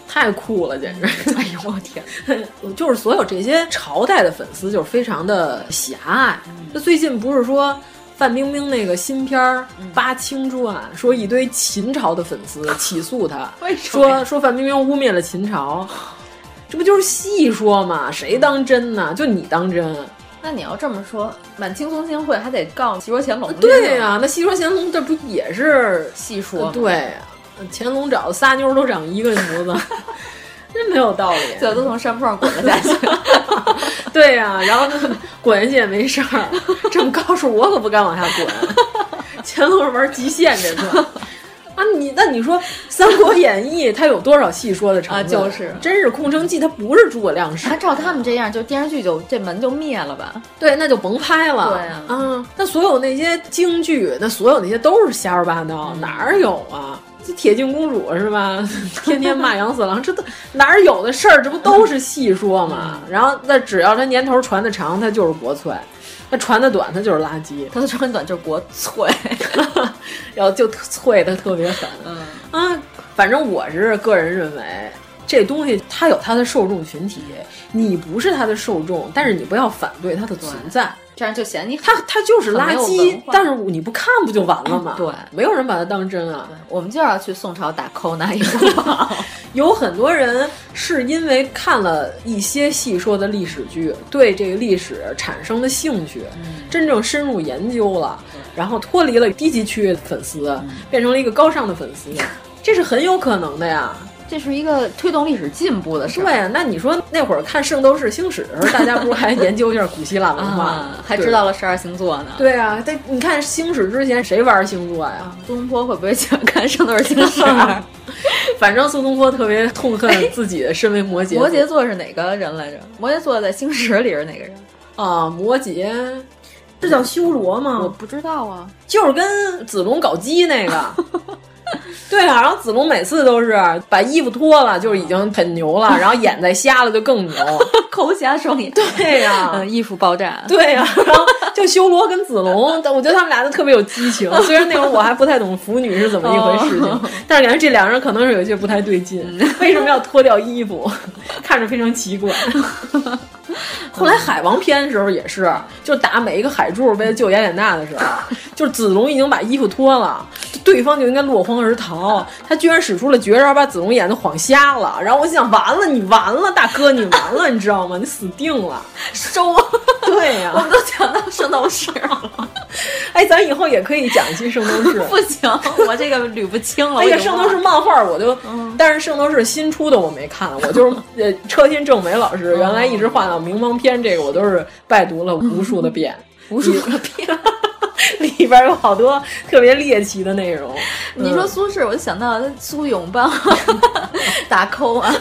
Speaker 4: 太酷了，简直！ *laughs* 哎呦我天， *laughs* 就是所有这些朝代的粉丝就是非常的狭隘。那最近不是说范冰冰那个新片儿《八清传》，说一堆秦朝的粉 *laughs* 丝起诉她，说说范冰冰污蔑了秦朝，这不就是戏说嘛？谁当真呢？就你当真。
Speaker 3: 那你要这么说，满清宗亲会还得告齐若乾隆？
Speaker 4: 对呀、，那戏说乾隆这不也是呃
Speaker 3: 细说嘛
Speaker 4: 对呀、乾隆找的仨妞儿都长一个模 *laughs* 子，真没有道理。
Speaker 3: 最后都从山坡上滚了
Speaker 4: *laughs*
Speaker 3: 下去。 *laughs*
Speaker 4: 对呀、然后就滚下去也没事儿，这么高处我可不敢往下滚。乾隆是玩极限这块儿啊，你那你说《三国演义》它有多少戏说的成分？
Speaker 3: 啊就是
Speaker 4: 真是空城计，它不是诸葛亮式
Speaker 3: 他，照他们这样，就电视剧就这门就灭了吧？
Speaker 4: 对，那就甭拍了。
Speaker 3: 对啊
Speaker 4: 那所有那些京剧，那所有那些都是瞎说八道，
Speaker 3: 嗯
Speaker 4: 哪儿有啊？这铁镜公主是吧？ *laughs* 天天骂杨四郎，这都哪儿有的事儿？这不都是戏说嘛？
Speaker 3: 嗯
Speaker 4: 然后那只要他年头传的长，他就是国粹；那传的短，他就是垃圾。 *laughs*
Speaker 3: 他的穿短就是国粹。
Speaker 4: 然后就特啐的特别狠。
Speaker 3: 嗯
Speaker 4: 啊，反正我是个人认为，这东西它有它的受众群体，你不是它的受众，但是你不要反对它的存在。
Speaker 3: *laughs* 这样就嫌你
Speaker 4: 它它就是垃
Speaker 3: 很没有文
Speaker 4: 圾
Speaker 3: 化，嗯
Speaker 4: 但是你不看不就完了吗？
Speaker 3: 对
Speaker 4: 没有人把它当真啊。
Speaker 3: 我们就要去宋朝打扣拿一
Speaker 4: *laughs*
Speaker 3: 个宝，
Speaker 4: 有很多人是因为看了一些戏说的历史剧，对这个历史产生的兴趣，
Speaker 3: 嗯
Speaker 4: 真正深入研究了，然后脱离了低级区粉
Speaker 3: 嗯
Speaker 4: 丝，变成了一个高尚的粉
Speaker 3: *laughs*
Speaker 4: 丝，这是很有可能的呀。
Speaker 3: 这是一个推动历史进步的事儿
Speaker 4: 对呀，啊那你说那会儿看《圣斗士星矢》的时候，大家不是还研究一下古希腊文化，
Speaker 3: *laughs* 啊，还
Speaker 4: 对
Speaker 3: 知道了十二星座呢。，
Speaker 4: 对啊，但你看星矢之前谁玩星座呀？？
Speaker 3: 苏东坡会不会喜欢看《圣斗士星矢》啊
Speaker 4: *laughs* 反正苏东坡特别痛恨自己身为摩羯
Speaker 3: 摩羯座是哪个人来着？摩羯座在星矢里是哪个人？
Speaker 4: 啊，摩羯，这叫修罗
Speaker 3: 我
Speaker 4: 吗？
Speaker 3: 不知道啊。
Speaker 4: 就是跟子龙搞基那 *laughs* 个。对啊，然后子龙每次都是把衣服脱了，就是已经很牛 *laughs* 了，然后眼袋瞎了就更牛。
Speaker 3: *laughs* *laughs* 口瞎双眼，
Speaker 4: 对呀 *laughs*
Speaker 3: 嗯，艺术爆炸，
Speaker 4: 对呀、然后就修罗跟子龙，但我觉得他们俩都特别有激 *laughs* 情。虽然那会儿我还不太懂腐女是怎么一回 *laughs* 事情，但是感觉这两人可能是有些不太对劲。
Speaker 3: 嗯
Speaker 4: 为什么要脱掉衣服？ *laughs* 看着非常奇
Speaker 3: *laughs*
Speaker 4: 怪。后来海王篇的时候也是，就打每一个海柱为了救雅典娜的时候，就是子龙已经把衣服脱了，对方就应该落荒而逃，他居然使出了绝招，把子龙眼睛晃瞎了。然后我想，完了，你完了，大哥，你完了，你知道吗？你死定了，收。对呀、
Speaker 3: 啊我们都讲到圣斗士了，
Speaker 4: 哎，咱以后也可以讲一期圣斗士。
Speaker 3: 不行，我这个捋不清了。
Speaker 4: 哎呀，
Speaker 3: 我已经
Speaker 4: 圣
Speaker 3: 忘
Speaker 4: 斗士
Speaker 3: 了嗯
Speaker 4: 漫画我就，但是圣斗士新出的我没看，我就是 *laughs* 呃，车天正美老
Speaker 3: 嗯
Speaker 4: 师原来一直画到冥王篇这个，我都是拜读
Speaker 3: *laughs*
Speaker 4: 了无数的遍， *laughs*
Speaker 3: 无数个遍。
Speaker 4: 里边有好多特别猎奇的内容。
Speaker 3: *laughs* 你说苏轼，我就想到苏永邦 *laughs* 打 call 啊，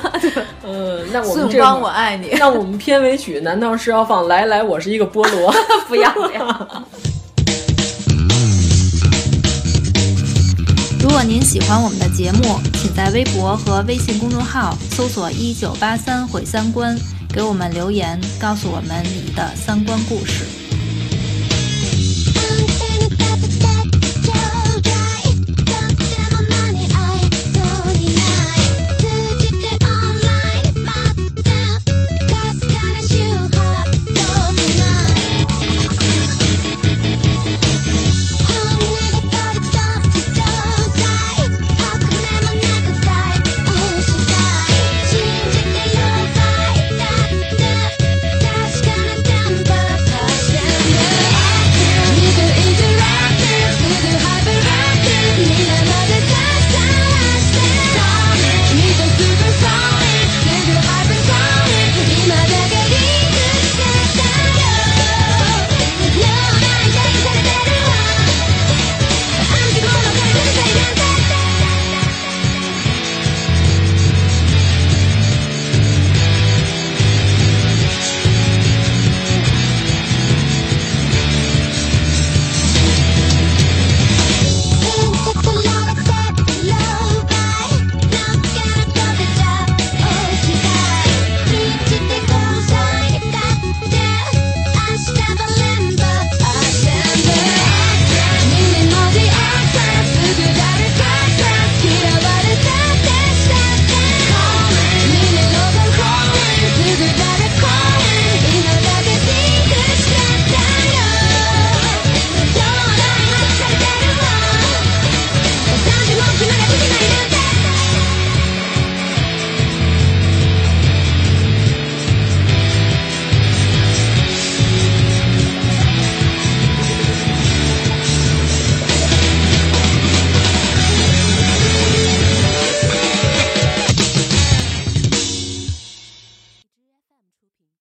Speaker 4: 嗯，那我
Speaker 3: 苏
Speaker 4: 们
Speaker 3: 永
Speaker 4: 这
Speaker 3: 邦我爱你，
Speaker 4: 那我们片尾曲难道是要放《来来，我是一个菠萝》？ *laughs*
Speaker 3: 不要不要。
Speaker 1: 如果您喜欢我们的节目，请在微博和微信公众号搜索“一九八三毁三观”，给我们留言，告诉我们你的三观故事。